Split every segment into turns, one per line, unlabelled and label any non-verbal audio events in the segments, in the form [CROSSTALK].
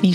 wie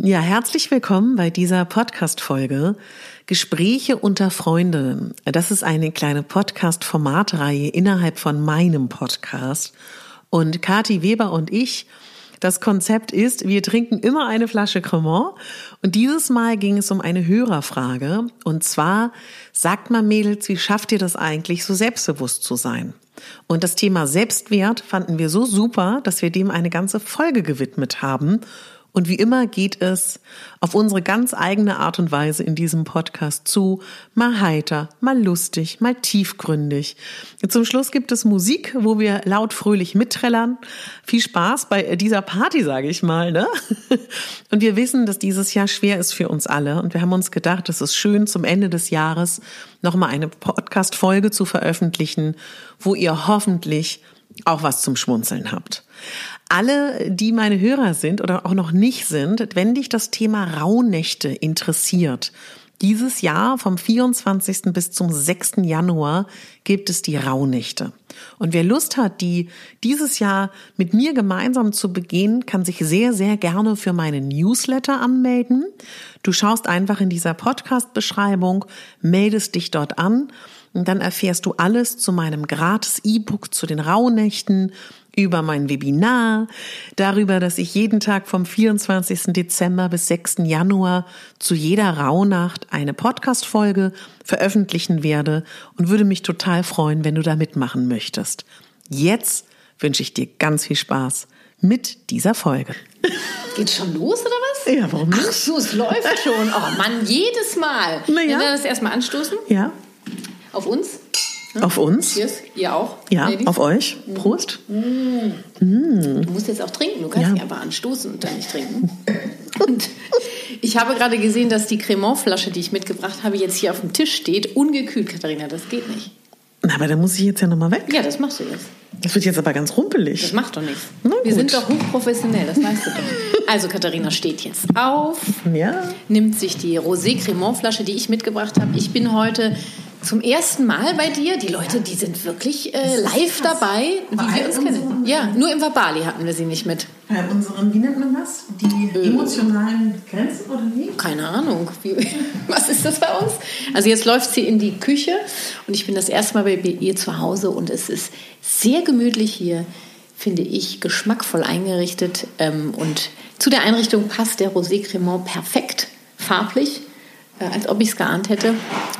Ja, herzlich willkommen bei dieser Podcast-Folge Gespräche unter Freunde. Das ist eine kleine Podcast-Formatreihe innerhalb von meinem Podcast. Und Kati Weber und ich, das Konzept ist, wir trinken immer eine Flasche Cremant. Und dieses Mal ging es um eine Hörerfrage. Und zwar, sagt mal Mädels, wie schafft ihr das eigentlich, so selbstbewusst zu sein? Und das Thema Selbstwert fanden wir so super, dass wir dem eine ganze Folge gewidmet haben. Und wie immer geht es auf unsere ganz eigene Art und Weise in diesem Podcast zu, mal heiter, mal lustig, mal tiefgründig. Zum Schluss gibt es Musik, wo wir laut fröhlich mitträllern. Viel Spaß bei dieser Party, sage ich mal. Ne? [LAUGHS] Und wir wissen, dass dieses Jahr schwer ist für uns alle. Und wir haben uns gedacht, es ist schön, zum Ende des Jahres nochmal eine Podcast-Folge zu veröffentlichen, wo ihr hoffentlich auch was zum Schmunzeln habt. Alle, die meine Hörer sind oder auch noch nicht sind, wenn dich das Thema Rauhnächte interessiert, dieses Jahr vom 24. bis zum 6. Januar gibt es die Rauhnächte. Und wer Lust hat, die dieses Jahr mit mir gemeinsam zu begehen, kann sich sehr, sehr gerne für meinen Newsletter anmelden. Du schaust einfach in dieser Podcast-Beschreibung, meldest dich dort an und dann erfährst du alles zu meinem gratis E-Book zu den Rauhnächten, über mein Webinar, darüber, dass ich jeden Tag vom 24. Dezember bis 6. Januar zu jeder Rauhnacht eine Podcast-Folge veröffentlichen werde und würde mich total freuen, wenn du da mitmachen möchtest. Jetzt wünsche ich dir ganz viel Spaß mit dieser Folge.
Geht schon los oder was?
Ja, warum nicht?
Ach so, es läuft
[LAUGHS]
schon. Oh Mann, jedes Mal.
Na ja.
Wir werden das erstmal anstoßen.
Ja,
Auf uns.
auf uns.
Cheers. Ihr auch.
Ja,
Ladies.
auf euch. Prost.
Du musst jetzt auch trinken. Du kannst
Ja.
nicht einfach anstoßen und dann nicht trinken. [LAUGHS] Und ich habe gerade gesehen, dass die Cremant-Flasche, die ich mitgebracht habe, jetzt hier auf dem Tisch steht. Ungekühlt, Katharina. Das geht nicht.
Na, aber da muss ich jetzt ja nochmal weg.
Ja, das machst du jetzt.
Das wird jetzt aber ganz
Das
rumpelig.
macht doch nichts.
Na
Wir
gut.
sind doch hochprofessionell, das weißt du doch. Also Katharina steht jetzt auf,
Ja.
nimmt sich die Rosé Cremant Flasche, die ich mitgebracht habe. Ich bin heute zum ersten Mal bei dir. Die Leute, die sind wirklich äh, live dabei, wie wir uns kennen. Ja, nur im Verbali hatten wir sie nicht mit.
Bei unseren, wie nennt man das? Die emotionalen Grenzen oder wie?
Keine Ahnung, wie, [LAUGHS] was ist das bei uns? Also jetzt läuft sie in die Küche und ich bin das erste Mal bei ihr zu Hause und es ist sehr gemütlich hier, finde ich, geschmackvoll eingerichtet ähm, und zu der Einrichtung passt der Rosé Cremant perfekt, farblich, äh, als ob ich es geahnt hätte.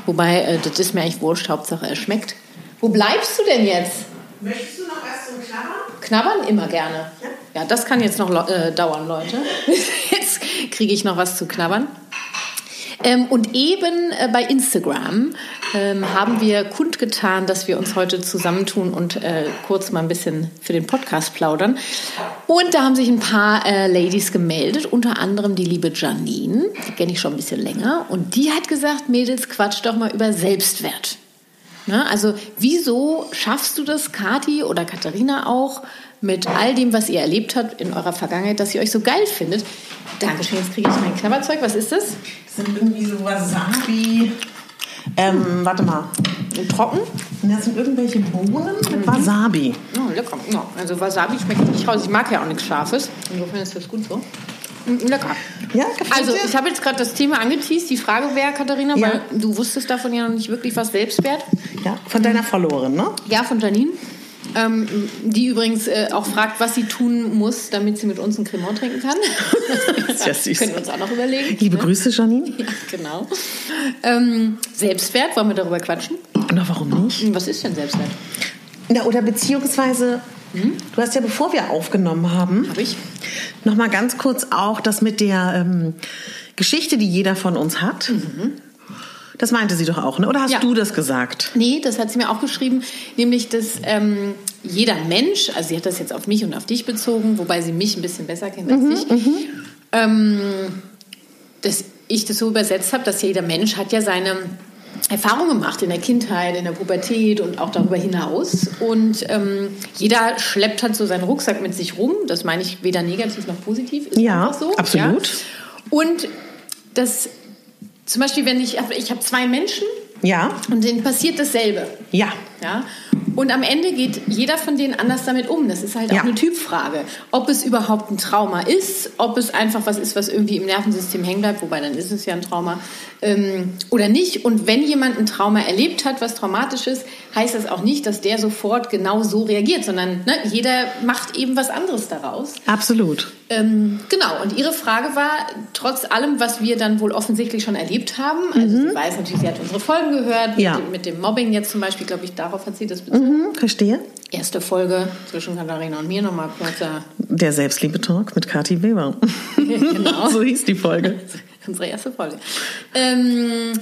Wobei, äh, das ist mir eigentlich wurscht, Hauptsache er schmeckt. Wo bleibst du denn jetzt?
Möchtest du noch erst so einen Klappern?
Knabbern immer gerne. Ja, das kann jetzt noch lo- äh, dauern, Leute. [LAUGHS] Jetzt kriege ich noch was zu knabbern. Ähm, und eben äh, bei Instagram ähm, haben wir kundgetan, dass wir uns heute zusammentun und äh, kurz mal ein bisschen für den Podcast plaudern. Und da haben sich ein paar äh, Ladies gemeldet, unter anderem die liebe Janine, die kenne ich schon ein bisschen länger. Und die hat gesagt, Mädels, quatsch doch mal über Selbstwert. Ne? Also wieso schaffst du das, Kati oder Katharina auch, mit all dem, was ihr erlebt habt in eurer Vergangenheit, dass ihr euch so geil findet? Dankeschön, jetzt kriege ich mein Knabberzeug. Was ist das?
Das sind irgendwie so Wasabi. Ähm, warte mal. Mhm.
Trocken?
Und das sind irgendwelche Bohnen mit Wasabi.
Ja, lecker. Ja, also Wasabi schmeckt nicht raus. Ich mag ja auch nichts Scharfes. Insofern ist das gut so. Mm, Lecker.
Ja, gefällt
Also
dir?
ich habe jetzt gerade das Thema angeteased. Die Frage wäre, Katharina,
Ja.
weil du wusstest davon ja noch nicht wirklich was Selbstwert.
Ja, von deiner Followerin, ne?
Ja, von Janine. Ähm, die übrigens äh, auch fragt, was sie tun muss, damit sie mit uns ein Cremant trinken kann.
[LAUGHS] Ist ja süß.
Können wir uns auch noch überlegen. ne?
Liebe Grüße, Janine.
Ja, genau. Ähm, Selbstwert, wollen wir darüber quatschen?
Na, warum nicht?
Hm, Was ist denn Selbstwert?
Na, oder beziehungsweise, du hast ja, bevor wir aufgenommen haben,
Habe ich?
nochmal ganz kurz auch das mit der ähm, Geschichte, die jeder von uns hat. Das meinte sie doch auch, ne? Oder hast
Ja.
du das gesagt?
Nee, das hat sie mir auch geschrieben, nämlich, dass ähm, jeder Mensch, also sie hat das jetzt auf mich und auf dich bezogen, wobei sie mich ein bisschen besser kennt
Mhm,
als ich, ähm, dass ich das so übersetzt habe, dass jeder Mensch hat ja seine Erfahrungen gemacht in der Kindheit, in der Pubertät und auch darüber hinaus. Und ähm, jeder schleppt halt so seinen Rucksack mit sich rum. Das meine ich weder negativ noch positiv. Ist
Ja,
einfach so.
absolut.
Ja. Und das, zum Beispiel, wenn ich, ich habe zwei Menschen
Ja,
und denen passiert dasselbe.
ja.
Ja? Und am Ende geht jeder von denen anders damit um. Das ist halt auch
Ja.
eine Typfrage. Ob es überhaupt ein Trauma ist, ob es einfach was ist, was irgendwie im Nervensystem hängen bleibt, wobei dann ist es ja ein Trauma, ähm, oder nicht. Und wenn jemand ein Trauma erlebt hat, was traumatisch ist, heißt das auch nicht, dass der sofort genau so reagiert, sondern ne, jeder macht eben was anderes daraus.
Absolut.
Ähm, genau, und ihre Frage war, trotz allem, was wir dann wohl offensichtlich schon erlebt haben, also sie weiß natürlich, sie hat unsere Folgen gehört,
Mhm. Ja.
mit, dem, mit dem Mobbing jetzt zum Beispiel, glaube ich, darauf hat sie das bezogen.
Mhm, verstehe.
Erste Folge zwischen Katharina und mir nochmal äh, kurzer,
Der Selbstliebe-Talk mit Kathi [LAUGHS] Weber.
Genau.
so hieß die Folge.
[LAUGHS] unsere erste Folge. Ähm,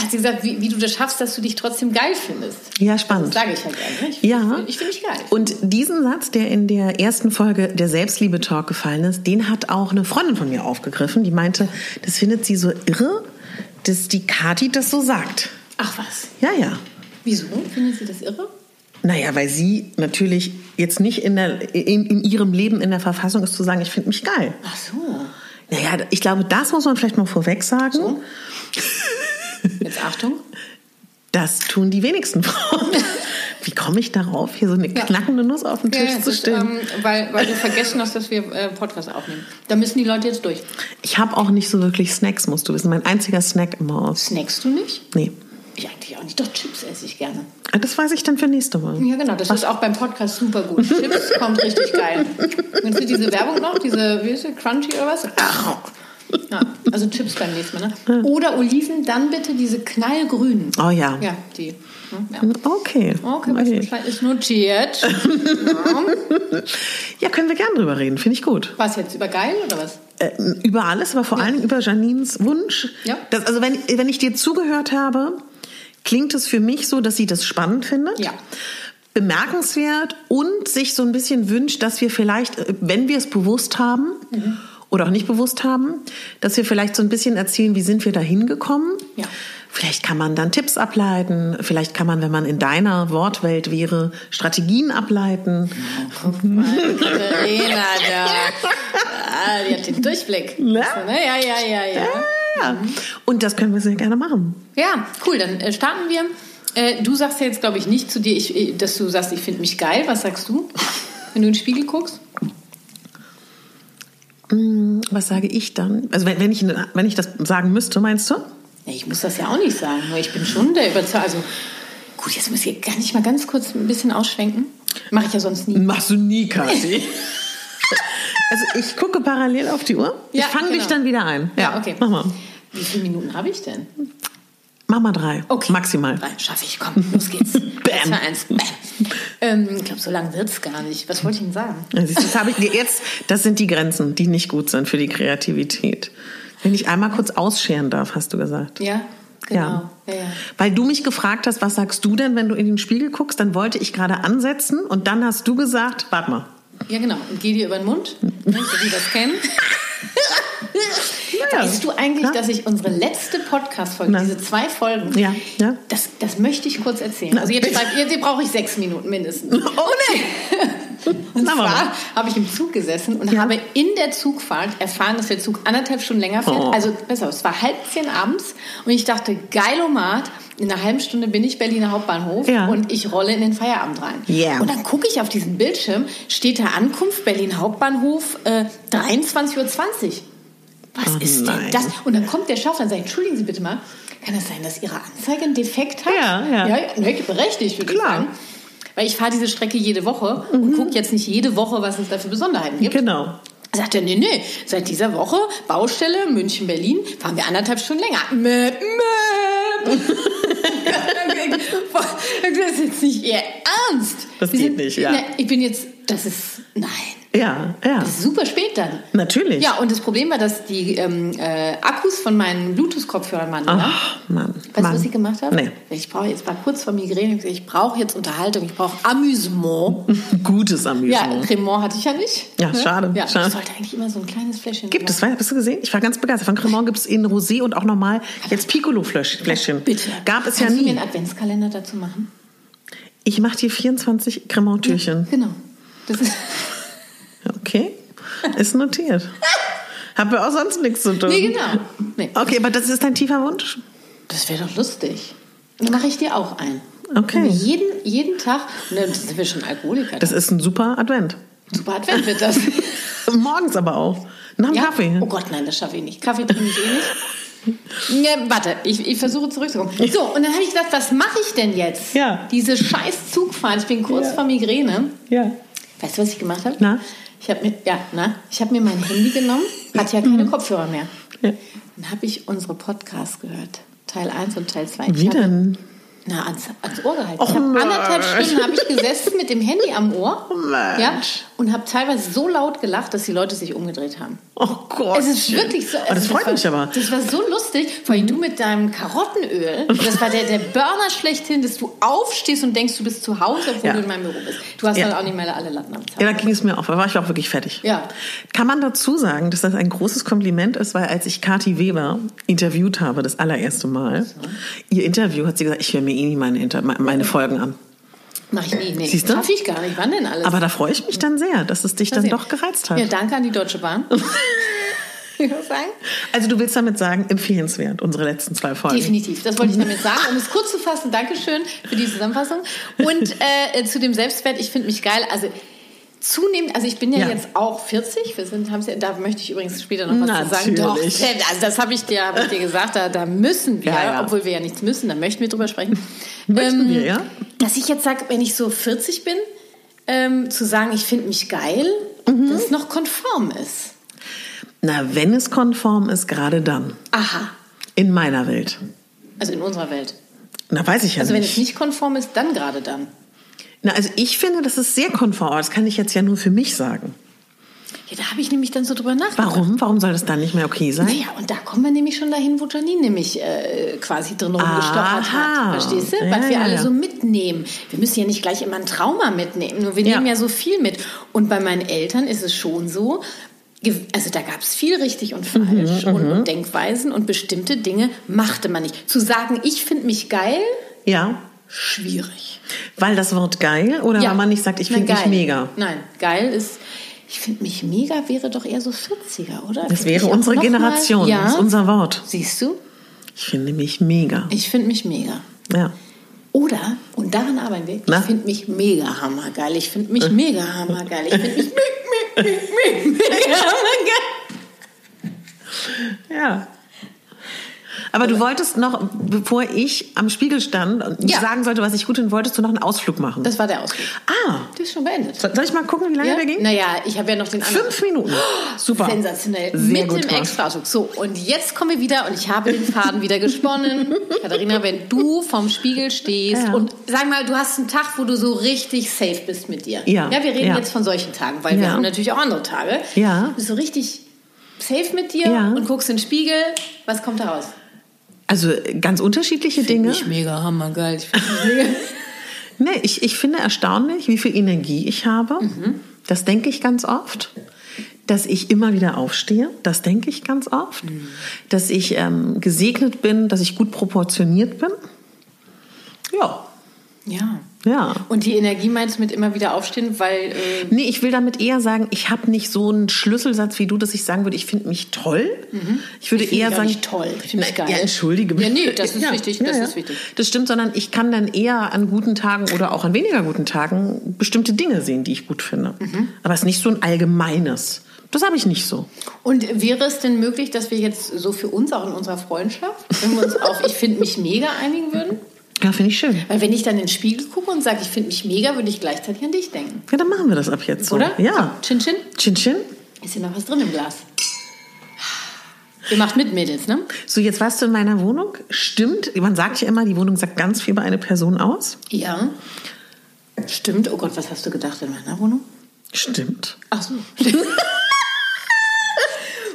hat sie gesagt, wie, wie du das schaffst, dass du dich trotzdem geil findest.
Ja, spannend.
Sage ich halt gerne. Ich,
Ja.
Ich finde mich geil.
Und diesen Satz, der in der ersten Folge der Selbstliebe-Talk gefallen ist, den hat auch eine Freundin von mir aufgegriffen, die meinte, das findet sie so irre, dass die Kati das so sagt.
Ach was,
Ja, ja.
wieso? Findet sie das irre?
Naja, weil sie natürlich jetzt nicht in, der, in, in ihrem Leben in der Verfassung ist zu sagen, ich finde mich geil.
Ach so.
Naja, ich glaube, das muss man vielleicht mal vorweg sagen.
Jetzt Achtung.
Das tun die wenigsten
[LAUGHS]
Frauen. Wie komme ich darauf, hier so eine
Ja.
knackende Nuss auf den Tisch
Ja, ja,
zu
das ist,
stellen?
ähm, weil, weil du vergessen hast, dass wir äh, Podcast aufnehmen. Da müssen die Leute jetzt durch.
Ich habe auch nicht so wirklich Snacks, musst du wissen. Mein einziger Snack immer aus.
Snackst du nicht?
Nee.
Ich eigentlich auch nicht. Doch, Chips esse ich gerne.
Ah, Das weiß ich dann für nächste Mal.
Ja, genau. Das ist auch beim Podcast super gut. Chips kommt richtig geil. Kennst du diese Werbung noch? Diese, wie ist sie, Crunchy oder was? Ja, also Chips beim nächsten Mal. Ne? Oder Oliven, dann bitte diese knallgrünen.
Oh ja.
Ja, die. ne? Ja.
Okay.
Okay, was Bescheid ist notiert.
Ja, können wir gern drüber reden. Finde ich gut.
Was jetzt, über geil oder was?
Ähm, über alles, aber vor allem über Janines Wunsch.
Ja.
Das, also wenn, wenn ich dir zugehört habe, klingt es für mich so, dass sie das spannend findet.
Ja.
Bemerkenswert und sich so ein bisschen wünscht, dass wir vielleicht, äh, wenn wir es bewusst haben
Mhm.
oder auch nicht bewusst haben, dass wir vielleicht so ein bisschen erzählen, wie sind wir da hingekommen.
Ja.
Vielleicht kann man dann Tipps ableiten, vielleicht kann man, wenn man in deiner Wortwelt wäre, Strategien ableiten.
Mhm. Katharina, da. Ah, die hat den Durchblick.
Ne?
So, ne? Ja, ja, ja, ja.
Ja. Und das können wir sehr gerne machen.
Ja, cool, dann äh, starten wir. Äh, du sagst ja jetzt, glaube ich, nicht zu dir, ich, äh, dass du sagst, ich finde mich geil. Was sagst du, wenn du in den Spiegel guckst?
Was sage ich dann? Also wenn, wenn, ich, wenn ich das sagen müsste, meinst du?
Ja, ich muss das ja auch nicht sagen, nur ich bin schon der Überzeugung. Also, gut, jetzt muss ich gar nicht mal ganz kurz ein bisschen ausschwenken. Mache ich ja sonst nie.
Machst du nie, Kathi. [LAUGHS] also ich gucke parallel auf die Uhr.
Ja,
ich fange
genau.
dich dann wieder ein. Ja,
okay.
Mach mal.
Wie viele Minuten habe ich denn?
Mach mal drei. Maximal.
Drei, schaffe ich, komm, los [LAUGHS] geht's. Eins für eins. Bam. Ähm, ich glaube, so lange wird es gar nicht. Was wollte ich denn sagen?
Ja, siehst du, Das, habe ich, jetzt, das sind die Grenzen, die nicht gut sind für die Kreativität. Wenn ich einmal kurz ausscheren darf, hast du gesagt.
Ja, genau. Ja. Ja,
Weil du mich gefragt hast, was sagst du denn, wenn du in den Spiegel guckst, dann wollte ich gerade ansetzen und dann hast du gesagt, warte mal.
Ja, genau. Und geh dir über den Mund, ne, so wie wir das kennen.
Naja.
Weißt du eigentlich,
Ja.
dass ich unsere letzte Podcast-Folge,
Na.
diese zwei Folgen,
Ja, ja.
Das,
[LAUGHS]
das möchte ich kurz erzählen. Also jetzt, schreib- jetzt brauche ich sechs Minuten mindestens.
Oh nee!
[LAUGHS] Und
Oh, Na, aber
war, habe ich im Zug gesessen und habe in der Zugfahrt erfahren, dass der Zug anderthalb Stunden länger fährt.
Oh.
Also besser, es war halb zehn abends und ich dachte, geilomat, in einer halben Stunde bin ich Berliner Hauptbahnhof
Ja.
und ich rolle in den Feierabend rein.
Yeah.
Und dann gucke ich auf diesen Bildschirm, steht da Ankunft Berlin Hauptbahnhof äh, 23.20 Uhr. Was
Oh
ist
nein.
denn das? Und dann kommt der Schaffner und sagt, entschuldigen Sie bitte mal, kann es das sein, dass Ihre Anzeige einen Defekt hat?
Ja, ja.
ja ne, berechtigt, würde
Klar. Mhm.
ich sagen. Weil ich fahre diese Strecke jede Woche und gucke jetzt nicht jede Woche, was es da für Besonderheiten gibt.
Genau.
Sagt er, nee, nee, seit dieser Woche Baustelle München-Berlin fahren wir anderthalb Stunden länger. Möp,
[LAUGHS]
möp. Boah, das ist jetzt nicht Ihr Ernst.
Das
Wir
geht nicht, ja.
Na, ich bin jetzt, das ist, nein,
Ja, ja.
das ist super spät dann.
Natürlich.
Ja, und das Problem war, dass die ähm, äh, Akkus von meinen Bluetooth-Kopfhörern waren leer.
Ach, Ah, Mann.
Weißt
Mann.
du, was ich gemacht habe?
Nee.
Ich brauche jetzt war kurz vor Migräne. Ich, hab gesagt, ich brauche jetzt Unterhaltung. Ich brauche Amüsement.
Gutes
Ja,
Amüsement.
Cremant hatte ich ja nicht.
Ja, Mhm. schade,
Ja,
schade.
Ich sollte eigentlich immer so ein kleines Fläschchen.
Gibt es, war- hast du gesehen? Ich war ganz begeistert. Von Cremant gibt es in Rosé und auch normal jetzt Piccolo-Fläschchen.
Bitte.
Gab es ja
Kannst du mir
nie.
einen Adventskalender dazu machen?
Ich mache dir 24 Cremant-Türchen.
Genau. Das ist
Okay, ist notiert.
[LAUGHS]
Haben wir auch sonst nichts zu tun.
nee, genau. Nee.
Okay, aber das ist dein tiefer Wunsch?
Das wäre doch lustig. Dann mache ich dir auch ein.
Okay.
Jeden, jeden Tag. Und dann sind wir schon Alkoholiker.
Das ist ein super Advent.
Super Advent
[LAUGHS]
wird das.
Morgens aber auch. Nach dem Kaffee.
Oh Gott, nein, das schaffe ich nicht. Kaffee trinke ich
[LAUGHS]
eh nicht. Ja, warte, ich, ich versuche zurückzukommen. So, und dann habe ich gedacht, was mache ich denn jetzt?
Ja.
Diese scheiß Zugfahrt, ich bin kurz
Ja.
vor Migräne.
Ja.
Weißt du, was ich gemacht habe?
Na?
Ich habe mir, ja, na, ich habe mir mein Handy genommen, hatte ja keine Kopfhörer mehr.
Mhm. Ja.
Dann habe ich unsere Podcasts gehört. Teil 1 und Teil 2.
Wie
ich habe-
denn?
Na, ans, ans Ohr gehalten.
Och,
ich habe
Mensch. Oh
anderthalb Stunden habe ich gesessen mit dem Handy am Ohr.
Mensch.
ja, und habe teilweise so laut gelacht, dass die Leute sich umgedreht haben.
Oh Gott.
Es ist wirklich so.
Oh,
also
das freut
war,
mich aber.
Das war so lustig, vor allem du mit
[LAUGHS]
deinem Karottenöl. Das war der, der Burner schlechthin, dass du aufstehst und denkst, du bist zu Hause, obwohl
Ja.
du in meinem Büro bist. Du hast
Ja.
halt auch nicht mehr alle Latten am Zaun.
Ja, da ging es mir auch. Da war ich auch wirklich fertig.
Ja.
Kann man dazu sagen, dass das ein großes Kompliment ist, weil als ich Kathi Weber interviewt habe, das allererste Mal, ihr Interview, hat sie gesagt, ich höre mir eh nie meine, Inter me- meine Folgen an.
Mach ich nie. Nee.
Äh, Siehst du?
Schaff ich gar nicht. Wann denn alles?
Aber da freue ich mich dann sehr, dass es dich dann
Mal sehen.
doch gereizt hat.
Ja, danke an die
[LAUGHS]
Deutsche Bahn. Ich muss sagen.
Also du willst damit sagen, empfehlenswert, unsere letzten zwei Folgen.
Definitiv, das wollte ich damit sagen. Um es kurz zu fassen, Dankeschön für die Zusammenfassung. Und äh, zu dem Selbstwert, ich finde mich geil. Also zunehmend, also ich bin ja,
Ja.
jetzt auch 40, wir sind, haben's ja, da möchte ich übrigens später noch was zu sagen. Doch,
Natürlich.
Sam, also das habe ich, dir- hab ich dir gesagt, da, da müssen wir,
Ja, ja.
obwohl wir ja nichts müssen, da möchten wir drüber sprechen. Ähm,
Möchten wir, ja?
Dass ich jetzt sage, wenn ich so 40 bin, ähm, zu sagen, ich finde mich geil,
Mhm.
das noch konform ist.
Na, wenn es konform ist, gerade dann.
Aha,
In meiner Welt.
also in unserer Welt.
Na, weiß ich ja
Also wenn es
nicht.
nicht konform ist, dann gerade dann.
Na, also ich finde, das ist sehr konform, aber das kann ich jetzt ja nur für mich sagen.
Ja, da habe ich nämlich dann so drüber nachgedacht.
Warum? Warum soll das dann nicht mehr okay sein?
Naja, und da kommen wir nämlich schon dahin, wo Janine nämlich äh, quasi drin rumgestochert
Aha.
hat. Verstehst du?
Ah. Ja,
Was wir
ja,
alle
ja.
so mitnehmen. Wir müssen ja nicht gleich immer ein Trauma mitnehmen, nur wir
Ja.
nehmen ja so viel mit. Und bei meinen Eltern ist es schon so, ge- also da gab es viel richtig und
Mhm,
falsch und, und Denkweisen und bestimmte Dinge machte man nicht. Zu sagen, ich finde mich geil,
Ja,
schwierig.
weil das Wort geil oder weil man nicht sagt, ich
Na,
finde dich
geil.
mega.
Nein, geil ist. Ich finde mich mega wäre doch eher so 40er, oder?
Das
Find
wäre
ich auch
unsere
noch
Generation,
Mal, ja.
das ist unser Wort.
Siehst du?
Ich finde mich mega.
Ich finde mich mega.
Ja.
Oder, und daran arbeiten wir,
Na? Äh.
ich finde mich mega hammergeil. Ich finde mich mega hammergeil. Ich finde mich me- me- me-
[LAUGHS]
me- mega hammergeil.
Ja. Aber du wolltest noch, bevor ich am Spiegel stand und
Ja.
sagen sollte, was ich gut finde, wolltest du noch einen Ausflug machen.
Das war der Ausflug.
ah,
Das ist schon beendet.
soll soll ich mal gucken, wie lange
Ja?
der ging?
Naja, ich habe ja noch den anderen.
Fünf Minuten. Super.
Oh, Sensationell.
Sehr
Mit
gut
dem
gemacht.
Extraschub. So, und jetzt kommen wir wieder und ich habe den Faden
[LAUGHS]
wieder gesponnen. Katharina, wenn du vorm Spiegel stehst
Ja.
und sag mal, du hast einen Tag, wo du so richtig safe bist mit dir.
Ja.
Ja, wir reden
Ja.
jetzt von solchen Tagen, weil
Ja.
wir haben natürlich auch andere Tage.
Ja.
Du bist so richtig safe mit dir
Ja.
und guckst in den Spiegel. Was kommt da raus?
Also ganz unterschiedliche Dinge.
mega hammergeil. Ich
[LAUGHS]
mega.
Nee, ich, ich finde erstaunlich, wie viel Energie ich habe. Das denke ich ganz oft. Dass ich immer wieder aufstehe, das denke ich ganz oft. Dass ich ähm, gesegnet bin, dass ich gut proportioniert bin. Ja,
Ja.
Ja.
Und die Energie meinst du mit immer wieder aufstehen, weil. Äh,
Nee, ich will damit eher sagen, ich habe nicht so einen Schlüsselsatz wie du, dass ich sagen würde, ich finde mich toll. Ich würde
Mhm. Ich find
eher
mich auch
sagen,
nicht toll. Ich find mich
Na,
geil.
Ja, entschuldige mich.
Ja,
[LAUGHS]
nee, das ist wichtig, das ist wichtig.
Das stimmt, sondern ich kann dann eher an guten Tagen oder auch an weniger guten Tagen bestimmte Dinge sehen, die ich gut finde.
Mhm.
Aber es ist nicht so ein allgemeines. Das habe ich nicht so.
Und wäre es denn möglich, dass wir jetzt so für uns auch in unserer Freundschaft, wenn wir uns auf Ich finde mich mega einigen würden?
Ja, finde ich schön.
Weil wenn ich dann in den Spiegel gucke und sage, ich finde mich mega, würde ich gleichzeitig an dich denken.
Ja, dann machen wir das ab jetzt so.
Oder?
Ja.
Chin Chin?
Chin Chin.
Ist hier noch was drin im Glas? Ihr macht mit, Mädels, ne?
So, jetzt warst du in meiner Wohnung. Stimmt, man sagt ja immer, die Wohnung sagt ganz viel über eine Person aus.
Ja. Stimmt. Oh Gott, was hast du gedacht in meiner Wohnung?
Stimmt.
Ach so.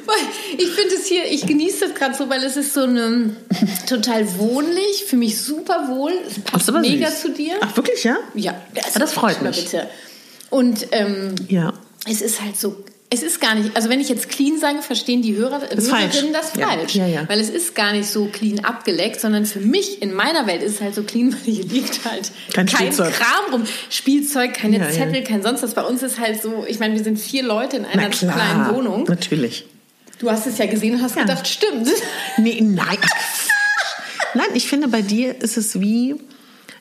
Weil Ich finde es hier, ich genieße das gerade so, weil es ist so eine, total wohnlich, für mich super wohl. Es
Das
passt
ist aber
mega
süß.
zu dir.
Ach, wirklich, ja?
Ja,
Ah, das freut mich.
Bitte. Und ähm,
Ja.
es ist halt so, es ist gar nicht, also wenn ich jetzt clean sage, verstehen die Hörer,
Ist falsch.
Hörerinnen das
Ja.
falsch.
Ja, ja.
Weil es ist gar nicht so clean abgeleckt, sondern für mich in meiner Welt ist es halt so clean, [LAUGHS] weil hier liegt halt
Kein
kein,
Spielzeug.
Kram rum. Spielzeug, keine
Ja, ja.
Zettel, kein sonst was. Bei uns ist halt so, ich meine, wir sind vier Leute in einer kleinen Wohnung.
Natürlich.
Du hast es ja gesehen und hast gedacht, stimmt. [LAUGHS]
Nee, nein. [LAUGHS] nein, ich finde, bei dir ist es wie,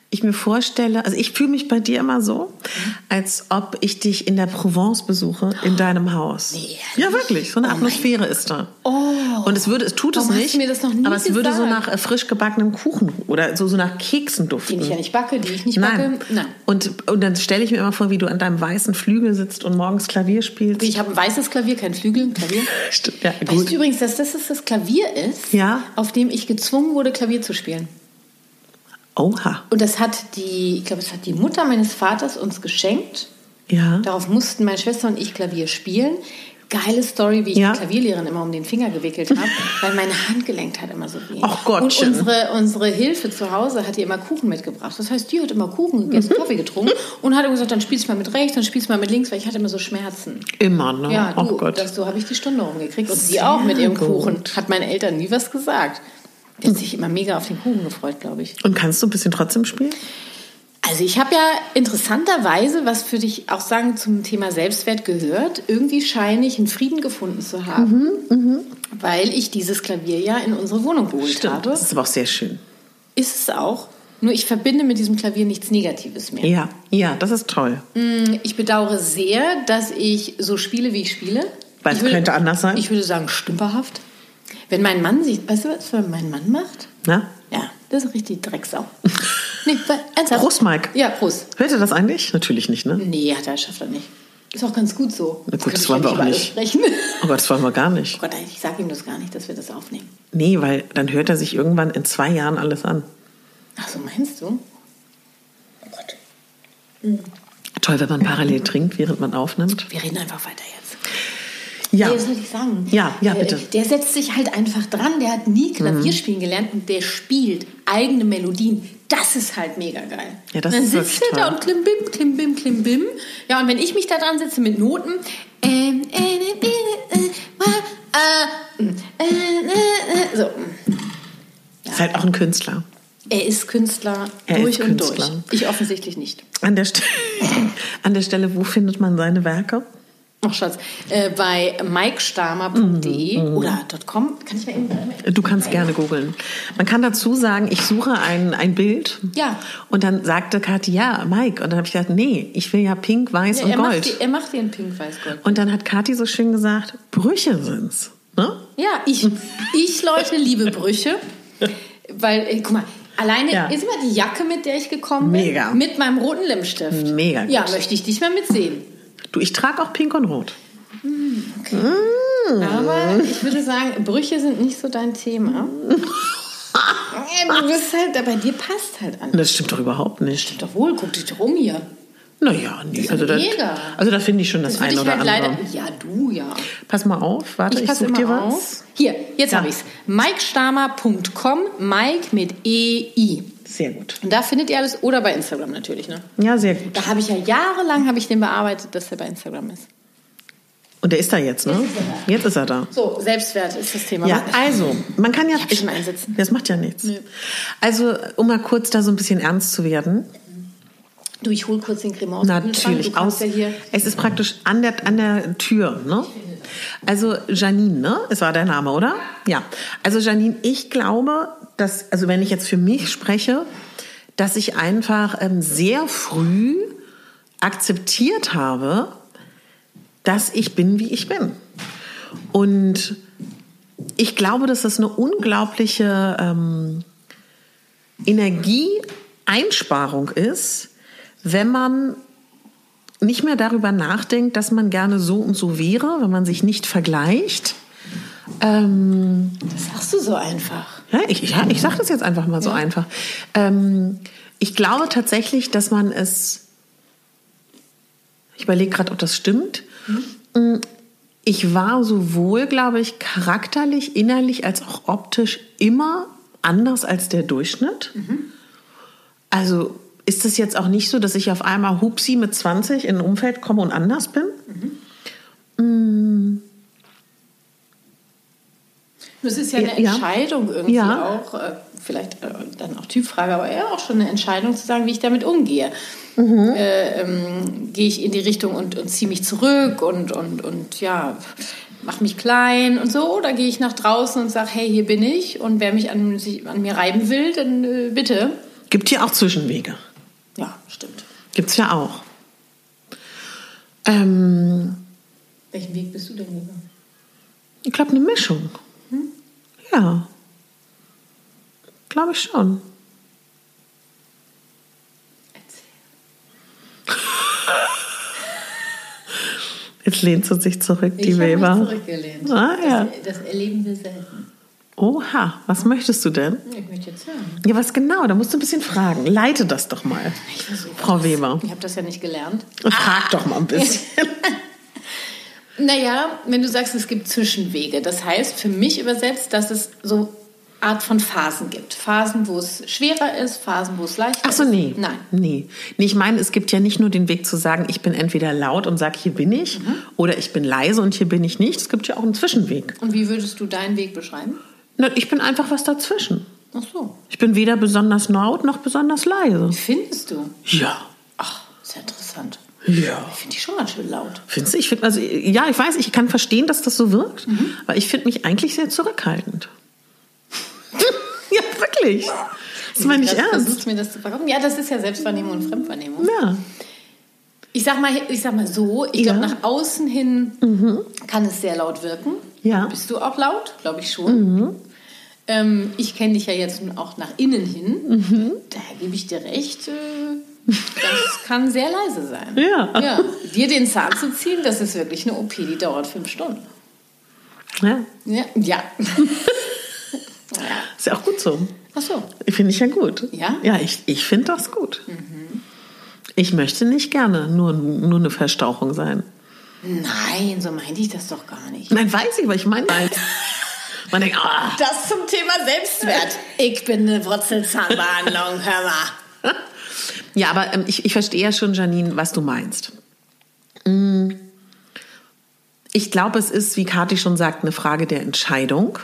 ich mir vorstelle, also ich fühle mich bei dir immer so, als ob ich dich in der Provence besuche, in deinem Haus.
Oh, Nee, Oh
ja, wirklich. So eine Atmosphäre ist da. Und es würde, es tut es
Warum hast
nicht.
du mir das noch nie
aber es würde so
gesagt?
nach äh, frisch gebackenem Kuchen oder so, so nach Keksen duften.
Die ich ja nicht backe, die ich nicht
Nein.
backe. Nein.
Und, und dann stelle ich mir immer vor, wie du an deinem weißen Flügel sitzt und morgens Klavier spielst.
Ich habe ein weißes Klavier, kein Flügel, ein Klavier.
Stimmt, ja,
Weißt
gut.
du übrigens, dass das das Klavier ist,
Ja.
auf dem ich gezwungen wurde, Klavier zu spielen.
Oha.
Und das hat die, ich glaube, das hat die Mutter meines Vaters uns geschenkt.
Ja.
Darauf mussten meine Schwester und ich Klavier spielen. Geile Story, wie ich
Ja.
die Klavierlehrerin immer um den Finger
[LAUGHS]
gewickelt habe, weil mein Handgelenk hat immer so weh.
Ach Gottchen.
Und unsere, unsere Hilfe zu Hause hat ihr immer Kuchen mitgebracht. Das heißt, die hat immer
[LAUGHS]
Kuchen gegessen, Kaffee getrunken und hat immer gesagt, dann spielst du mal mit rechts, dann spielst du mal mit links, weil ich hatte immer so Schmerzen.
Immer, ne?
Ja,
oh
du,
Gott.
Das, so habe ich die Stunde rumgekriegt. Und sie
Sehr
auch mit ihrem
gut.
Kuchen. Hat meinen Eltern nie was gesagt. Die hat sich immer mega auf den Kuchen gefreut, glaube ich.
Und kannst du ein bisschen trotzdem spielen?
Also ich habe ja interessanterweise, was für dich auch sagen zum Thema Selbstwert gehört, irgendwie scheine ich einen Frieden gefunden zu haben,
Mhm,
weil ich dieses Klavier ja in unsere Wohnung geholt habe.
Das ist aber auch sehr schön.
Ist es auch. Nur ich verbinde mit diesem Klavier nichts Negatives mehr. Mm,
Ja, ja, das ist toll.
Ich bedauere sehr, dass ich so spiele, wie ich spiele.
Weil es
ich würde-
könnte anders sein.
Ich würde sagen, stümperhaft. Wenn mein Mann sieht, weißt du, was mein Mann macht?
Na?
Ja, das ist
[LAUGHS]
richtig Drecksau. nee, weil- ernsthaft.
Prost, Mike.
Ja, Prost.
Hört ihr das eigentlich? Natürlich nicht, ne?
Nee, hat er, schafft er nicht. Ist auch ganz gut so.
Na gut,
Könnte
das
ich
wollen wir
ja
auch
über
nicht.
alles Sprechen.
Oh
[LAUGHS]
Gott, das wollen wir gar nicht.
Gott, ich sage ihm das gar nicht, dass wir das aufnehmen.
Nee, weil dann hört er sich irgendwann in zwei Jahren alles an.
Ach so, meinst du? Oh Gott.
Toll, wenn man parallel trinkt, während man aufnimmt.
Wir reden einfach weiter jetzt.
Ja.
Nee, das wollte ich sagen.
Ja, ja,
Äh,
bitte. Mhm.
Der setzt sich halt einfach dran. Der hat nie Klavier spielen gelernt und der spielt eigene Melodien. Das ist halt mega geil.
Ja, das
dann
ist
sitzt
wirklich
er da
toll.
und klimbim, klimbim, klimbim. Ja, und wenn ich mich da dran sitze mit Noten. ähm, äh, äh, äh, äh, äh, äh, äh, So.
Ist halt auch ein Künstler.
Er ist Künstler
Er
durch
ist
und
Künstler.
durch. Ich offensichtlich nicht.
An der, Ste [LAUGHS] an der Stelle, wo findet man seine Werke?
Ach, Schatz. Äh, bei mikestamer.de
Mhm.
oder .com. Kann ich mal eben.
Du kannst gerne googeln. Man kann dazu sagen, ich suche ein, ein Bild.
Ja.
Und dann sagte Kathi, ja, Mike. Und dann habe ich gedacht, nee, ich will ja pink, weiß
Ja,
und
er,
gold.
macht, die- er macht den Pink-Weiß-Gold.
Und dann hat Kathi so schön gesagt, Brüche sind's. Ne?
Ja, ich, ich Leute liebe Brüche, weil, äh, guck mal, alleine
Ja.
ist immer die Jacke, mit der ich gekommen bin,
Mega.
mit meinem roten Lippenstift.
Mega gut.
Ja, möchte ich dich mal mitsehen.
Du, ich trage auch pink und rot. Mhm.
Aber ich würde sagen, Brüche sind nicht so dein
[LAUGHS]
Thema. Ja, du bist halt, bei dir passt halt an.
Das stimmt doch überhaupt nicht.
Doch wohl, guck dich rum hier.
Naja, nee.
ist
Also da,
mega.
also da finde ich schon das,
Das würde
eine
ich
oder
halt
andere.
leider. Ja, du ja.
Pass mal auf, warte, ich,
passe
suche dir
immer
was.
auf. Hier, jetzt
Ja.
habe ich's. MikeStamer.com, Mike mit EI.
Sehr gut.
Und da findet ihr alles oder bei Instagram natürlich, ne?
Ja, sehr gut.
Da habe ich ja jahrelang habe ich den bearbeitet, dass er bei Instagram ist.
Und der ist da jetzt, ne?
Jetzt ist
Jetzt ist
er
er da.
So, Selbstwert ist das Thema.
Ja, also, man kann ja.
Ich hab schon einsitzen.
Das macht ja nichts.
Nö.
Also, um mal kurz da so ein bisschen ernst zu werden.
Du, ich hol kurz den Cremant. aus dem Kühlschrank.
Natürlich,
Du
aus.
kannst ja hier.
Es ist praktisch an der, an der Tür, ne? Also Janine, ne? Es war der Name, oder? Ja. Also Janine, ich glaube, dass, also wenn ich jetzt für mich spreche, dass ich einfach ähm, sehr früh akzeptiert habe, dass ich bin, wie ich bin. Und ich glaube, dass das eine unglaubliche ähm, Energieeinsparung ist, wenn man nicht mehr darüber nachdenkt, dass man gerne so und so wäre, wenn man sich nicht vergleicht. Ähm,
Das sagst du so einfach.
ja, ich, ich, ja, ich sage das jetzt einfach mal so einfach. Ähm, ich glaube tatsächlich, dass man es. Ich überlege gerade, ob das stimmt. Mm, Ich war sowohl, glaube ich, charakterlich, innerlich als auch optisch immer anders als der Durchschnitt. Also ist es jetzt auch nicht so, dass ich auf einmal hupsi mit 20 in ein Umfeld komme und anders bin?
Das ist ja
Ja,
eine
ja.
Entscheidung irgendwie
Ja.
auch, äh, vielleicht äh, dann auch Typfrage, aber ja auch schon eine Entscheidung zu sagen, wie ich damit umgehe.
Mhm.
Äh, ähm, Gehe ich in die Richtung und, und ziehe mich zurück und, und, und ja, mache mich klein und so, oder gehe ich nach draußen und sage, hey, hier bin ich und wer mich an, sich, an mir reiben will, dann äh, bitte.
Gibt hier auch Zwischenwege.
Ja, stimmt.
Gibt es ja auch. Ähm,
Welchen Weg bist du denn gegangen?
Ich glaube, eine Mischung.
Hm?
Ja. Glaube ich schon. Jetzt lehnt sie sich zurück, die Weber.
zurückgelehnt.
Ah, ja.
das, erleben wir selten.
Oha, was möchtest du denn?
Ich möchte jetzt hören.
Ja, was genau? Da musst du ein bisschen fragen. Leite das doch mal, Frau Weber.
Ich habe das ja nicht gelernt.
Frag doch mal ein
[LAUGHS]
bisschen.
Naja, wenn du sagst, es gibt Zwischenwege, das heißt für mich übersetzt, dass es so Art von Phasen gibt. Phasen, wo es schwerer ist, Phasen, wo es leichter
Ach so,
ist.
nee.
Nein.
Nee. nee. Ich meine, es gibt ja nicht nur den Weg zu sagen, ich bin entweder laut und sage, hier bin ich,
Mhm.
oder ich bin leise und hier bin ich nicht. Es gibt ja auch einen Zwischenweg.
Und wie würdest du deinen Weg beschreiben?
Na, Ne, Ich bin einfach was dazwischen.
Ach so.
Ich bin weder besonders laut noch besonders leise.
Wie findest du?
Ja.
Ach, sehr interessant.
Ja.
Ich finde die schon ganz schön laut.
Findest du? Ich finde, also, ja, ich weiß, ich kann verstehen, dass das so wirkt, aber ich finde mich eigentlich sehr zurückhaltend. [LAUGHS] ja, wirklich. Das meine ich
Das-
ernst.
Versuchst du mir das zu verkaufen? Ja, das ist ja Selbstwahrnehmung und Fremdwahrnehmung.
Ja.
Ich sag mal, ich sag mal so, ich
Ja. Mhm.
glaube, nach außen hin kann es sehr laut wirken.
Ja. Mhm.
Bist du auch laut? Glaube ich schon. Ähm, ich kenne dich ja jetzt nun auch nach innen hin.
Mhm.
Da gebe ich dir recht. Äh, das kann sehr leise sein.
Ja.
ja. Dir den Zahn zu ziehen, das ist wirklich eine OP, die dauert fünf Stunden.
ja.
Ja.
[LAUGHS]
ja.
Ist ja auch gut so.
Ach so.
Finde ich ja gut.
Ja?
Ja, Mhm. ich, ich finde das gut. Ich möchte nicht gerne nur, nur eine Verstauchung sein.
Nein, so meinte ich das doch gar nicht.
Nein, weiß ich, aber ich meine. Man denkt, ah,
Das zum Thema Selbstwert. Ich bin eine Wurzelzahnbehandlung, hör mal.
Ja, aber ähm, ich, ich verstehe ja schon, Janine, was du meinst. Mm. Ich glaube, es ist, wie Kathi schon sagt, eine Frage der Entscheidung.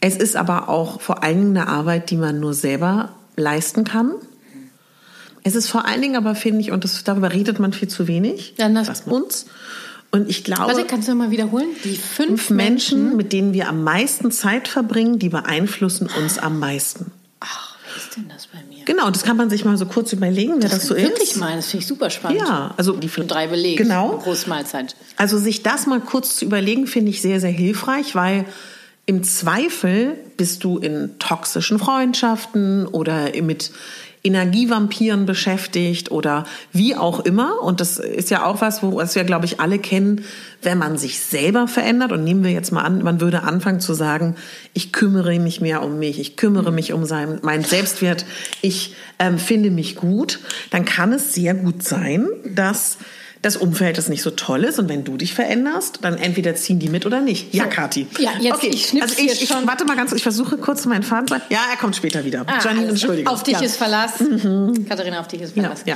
Es ist aber auch vor allen Dingen eine Arbeit, die man nur selber leisten kann. Es ist vor allen Dingen aber, finde ich, und das, darüber redet man viel zu wenig,
Ja, das-
was uns. Und ich glaube,
Warte, kannst du mal wiederholen? Die fünf
fünf Menschen, mit denen wir am meisten Zeit verbringen, die beeinflussen uns am meisten.
Ach, wer ist denn das bei mir?
Genau, das kann man sich mal so kurz überlegen, wer das, so ist.
Wirklich mal, das finde ich super spannend.
Ja, also die
Und drei Belege.
Genau.
Große Mahlzeit.
Also sich das mal kurz zu überlegen, finde ich sehr, sehr hilfreich, weil im Zweifel bist du in toxischen Freundschaften oder mit Energievampiren beschäftigt oder wie auch immer. Und das ist ja auch was, wo- was wir, glaube ich, alle kennen, wenn man sich selber verändert. Und nehmen wir jetzt mal an, man würde anfangen zu sagen, ich kümmere mich mehr um mich, ich kümmere mich um sein, meinen Selbstwert, ich ähm, finde mich gut. Dann kann es sehr gut sein, dass das Umfeld das nicht so toll ist und wenn du dich veränderst, dann entweder ziehen die mit oder nicht. Ja, Kathi.
Ja, jetzt-
okay.
ich schnipp's
also ich,
hier
ich,
schon.
Warte mal ganz, ich versuche kurz meinen Faden zu... Ja, er kommt später wieder.
Ah,
Janine,
alles klar.
entschuldige.
Auf dich
ja. Mhm.
ist Verlass. Katharina, auf dich ist
Ja,
Verlass.
ja.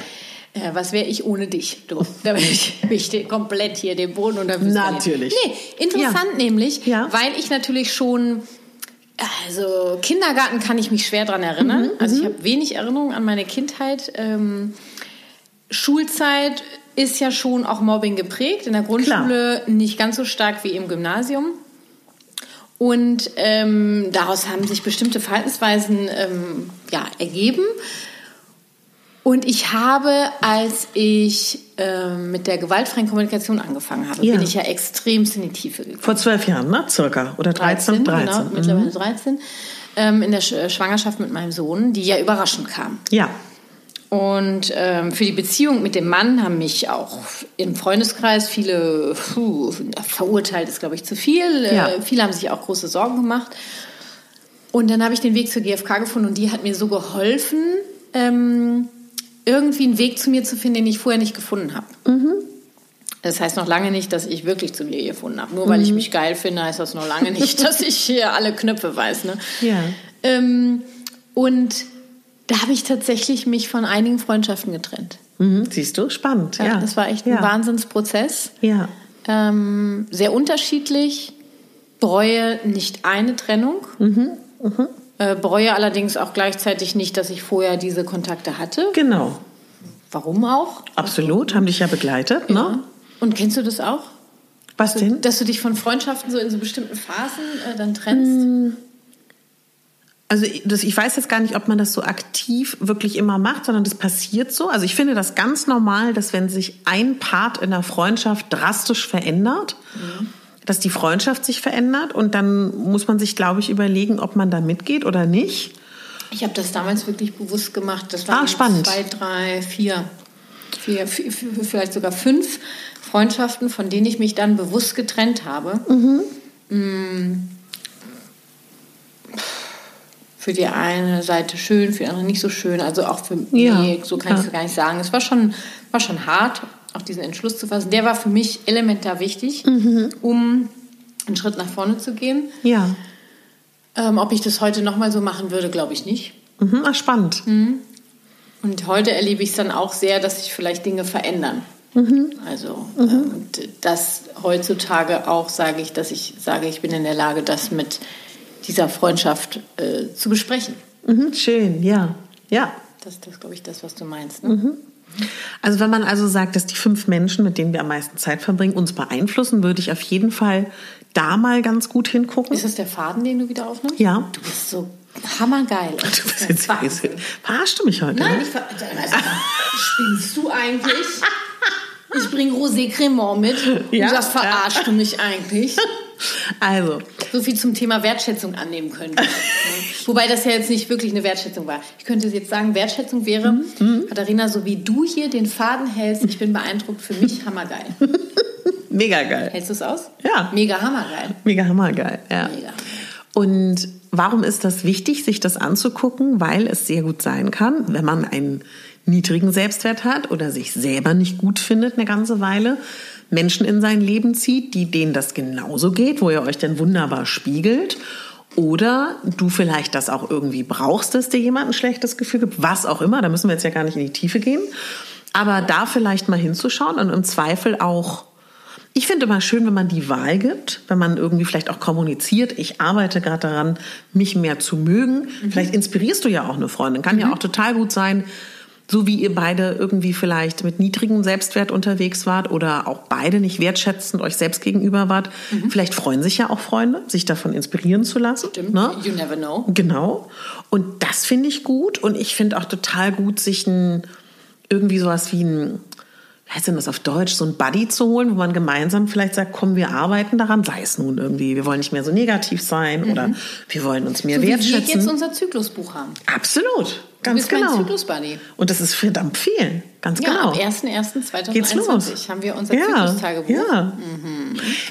Äh, was wäre ich ohne dich? Du, da bin ich, bin ich den- komplett hier den Boden unter den Füßen
Natürlich.
verlieren. Nee, interessant nämlich,
Ja.
weil ich natürlich schon, also
Mhm,
Kindergarten kann ich mich schwer dran erinnern. Also ich habe wenig Erinnerung an meine Kindheit. Ähm, Schulzeit ist ja schon auch Mobbing geprägt, in der Grundschule nicht ganz so stark wie im Gymnasium. Und ähm, daraus haben sich bestimmte Verhaltensweisen ähm, ja, ergeben. Und ich habe, als ich ähm, mit der gewaltfreien Kommunikation angefangen habe,
Ja.
bin ich ja extremst in die Tiefe gegangen.
Vor zwölf Jahren, ne? Circa. Oder 13, 13.
Genau,
Mhm.
mittlerweile 13. Ähm, in der Sch äh, Schwangerschaft mit meinem Sohn, die ja überraschend kam.
Ja.
Und ähm, für die Beziehung mit dem Mann haben mich auch im Freundeskreis viele puh, verurteilt, ist glaube ich zu viel.
Ja.
Äh, viele haben sich auch große Sorgen gemacht. Und dann habe ich den Weg zur GfK gefunden und die hat mir so geholfen, ähm, irgendwie einen Weg zu mir zu finden, den ich vorher nicht gefunden habe. Das heißt noch lange nicht, dass ich wirklich zu mir gefunden habe. Nur weil
Mhm.
ich mich geil finde, heißt das noch lange nicht,
[LAUGHS]
dass ich hier alle Knöpfe weiß. Ne?
Ja.
Ähm, und da habe ich tatsächlich mich von einigen Freundschaften getrennt.
Mhm. Siehst du? Spannend. Ja.
Ja, Das war echt ein
ja.
Wahnsinnsprozess.
Ja.
Ähm, sehr unterschiedlich. Bereue nicht eine Trennung.
Mhm,
Äh, bereue allerdings auch gleichzeitig nicht, dass ich vorher diese Kontakte hatte.
Genau.
Warum auch?
Absolut. Haben dich ja begleitet, ne?
Und kennst du das auch?
Was denn?
Dass du dich von Freundschaften so in so bestimmten Phasen äh, dann trennst?
Also ich- das, ich weiß jetzt gar nicht, ob man das so aktiv wirklich immer macht, sondern das passiert so. Also ich finde das ganz normal, dass wenn sich ein Part in der Freundschaft drastisch verändert,
Mhm.
dass die Freundschaft sich verändert und dann muss man sich, glaube ich, überlegen, ob man da mitgeht oder nicht.
Ich habe das damals wirklich bewusst gemacht. Das waren
Ah, spannend.
zwei, drei, vier, vier, vi- vi- vielleicht sogar fünf Freundschaften, von denen ich mich dann bewusst getrennt habe.
Mhm.
Mm. Für die eine Seite schön, für die andere nicht so schön. Also auch für
Ja,
mich, so kann ich
ja.
es gar nicht sagen. Es war schon, war schon hart, auch diesen Entschluss zu fassen. Der war für mich elementar wichtig,
Mhm.
um einen Schritt nach vorne zu gehen.
Ja.
Ähm, ob ich das heute nochmal so machen würde, glaube ich nicht.
Mhm, ach, spannend.
Und heute erlebe ich es dann auch sehr, dass sich vielleicht Dinge verändern.
Mhm.
Also äh, und das heutzutage auch sage ich, dass ich sage, ich bin in der Lage, das mit dieser Freundschaft äh, zu besprechen.
Mhm, schön, ja. Ja.
Das ist, glaube ich, das, was du meinst. Ne?
Mhm. Also wenn man also sagt, dass die fünf Menschen, mit denen wir am meisten Zeit verbringen, uns beeinflussen, würde ich auf jeden Fall da mal ganz gut hingucken. [LAUGHS]
Ist das der Faden, den du wieder aufnimmst?
Ja.
Du bist so hammergeil.
[LAUGHS] Du bist jetzt Verarschst du mich heute?
Nein, ich ver also, spinnst du eigentlich? Ich bringe Rosé Cremant mit.
Ja.
Ja, und das verarschst du mich eigentlich.
Also,
So viel zum Thema Wertschätzung annehmen
[LAUGHS]
können. Wobei das ja jetzt nicht wirklich eine Wertschätzung war. Ich könnte jetzt sagen, Wertschätzung wäre,
Mhm.
Katharina, so wie du hier den Faden hältst, ich bin beeindruckt, für mich hammergeil.
mega geil.
Hältst du es aus?
Ja.
Mega hammergeil.
Mega hammergeil, ja.
Mega.
Und warum ist das wichtig, sich das anzugucken? Weil es sehr gut sein kann, wenn man einen niedrigen Selbstwert hat oder sich selber nicht gut findet eine ganze Weile, Menschen in sein Leben zieht, die denen das genauso geht, wo ihr euch dann wunderbar spiegelt. Oder du vielleicht das auch irgendwie brauchst, dass dir jemand ein schlechtes Gefühl gibt, was auch immer, da müssen wir jetzt ja gar nicht in die Tiefe gehen. Aber da vielleicht mal hinzuschauen und im Zweifel auch ich finde immer schön, wenn man die Wahl gibt, wenn man irgendwie vielleicht auch kommuniziert, ich arbeite gerade daran, mich mehr zu mögen.
Mhm.
Vielleicht inspirierst du ja auch eine Freundin, kann ja auch total gut sein, so wie ihr beide irgendwie vielleicht mit niedrigem Selbstwert unterwegs wart oder auch beide nicht wertschätzend euch selbst gegenüber wart.
Mhm.
Vielleicht freuen sich ja auch Freunde, sich davon inspirieren zu lassen.
Stimmt.
Ne?
You never know.
Genau. Und das finde ich gut. Und ich finde auch total gut, sich ein, irgendwie sowas wie ein, wie heißt denn das auf Deutsch, so ein Buddy zu holen, wo man gemeinsam vielleicht sagt, komm, wir arbeiten daran, sei es nun irgendwie, wir wollen nicht mehr so negativ sein oder wir wollen uns mehr
Mhm. So wie wir jetzt
wertschätzen.
unser Zyklusbuch haben.
Absolut, ganz
bist mein
genau.
Zyklusbuddy.
Und das ist verdammt viel, ganz
Ja,
genau.
ab 1.1.2021
Geht's los.
haben wir unser Mhm.
ja,
Zyklustagebuch.
Ja.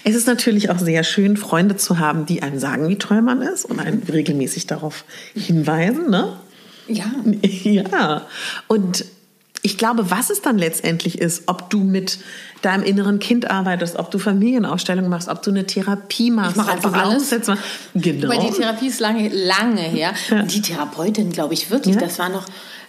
Es ist natürlich auch sehr schön, Freunde zu haben, die einem sagen, wie toll man ist und
[LAUGHS]
einen regelmäßig darauf hinweisen. Ne? [LAUGHS]
ja.
Ja, und ich glaube, was es dann letztendlich ist, ob du mit deinem inneren Kind arbeitest, ob du Familienausstellungen machst, ob du eine Therapie machst,
mach
ob du
einfach alles.
Glaubenssätze machst. Genau.
Weil die Therapie ist lange, lange her. Und die Therapeutin, glaube ich, wirklich, das war noch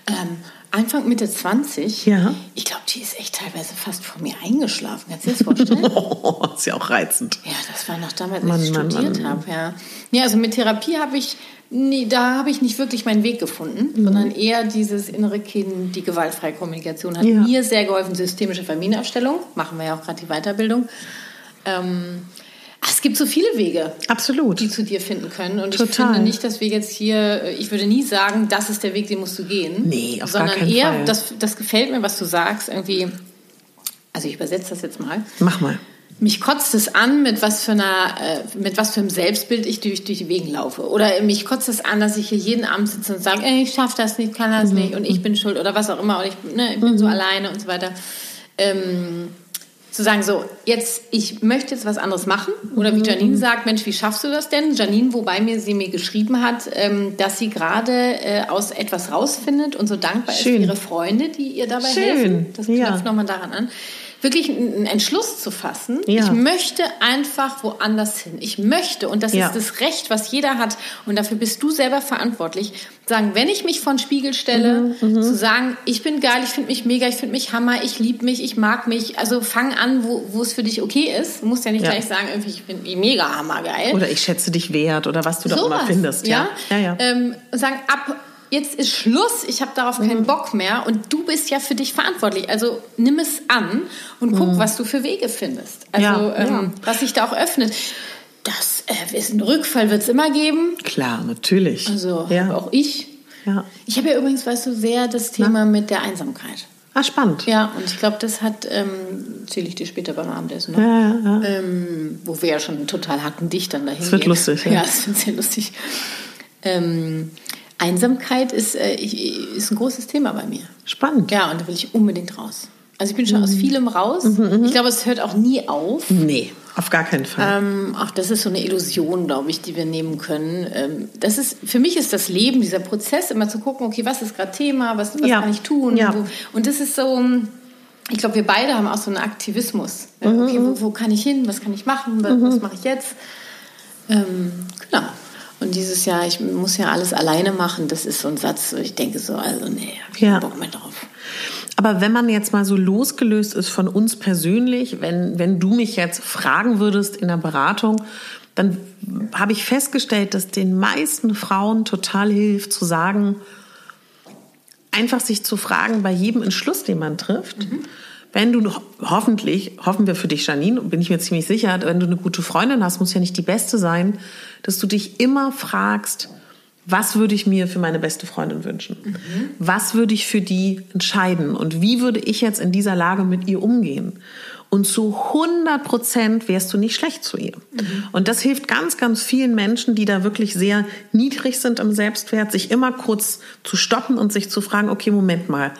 ähm, Anfang Mitte 20.
Ja.
Ich glaube, die ist echt teilweise fast vor mir eingeschlafen. Kannst du dir das
[LAUGHS]
vorstellen?
Oh, ist ja auch reizend.
Ja, das war noch damals, als
Mann,
ich
Mann,
studiert
Mann.
habe. Ja. ja, also mit Therapie habe ich, nee, da habe ich nicht wirklich meinen Weg gefunden,
Mhm.
sondern eher dieses innere Kind, die gewaltfreie Kommunikation hat
Ja.
mir sehr geholfen. Systemische Familienaufstellung, machen wir ja auch gerade die Weiterbildung. Ähm, ach, es gibt so viele Wege, die
Absolut.
zu dir finden können. Und ich
Total.
finde nicht, dass wir jetzt hier, äh, ich würde nie sagen, das ist der Weg, den musst du gehen.
Nee, auf gar
sondern
keinen
eher,
Fall.
Das, das gefällt mir, was du sagst, irgendwie. Also ich übersetze das jetzt mal.
Mach mal.
Mich kotzt es an, mit was für einer, äh, mit was für einem Selbstbild ich durch, durch die Wegen laufe. Oder mich kotzt es an, dass ich hier jeden Abend sitze und sage, ey, ich schaffe das nicht, kann
Mhm.
das nicht und ich bin schuld oder was auch immer und ich, ne, ich bin so alleine und so weiter. Ähm, zu sagen, so, jetzt, ich möchte jetzt was anderes machen. Oder wie
Mhm.
Janine sagt, Mensch, wie schaffst du das denn? Janine, wobei mir sie mir geschrieben hat, ähm, dass sie gerade äh, aus etwas rausfindet und so dankbar ist
Schön.
für ihre Freunde, die ihr dabei
Schön.
helfen. Das knüpft
Ja.
nochmal daran an. Wirklich einen einen Entschluss zu fassen.
Ja.
Ich möchte einfach woanders hin. Ich möchte, und das
Ja.
ist das Recht, was jeder hat, und dafür bist du selber verantwortlich, sagen, wenn ich mich vor den Spiegel stelle,
Mhm,
zu sagen, ich bin geil, ich finde mich mega, ich finde mich Hammer, ich liebe mich, ich mag mich. Also fang an, wo, wo es für dich okay ist. Du musst ja nicht
Ja.
gleich sagen, irgendwie, ich bin mega hammergeil.
Oder ich schätze dich wert oder was du da immer
Sowas,
findest. Ja, ja. ja.
Ähm, und sagen, ab jetzt ist Schluss, ich habe darauf
Mhm.
keinen Bock mehr und du bist ja für dich verantwortlich. Also nimm es an und guck, was du für Wege findest. Also
Mhm. Ja,
ähm,
ja.
was sich da auch öffnet. Das äh, ist ein Rückfall, wird es immer geben.
Klar, natürlich.
Also
ja.
auch ich.
ja.
Ich habe ja übrigens, weißt du, sehr das Thema mit der Einsamkeit.
Ah, spannend.
Ja, und ich glaube, das hat, ähm, erzähle ich dir später beim Abendessen noch,
Ja, ja, ja.
ähm, wo wir ja schon total hackendicht dann dahin
Es wird
gehen.
lustig, ja.
[LAUGHS] ja. es wird sehr lustig. Ähm, Einsamkeit ist, äh, ich, ist ein großes Thema bei mir.
Spannend.
Ja, und da will ich unbedingt raus. Also ich bin schon
Mhm.
aus vielem raus. Ich glaube, es hört auch nie auf.
Nee, auf gar keinen Fall.
Ähm, auch das ist so eine Illusion, glaube ich, die wir nehmen können. Ähm, das ist, für mich ist das Leben, dieser Prozess, immer zu gucken, okay, was ist gerade Thema, was, was
Ja.
kann ich tun?
Ja.
Wo, und das ist so, ich glaube, wir beide haben auch so einen Aktivismus. Äh,
Mhm.
Okay, wo, wo kann ich hin, was kann ich machen, was, was mache ich jetzt? Ähm, genau. Und dieses Jahr, ich muss ja alles alleine machen, das ist so ein Satz, wo ich denke so, also nee, hab ich
Ja.
keinen Bock mehr drauf.
Aber wenn man jetzt mal so losgelöst ist von uns persönlich, wenn, wenn du mich jetzt fragen würdest in der Beratung, dann habe ich festgestellt, dass den meisten Frauen total hilft zu sagen, einfach sich zu fragen bei jedem Entschluss, den man trifft. Wenn du noch- hoffentlich, hoffen wir für dich, Janine, bin ich mir ziemlich sicher, wenn du eine gute Freundin hast, muss ja nicht die beste sein, dass du dich immer fragst, was würde ich mir für meine beste Freundin wünschen? Was würde ich für die entscheiden? Und wie würde ich jetzt in dieser Lage mit ihr umgehen? Und zu 100 Prozent wärst du nicht schlecht zu ihr. Und das hilft ganz, ganz vielen Menschen, die da wirklich sehr niedrig sind im Selbstwert, sich immer kurz zu stoppen und sich zu fragen, okay, Moment mal,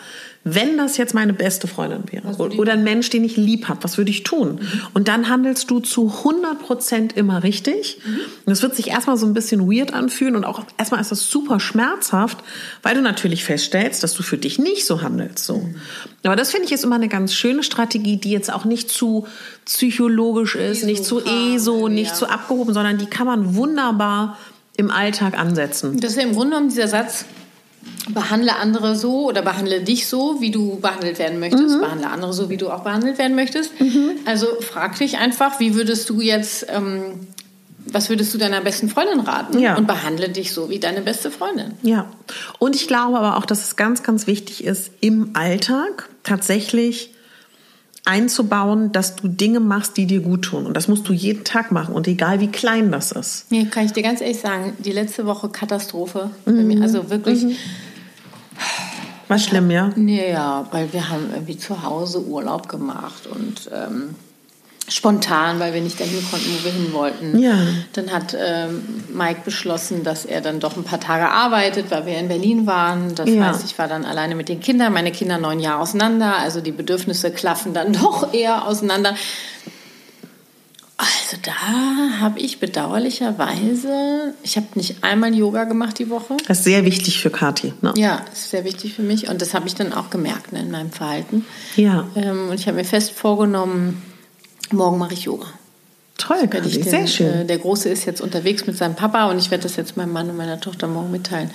wenn das jetzt meine beste Freundin wäre oder ein Mensch, den ich lieb habe, was würde ich tun? Und dann handelst du zu 100 Prozent immer richtig. Und es wird sich erstmal so ein bisschen weird anfühlen und auch erstmal ist das super schmerzhaft, weil du natürlich feststellst, dass du für dich nicht so handelst. So. Aber das finde ich ist immer eine ganz schöne Strategie, die jetzt auch nicht zu psychologisch ist, nicht zu
Kram,
ESO, nicht
ja.
zu abgehoben, sondern die kann man wunderbar im Alltag ansetzen.
Das ist ja im Grunde genommen dieser Satz, behandle andere so oder behandle dich so, wie du behandelt werden möchtest, behandle andere so, wie du auch behandelt werden möchtest. Also frag dich einfach, wie würdest du jetzt, ähm, was würdest du deiner besten Freundin raten?
Ja.
Und behandle dich so wie deine beste Freundin.
Ja, und ich glaube aber auch, dass es ganz, ganz wichtig ist, im Alltag tatsächlich einzubauen, dass du Dinge machst, die dir gut tun. Und das musst du jeden Tag machen und egal wie klein das ist.
Nee, kann ich dir ganz ehrlich sagen, die letzte Woche Katastrophe. Bei mir, also wirklich,
War schlimm, ja?
Naja, weil wir haben irgendwie zu Hause Urlaub gemacht und ähm, spontan, weil wir nicht dahin konnten, wo wir hin wollten.
Ja.
Dann hat ähm, Mike beschlossen, dass er dann doch ein paar Tage arbeitet, weil wir in Berlin waren. Das
Ja.
heißt, ich war dann alleine mit den Kindern, meine Kinder neun Jahre auseinander, also die Bedürfnisse klaffen dann [LAUGHS] doch eher auseinander. Also da habe ich bedauerlicherweise, ich habe nicht einmal Yoga gemacht die Woche.
Das ist sehr wichtig für Kathi. Ne?
Ja, ist sehr wichtig für mich und das habe ich dann auch gemerkt ne, in meinem Verhalten.
Ja.
Ähm, und ich habe mir fest vorgenommen, morgen mache ich Yoga.
toll,
Werde
Kati.
ich den,
Sehr
Äh,
schön.
der Große ist jetzt unterwegs mit seinem Papa und ich werde das jetzt meinem Mann und meiner Tochter morgen mitteilen.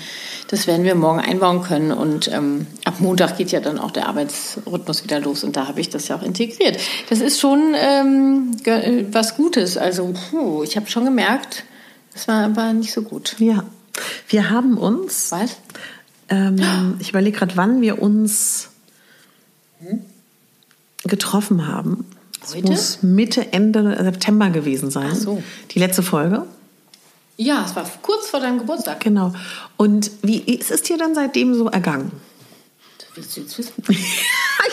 Das werden wir morgen einbauen können und ähm, ab Montag geht ja dann auch der Arbeitsrhythmus wieder los und da habe ich das ja auch integriert. Das ist schon ähm, ge- äh, was Gutes. Also puh, ich habe schon gemerkt, das war aber nicht so gut.
Ja. Wir haben uns,
Was?
ähm, ich überlege gerade, wann wir uns getroffen haben. Es
Heute?
muss Mitte, Ende September gewesen sein.
Ach so.
Die letzte Folge.
Ja, es war kurz vor deinem Geburtstag.
Genau. Und wie ist es dir dann seitdem so ergangen?
Willst du jetzt wissen?
[LAUGHS] ich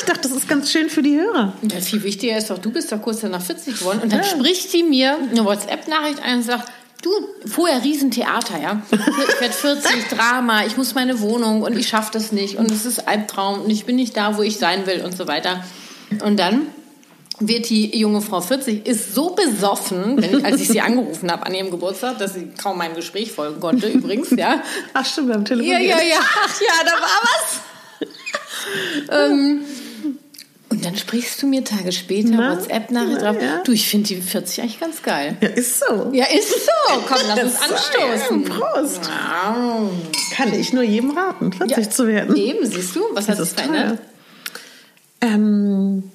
dachte, das ist ganz schön für die Hörer.
Ja, viel wichtiger ist doch, du bist doch kurz danach 40 geworden und dann spricht sie mir eine WhatsApp-Nachricht ein und sagt, du, vorher Riesentheater, ja? Ich werde 40, Drama, ich muss meine Wohnung und ich schaffe das nicht und es ist Albtraum und ich bin nicht da, wo ich sein will und so weiter. Und dann wird die junge Frau 40, ist so besoffen, wenn ich, als ich sie angerufen habe an ihrem Geburtstag, dass sie kaum meinem Gespräch folgen konnte, übrigens, ja.
Ach stimmt, wir haben
Ja,
telefoniert.
ja, ja. Ach ja, da war was. [LAUGHS] ähm, und dann sprichst du mir Tage später
Na?
WhatsApp-Nachricht
Na,
drauf.
ja.
Du, ich finde die 40 eigentlich ganz geil.
Ja, ist so.
Ja, ist so. Komm, lass [LAUGHS] uns
Das-
anstoßen.
Ja, Prost. Kann ich nur jedem raten, 40
Ja,
zu werden.
Eben, siehst du, was hat sich verändert?
teuer. ne? Ähm,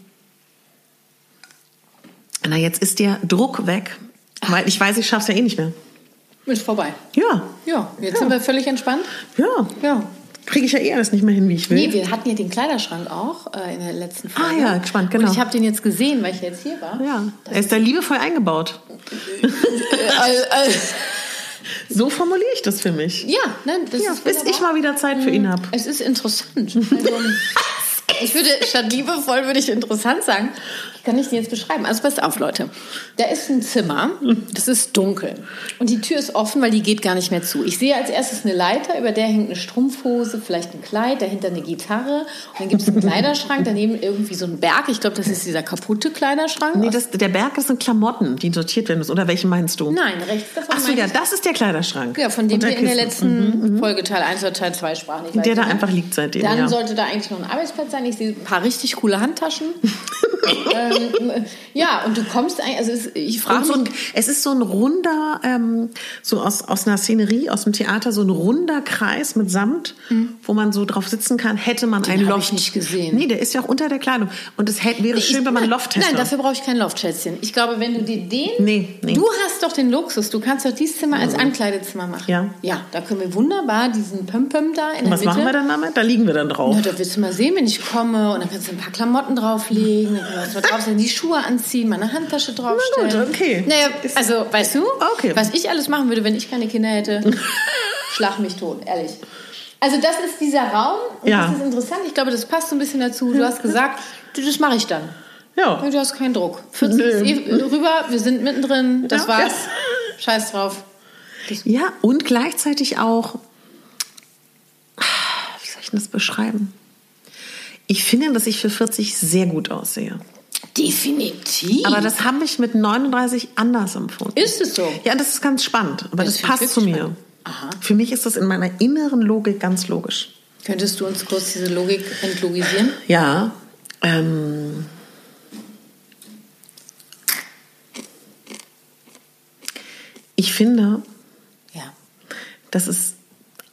na, jetzt ist der Druck weg. Weil ich weiß, ich schaff's ja eh nicht mehr.
Ist vorbei.
Ja,
Ja, jetzt
Ja.
sind wir völlig entspannt.
ja.
Ja.
Kriege ich ja eh alles nicht mehr hin, wie ich will.
Nee, wir hatten ja den Kleiderschrank auch äh, in der letzten
Ah,
Folge.
ja, spannend, genau.
Und ich habe den jetzt gesehen, weil ich jetzt hier war.
ja. Er ist da liebevoll eingebaut.
Äh, äh,
So formuliere ich das für mich.
ja, nein, das
Ja,
ist
bis Mhm. ich
wunderbar.
mal wieder Zeit für ihn habe.
Es
[LAUGHS]
ist interessant. Also, ich würde statt liebevoll würde ich interessant sagen. Ich kann ich dir jetzt beschreiben. Also passt auf, Leute. Da ist ein Zimmer, das ist dunkel. Und die Tür ist offen, weil die geht gar nicht mehr zu. Ich sehe als erstes eine Leiter, über der hängt eine Strumpfhose, vielleicht ein Kleid, dahinter eine Gitarre. Und dann gibt es einen Kleiderschrank, daneben irgendwie so einen Berg. Ich glaube, das ist dieser kaputte Kleiderschrank.
Nee, das, der Berg, das sind Klamotten, die sortiert werden müssen. Oder welche meinst du?
Nein, rechts davon
Ach so,
meine
ja,
ich-
das ist der Kleiderschrank.
ja, von dem
Und
wir in der
Kissen.
letzten Folge Teil 1 oder Teil 2 sprachen. Ich weiß
mhm. Der da
nicht mehr.
einfach liegt seitdem.
Dann
ja.
sollte da eigentlich noch ein Arbeitsplatz sein. Ich sehe ein paar richtig coole
[LAUGHS]
Handtaschen. ähm, ja, und du kommst eigentlich, also es, ich
Und
frage
so
mich,
ein, es ist so ein runder, ähm, so aus, aus einer Szenerie, aus dem Theater, so ein runder Kreis mit Samt,
Mhm.
wo man so drauf sitzen kann, hätte man einen
hab
Loft.
ich nicht gesehen.
Nee, der ist ja auch unter der Kleidung. Und es hätte, wäre schön, wenn man einen Loft hätte.
Nein, dafür brauche ich kein Loftschätzchen. Ich glaube, wenn du dir den.
Nee, nee. Mhm.
Du hast doch den Luxus, du kannst doch dieses Zimmer als Ankleidezimmer machen.
Ja.
Ja, da können wir wunderbar diesen Pömpöm da in der
Und was
Mitte.
machen wir dann damit? Da liegen wir dann drauf.
Na, Oh, da wirst du mal sehen, wenn ich komme. Und dann kannst du ein paar Klamotten drauflegen. Dann kannst du mal draufstellen, die Schuhe anziehen, mal eine Handtasche draufstellen.
Na gut, okay. Ah,
Naja, also, weißt du,
Okay.
was ich alles machen würde, wenn ich keine Kinder hätte,
[LAUGHS]
schlag mich tot, ehrlich. Also das ist dieser Raum und
Ja.
das ist interessant. Ich glaube, das passt so ein bisschen dazu. Du hast gesagt, du, das mache ich dann.
Ja.
Du hast keinen Druck. 40
Nö.
ist eh rüber, wir sind mittendrin, das
Ja.
war's. Scheiß drauf.
ja, und gleichzeitig auch, wie soll ich denn das beschreiben? Ich finde, dass ich für 40 sehr gut aussehe.
Definitiv.
Aber das habe ich mit 39 anders empfunden.
Ist es so?
Ja, das ist ganz spannend, aber
Das
das,
finde ich
passt zu
wirklich
mir.
spannend. Aha.
Für mich ist das in meiner inneren Logik ganz logisch.
Könntest du uns kurz diese Logik entlogisieren?
Ja. Ähm, ich finde,
Ja.
das ist,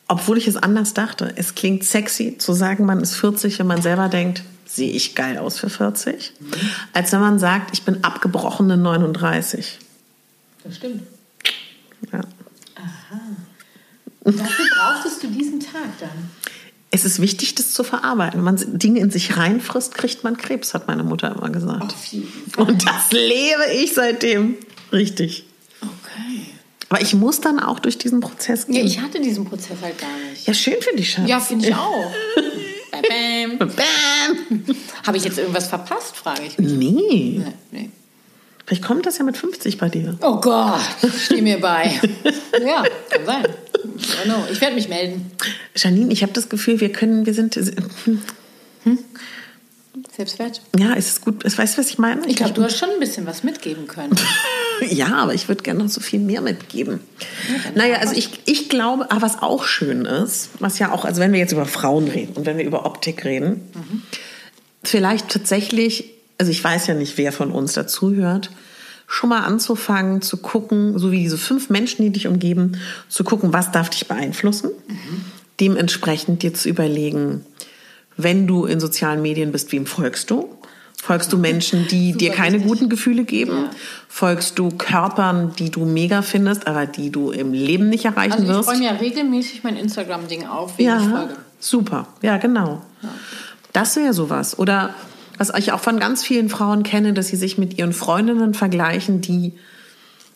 obwohl ich es anders dachte, es klingt sexy zu sagen, man ist 40, wenn man selber denkt, sehe ich geil aus für 40,
Mhm.
als wenn man sagt, ich bin abgebrochene 39.
Das stimmt.
Ja.
Dafür brauchtest du diesen Tag dann.
Es ist wichtig, das zu verarbeiten. Wenn man Dinge in sich reinfrisst, kriegt man Krebs, hat meine Mutter immer gesagt.
Auf jeden Fall.
Und das lebe ich seitdem. Richtig.
Okay.
Aber ich muss dann auch durch diesen Prozess
Ja,
gehen.
ich hatte diesen Prozess halt gar nicht.
Ja, schön für dich, Schatz.
Ja, finde ich auch. bam, bam.
Bam!
Habe ich jetzt irgendwas verpasst, frage ich mich.
Nee.
Nee, nee.
Vielleicht kommt das ja mit 50 bei dir.
Oh Gott, steh mir bei. ja, kann sein. I don't know. Ich werde mich melden.
Janine, ich habe das Gefühl, wir können, wir sind.
Selbstwert.
Ja, es ist gut. Es- Weißt du, was ich meine?
Ich glaube, du hast schon ein bisschen was mitgeben können.
Ja, aber ich würde gerne noch so viel mehr mitgeben. Naja, also ich, ich glaube, ah, was auch schön ist, was ja auch, also wenn wir jetzt über Frauen reden und wenn wir über Optik reden, vielleicht tatsächlich, also ich weiß ja nicht, wer von uns dazuhört, schon mal anzufangen, zu gucken, so wie diese fünf Menschen, die dich umgeben, zu gucken, was darf dich beeinflussen. Mhm. Dementsprechend dir zu überlegen, wenn du in sozialen Medien bist, wem folgst du? Folgst du Menschen, die dir keine Mhm. wichtig. guten Gefühle geben? Ja. Folgst du Körpern, die du mega findest, aber die du im Leben nicht erreichen also ich wirst?
Ich räume ja regelmäßig mein Instagram-Ding auf, wie
ja,
ich folge.
Super, ja, genau. Ja. Das wäre sowas. Oder was ich auch von ganz vielen Frauen kenne, dass sie sich mit ihren Freundinnen vergleichen, die.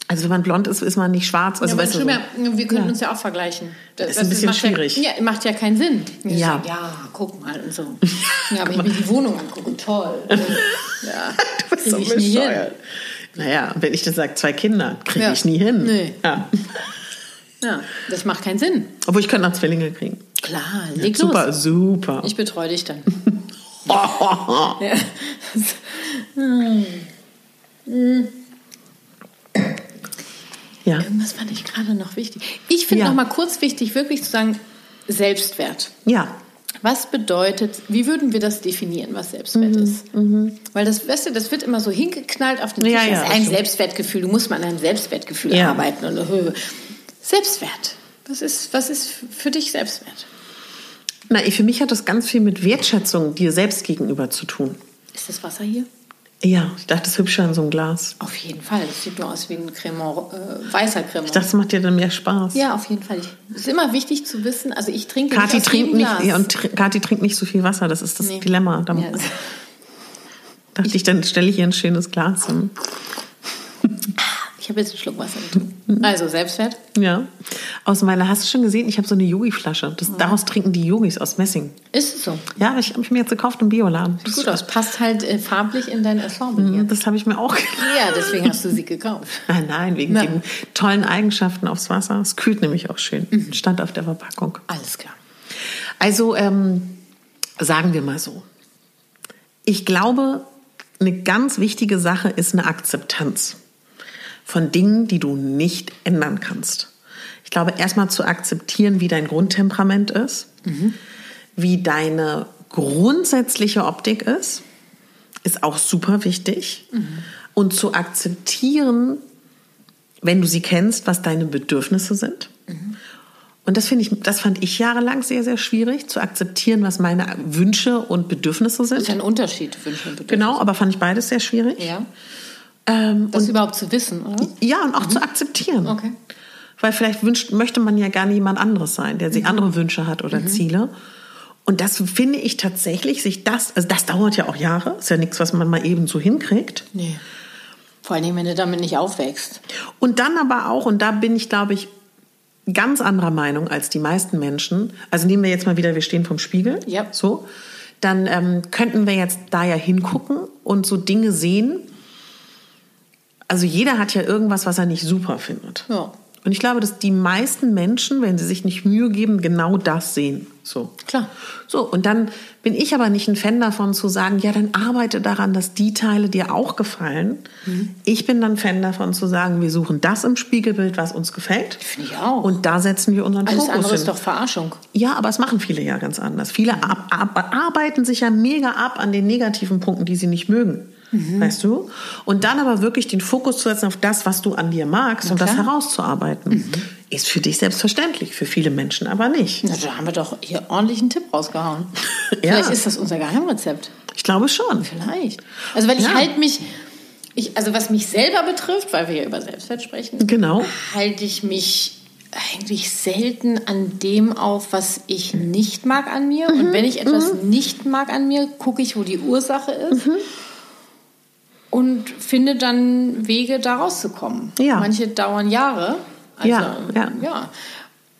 Also wenn man blond ist, ist man nicht schwarz. Also
ja,
weißt
du,
[LAUGHS]
so. wir können uns ja auch vergleichen.
Das, ist ein bisschen
macht
schwierig.
Ja, macht ja keinen Sinn.
Wir ja.
Sagen, ja, guck mal
[LAUGHS]
und so. Ja, aber ich mir die Wohnung angucken, toll. Ja,
du bist so ich nie hin. Naja, wenn ich das sage, zwei Kinder, kriege ja. ich nie hin.
Nee. Ja. ja. das macht keinen Sinn.
Obwohl ich könnte noch Zwillinge kriegen.
Klar, leg
ja, super, los. Super, super.
Ich betreue
[LAUGHS]
dich dann.
ja.
hm. Hm. Ja. Irgendwas fand ich gerade noch wichtig. Ich finde
Ja.
noch mal kurz wichtig, wirklich zu sagen, Selbstwert.
Ja.
Was bedeutet, wie würden wir das definieren, was Selbstwert
Mhm,
ist? Weil das, weißt du, das wird immer so hingeknallt auf den Tisch.
Ja, ja,
das
das
ist ein
stimmt.
Selbstwertgefühl, du musst mal an einem Selbstwertgefühl
Ja.
arbeiten. Und, äh, Selbstwert. Was ist, was ist für dich Selbstwert?
Na, ich- für mich hat das ganz viel mit Wertschätzung dir selbst gegenüber zu tun.
Ist das Wasser hier?
Ja, ich dachte, das ist hübscher in so einem Glas.
Auf jeden Fall. Das sieht nur aus wie ein Cremant, äh, weißer Cremant.
Ich dachte, das macht dir dann mehr Spaß.
ja, auf jeden Fall. Ich, es ist immer wichtig zu wissen, also ich trinke
Kathi
nicht aus jedem
trinkt nicht,
Glas.
ja, und tr Kathi trinkt nicht so viel Wasser, das ist das
Nee.
Dilemma. Da
Ja, also, das-
dachte ich, dann stelle ich ihr ein schönes Glas hin.
Ich habe jetzt einen Schluck Wasser
Mhm.
getrunken. Also Selbstwert.
Ja. Aus meiner, hast du schon gesehen, ich habe so eine Yogi-Flasche. Das- Daraus trinken die Yogis aus Messing.
Ist es so.
Ja, ich habe ich mir jetzt gekauft im Bioladen.
Sieht gut aus. Passt halt äh, farblich in dein Ensemble.
Ja, Das habe ich mir auch gekauft.
Ja, deswegen hast du sie gekauft.
[LAUGHS] Nein, nein, wegen
Na.
den tollen Eigenschaften aufs Wasser. Es kühlt nämlich auch schön.
Mhm.
Stand auf der Verpackung.
Alles klar.
Also ähm, sagen wir mal so. Ich glaube, eine ganz wichtige Sache ist eine Akzeptanz von Dingen, die du nicht ändern kannst. Ich glaube, erstmal zu akzeptieren, wie dein Grundtemperament ist, wie deine grundsätzliche Optik ist, ist auch super wichtig. Und zu akzeptieren, wenn du sie kennst, was deine Bedürfnisse sind. Und das finde ich, das fand ich jahrelang sehr, sehr schwierig, zu akzeptieren, was meine Wünsche und Bedürfnisse
Das ist ja
sind.
ein Unterschied, Wünsche und Bedürfnisse.
Genau, aber fand ich beides sehr schwierig.
Ja.
Ähm,
Das überhaupt zu wissen, oder?
ja, und auch zu akzeptieren.
Mhm. Okay.
Weil vielleicht wünscht, möchte man ja gerne jemand anderes sein, der
Mhm.
sich andere Wünsche hat oder Ziele. Und das finde ich tatsächlich, sich das, also das dauert ja auch Jahre, ist ja nichts, was man mal eben so hinkriegt.
Nee. Vor allen Dingen, wenn du damit nicht aufwächst.
Und dann aber auch, und da bin ich, glaube ich, ganz anderer Meinung als die meisten Menschen. Also nehmen wir jetzt mal wieder, wir stehen vom Spiegel.
Ja.
So. Dann ähm, könnten wir jetzt da ja hingucken und so Dinge sehen. Also jeder hat ja irgendwas, was er nicht super findet.
Ja.
Und ich glaube, dass die meisten Menschen, wenn sie sich nicht Mühe geben, genau das sehen. So.
Klar.
So, und dann bin ich aber nicht ein Fan davon zu sagen, ja, dann arbeite daran, dass die Teile dir auch gefallen.
Mhm.
Ich bin dann Fan davon zu sagen, wir suchen das im Spiegelbild, was uns gefällt.
Finde ich auch.
Und da setzen wir unseren
Alles
Fokus
andere
hin.
ist doch Mhm. Verarschung.
ja, aber es machen viele ja ganz anders. Viele ab, ab, arbeiten sich ja mega ab an den negativen Punkten, die sie nicht mögen.
Mhm.
Weißt du? Und dann aber wirklich den Fokus zu setzen auf das, was du an dir magst und das
klar. Mhm.
herauszuarbeiten. Ist für dich selbstverständlich, für viele Menschen aber nicht.
Na, da haben wir doch hier ordentlich einen Tipp [LAUGHS] rausgehauen. Vielleicht ist das unser Geheimrezept.
Ich glaube schon.
Vielleicht. Also weil ich
Ja.
halt mich, ich, also was mich selber betrifft, weil wir ja über Selbstwert sprechen,
Genau.
halte ich mich eigentlich selten an dem auf, was ich nicht mag an mir.
Mhm,
Und wenn ich etwas nicht mag an mir, gucke ich, wo die Ursache ist.
Mhm.
Und finde dann Wege, da rauszukommen.
Ja.
Manche dauern Jahre. Also,
Ja, ja.
ja.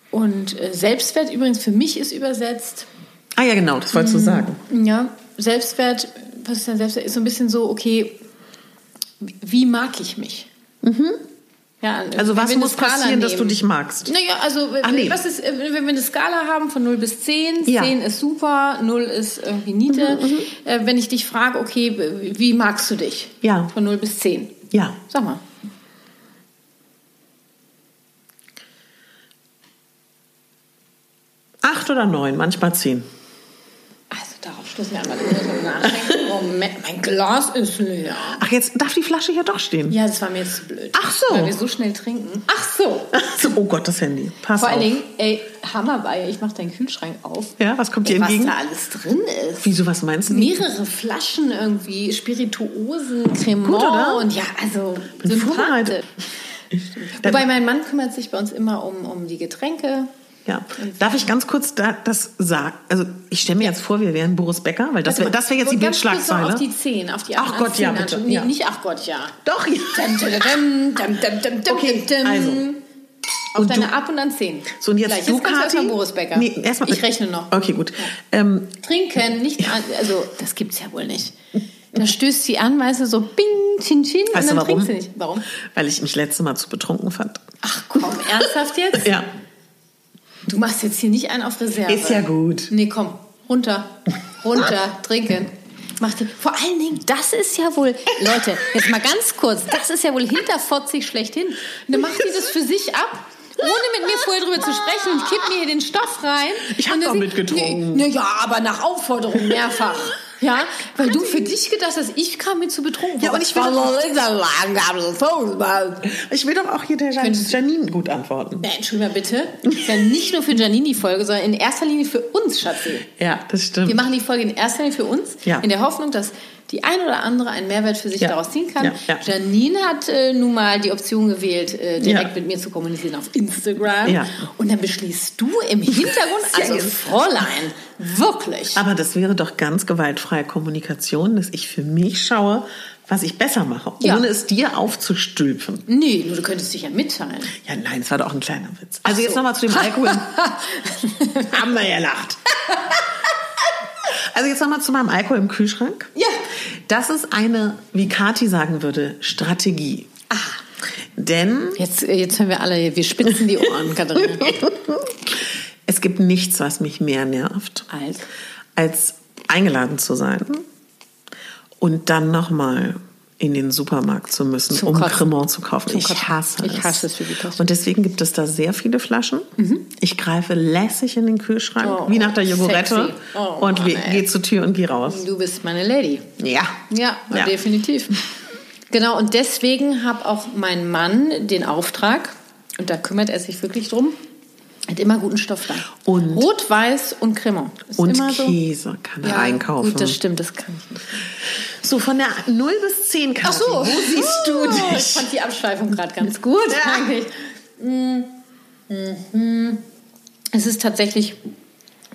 Und äh, Selbstwert übrigens für mich ist übersetzt,
Ah ja, genau, das wolltest du
Mhm.
sagen.
ja, Selbstwert, was ist denn Selbstwert? Ist so ein bisschen so, okay, wie mag ich mich? Ja,
Mhm. Also
wenn wir
was
eine
muss
Skala
passieren, dass du
nehmen.
dich magst?
Naja, also
Ach, nee.
was ist, äh, wenn wir eine Skala haben von 0 bis 10,
Ja. Mhm,
10 ist super, 0 ist irgendwie Niete. äh, wenn ich dich frage, okay, w- wie magst du dich?
Ja.
Von 0 bis 10.
Ja.
Sag mal.
Acht oder neun, manchmal zehn.
Also Darauf stoßen wir einmal nachdenken. Moment, mein Glas ist leer.
Ach, jetzt darf die Flasche hier doch stehen.
Ja, das war mir jetzt zu blöd.
Ach so.
Weil wir so schnell trinken. Ach so.
[LAUGHS] So, oh Gott, das Handy. Pass
Vor allen
auf.
Dingen, ey, Hammerbeier, ich mach deinen Kühlschrank auf.
Ja, was kommt dir
ey,
entgegen?
Was da alles drin ist.
Wieso, was meinst du?
Mehrere Flaschen irgendwie, Spirituosen, Cremant
oder?
und ja, also
Bin vorbereitet.
Wobei mein Mann kümmert sich bei uns immer um, um die Getränke.
Ja. Darf ich ganz kurz da, das sagen? Also, ich stelle mir jetzt vor, wir wären Boris Becker, weil das wäre das wär jetzt die
Also Ganz kurz noch
Bildschlagzeile.
Auf die 10, auf die
Ach
8,
Gott, ja, bitte,
Nee,
ja.
nicht ach Gott, ja.
Doch, ja.
Dum, dum, dum, dum, dum, dum, dum,
Okay,
dum.
also.
Auf
Und
deine
du-
Ab und dann 10.
So, und jetzt
Gleich.
du,
jetzt kannst
Kathi?
erstmal Boris Becker.
Nee, erstmal-
ich rechne noch.
Okay, gut. Ähm,
Trinken, nicht an, also das gibt's ja wohl nicht. Da stößt sie an, weißt du, so bing, chin, chin
weißt
und
du
dann trinkt
warum?
sie nicht. Warum?
Weil ich mich letztes Mal zu betrunken fand.
Ach komm, ernsthaft jetzt?
Ja.
Du machst jetzt hier nicht einen auf Reserve.
Ist ja gut.
Nee, komm, runter,
[LAUGHS]
runter, trinken. Mach die. Vor allen Dingen, das ist ja wohl, Leute, jetzt mal ganz kurz, das ist ja wohl hinterfotzig schlechthin. Und dann macht sie das für sich ab, ohne mit mir vorher drüber zu sprechen und kippt mir hier den Stoff rein.
Ich hab
Und dann
doch
sie-
mitgetrunken.
Nee, ja, aber nach Aufforderung mehrfach. Ja, weil du für dich gedacht hast, ich kam mir zu betrunken.
Ja, und ich will- Ich will doch auch hier der Jan-
Könntest-
Janine gut antworten.
Nee, Entschuldigung mal bitte. Das ist ja nicht nur für Janine die Folge, sondern in erster Linie für uns, Schatzi.
Ja, das stimmt.
Wir machen die Folge in erster Linie für uns,
Ja.
in der Hoffnung, dass die ein oder andere einen Mehrwert für sich
Ja.
daraus ziehen kann.
Ja, ja.
Janine hat äh, nun mal die Option gewählt, äh, direkt
Ja.
mit mir zu kommunizieren auf Instagram.
Ja.
Und dann beschließt du
[LAUGHS]
im Hintergrund,
Sehr
also
gut.
Fräulein, wirklich.
Aber das wäre doch ganz gewaltfreie Kommunikation, dass ich für mich schaue, was ich besser mache,
Ja.
ohne es dir aufzustülpen.
Nee, nur du könntest dich ja mitteilen.
Ja, nein, es war doch ein kleiner Witz. Also
so.
jetzt nochmal zu dem Alkohol. Haben wir ja gelacht. Also jetzt nochmal zu meinem Alkohol im Kühlschrank.
Ja.
Das ist eine, wie Kati sagen würde, Strategie. Ah. Denn
[LAUGHS] Jetzt, äh, jetzt hören wir alle, wir spitzen die Ohren, Katharina.
[LAUGHS] es gibt nichts, was mich mehr nervt,
Als?
als eingeladen zu sein und dann nochmal in den Supermarkt zu müssen,
Zum
um
Kotzen.
Cremant zu kaufen.
Zum
ich
Kotzen.
hasse
Ich
es.
hasse es wie die Pest.
Und deswegen gibt es da sehr viele Flaschen. Ich greife lässig in den Kühlschrank,
Oh,
wie nach der
sexy.
Jogurette
Oh,
und
Mann,
gehe
ey.
geh zur Tür und gehe raus.
Du bist meine Lady.
Ja.
Ja, definitiv. Genau, und deswegen hat auch mein Mann den Auftrag, und da kümmert er sich wirklich drum, hat immer guten Stoff da.
Und-
Rot, Weiß und Cremant. Ist
Und
immer so.
Käse kann er
Ja,
einkaufen.
Gut, das stimmt, das kann ich nicht.
So von der 0 bis 10 Karte. Wo siehst du
Oh, Ich
dich?
fand die Abschweifung gerade ganz gut.
Ja.
Eigentlich. Mm, mhm. Es ist tatsächlich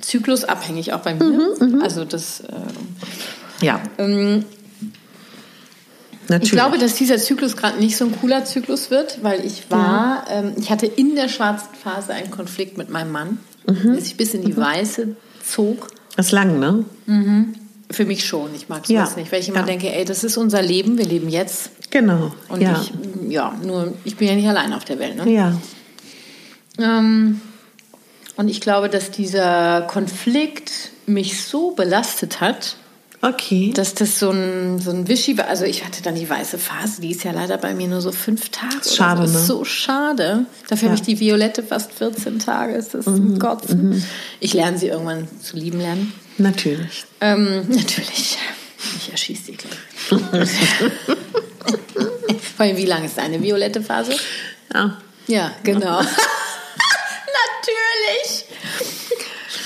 zyklusabhängig auch bei mir. also das...
Ja,
Äh, ähm,
natürlich.
Ich glaube, dass dieser Zyklus gerade nicht so ein cooler Zyklus wird, weil ich war, ähm, ich hatte in der schwarzen Phase einen Konflikt mit meinem Mann,
Mhm.
der sich bis in die weiße zog.
das ist lang, ne?
Für mich schon, ich mag
Ja.
sowas nicht, weil ich immer
Ja.
denke, ey, das ist unser Leben, wir leben jetzt.
Genau.
Und
ja.
ich, ne? ja, nur ich bin ja nicht allein auf der Welt. Ne?
ja.
Ähm, und ich glaube, dass dieser Konflikt mich so belastet hat,
Okay.
dass das so ein, so ein Wischi war. Also ich hatte dann die weiße Phase, die ist ja leider bei mir nur so fünf Tage. oder
schade,
so. ist
ne?
so schade. Dafür
Ja. Mhm,
habe ich die Violette fast 14 Tage. Ist das ein Kotzen. Ich lerne sie irgendwann zu lieben lernen.
Natürlich.
Ähm, [LAUGHS] natürlich. Ich erschieße sie gleich.
[LAUGHS]
Vor allem, wie lang ist eine violette Phase?
Ja.
Ja, genau. [LAUGHS] natürlich.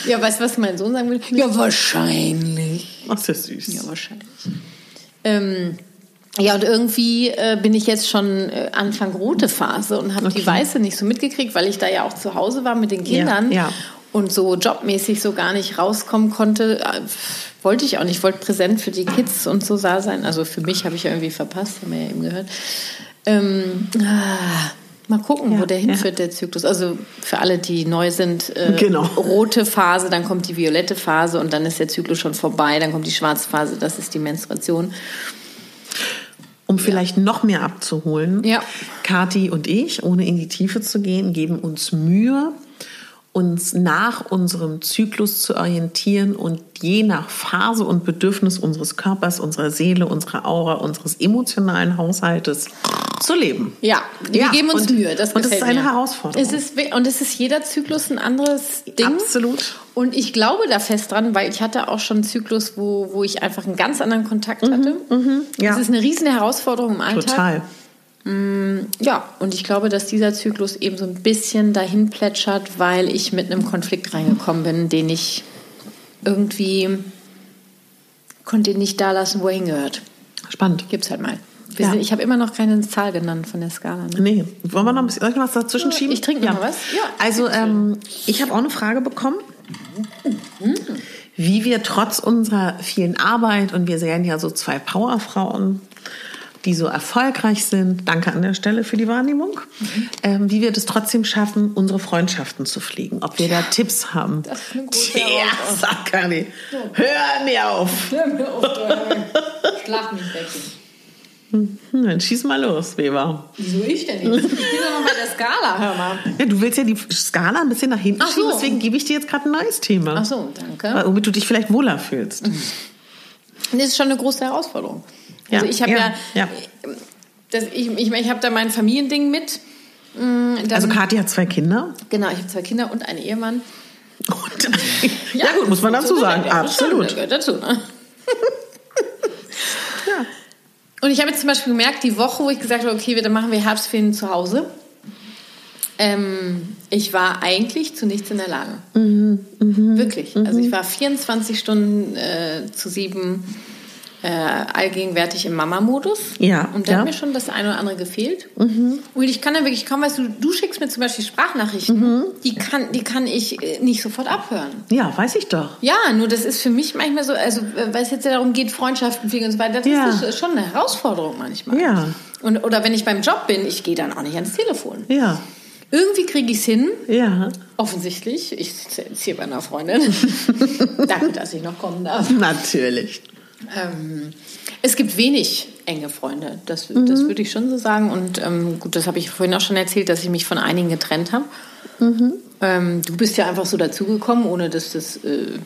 Ja, weißt du, was mein Sohn sagen will? Ja, wahrscheinlich.
Ach, ist ja süß.
Ja, wahrscheinlich. Ähm, ja, und irgendwie äh, bin ich jetzt schon äh, Anfang rote Phase und habe die weiße nicht so mitgekriegt, weil ich da ja auch zu Hause war mit den Kindern
ja.
und so jobmäßig so gar nicht rauskommen konnte. Äh, wollte ich auch nicht, wollte präsent für die Kids und so da sein. Also für mich habe ich ja irgendwie verpasst, haben wir ja eben gehört. Ähm, ah, mal gucken,
Ja,
wo der
ja.
hinführt, der Zyklus. Also für alle, die neu sind, äh,
Genau.
rote Phase, dann kommt die violette Phase und dann ist der Zyklus schon vorbei, dann kommt die schwarze Phase, das ist die Menstruation.
Um vielleicht noch mehr abzuholen.
Ja.
Kathi und ich, ohne in die Tiefe zu gehen, geben uns Mühe, uns nach unserem Zyklus zu orientieren und je nach Phase und Bedürfnis unseres Körpers, unserer Seele, unserer Aura, unseres emotionalen Haushaltes zu leben.
Ja, wir
Ja,
geben uns
und-
Mühe. Das
und es ist
gefällt
eine
mir.
Herausforderung.
Es ist, wi- und es ist jeder Zyklus ein anderes Ding.
Absolut.
Und ich glaube da fest dran, weil ich hatte auch schon einen Zyklus, wo, wo ich einfach einen ganz anderen Kontakt hatte.
ja.
Es ist eine riesen Herausforderung im Alltag.
Total.
Ja, und ich glaube, dass dieser Zyklus eben so ein bisschen dahin plätschert, weil ich mit einem Konflikt reingekommen bin, den ich irgendwie konnte ihn nicht da lassen, wo er hingehört.
Spannend.
Gibt's halt mal. Wir
Ja.
sind, ich habe immer noch keine Zahl genannt von der Skala. Ne?
Nee, wollen wir noch ein bisschen, soll ich noch was dazwischen schieben?
ich trinke noch mal was. Ja.
Also, ähm, ich habe auch eine Frage bekommen, wie wir trotz unserer vielen Arbeit und wir sehen ja so zwei Powerfrauen, die so erfolgreich sind, danke an der Stelle für die Wahrnehmung,
Mhm.
ähm, wie wir das trotzdem schaffen, unsere Freundschaften zu pflegen, ob wir da Tipps haben.
Das ist eine gute
ja,
Herausforderung.
sag Kali, hör mir auf.
[LAUGHS] Hör mir auf, du Schlaf mich weg.
Hm, dann schieß mal los, Weber.
Wieso ich denn nicht? Ich bin doch noch bei der Skala, hör mal.
Ja, du willst ja die Skala ein bisschen nach hinten
Ach
schieben,
so.
deswegen gebe ich dir jetzt gerade ein neues Thema. Äh,
Ach so, Mhm. danke.
womit du dich vielleicht wohler fühlst.
Das ist schon eine große Herausforderung.
Ja,
Also ich habe ja,
ja, ja.
Das, ich ich, mein, ich habe da mein Familiending mit. Mm, dann-
Also Kathi hat zwei Kinder.
Genau, ich habe zwei Kinder und einen Ehemann.
Und, [LAUGHS] ja, gut, muss man
das
dazu
gehört
sagen.
ja, das stimmt,
Absolut.
Das gehört dazu. Ne?
[LAUGHS] Ja.
Und ich habe jetzt zum Beispiel gemerkt, die Woche, wo ich gesagt habe, okay, wir- dann machen wir Herbstferien zu Hause. Ähm, ich war eigentlich zu nichts in der Lage.
Mhm,
Wirklich. Also ich war 24 Stunden äh, zu sieben äh, allgegenwärtig im Mama-Modus.
Ja,
Und da
ja. Mhm.
hat mir schon das eine oder andere gefehlt. Und ich kann dann wirklich kaum, weißt du, du schickst mir zum Beispiel Sprachnachrichten,
Mhm.
die, kann, die kann ich äh, nicht sofort abhören.
ja, weiß ich doch.
Ja, nur das ist für mich manchmal so, also äh, weil es jetzt ja darum geht, Freundschaften pflegen und so weiter, das
Ja.
ist das schon eine Herausforderung manchmal.
Ja.
Und, oder wenn ich beim Job bin, ich gehe dann auch nicht ans Telefon.
Ja,
Irgendwie kriege ich es hin,
ja.
offensichtlich. Ich sitze jetzt hier bei einer Freundin. [LAUGHS] Danke, dass ich noch kommen darf.
Natürlich.
Ähm, es gibt wenig enge Freunde, das,
Mhm.
das würde ich schon so sagen. Und ähm, gut, das habe ich vorhin auch schon erzählt, dass ich mich von einigen getrennt habe.
Mhm.
Ähm, du bist ja einfach so dazugekommen, ohne dass das äh,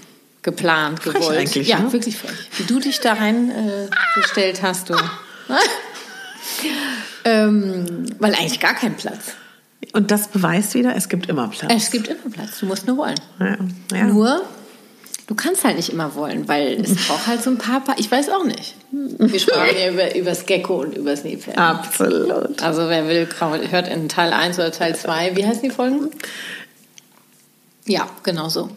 geplant,
Frech
gewollt.
eigentlich,
ja,
ne?
wirklich frech. Wie du dich da reingestellt äh, gestellt hast, du.
[LAUGHS]
ähm, weil eigentlich gar kein Platz.
Und das beweist wieder, es gibt immer Platz.
Es gibt immer Platz, du musst nur wollen.
Ja, ja.
Äh, Nur, du kannst halt nicht immer wollen, weil es
[LAUGHS]
braucht halt so ein paar, paar ich weiß auch nicht. Wir sprachen ja über, über das Gecko und über das Nähpferd.
Absolut.
Also wer will, kann- hört in Teil 1 oder Teil 2. Wie heißen die Folgen? Ja, genau so.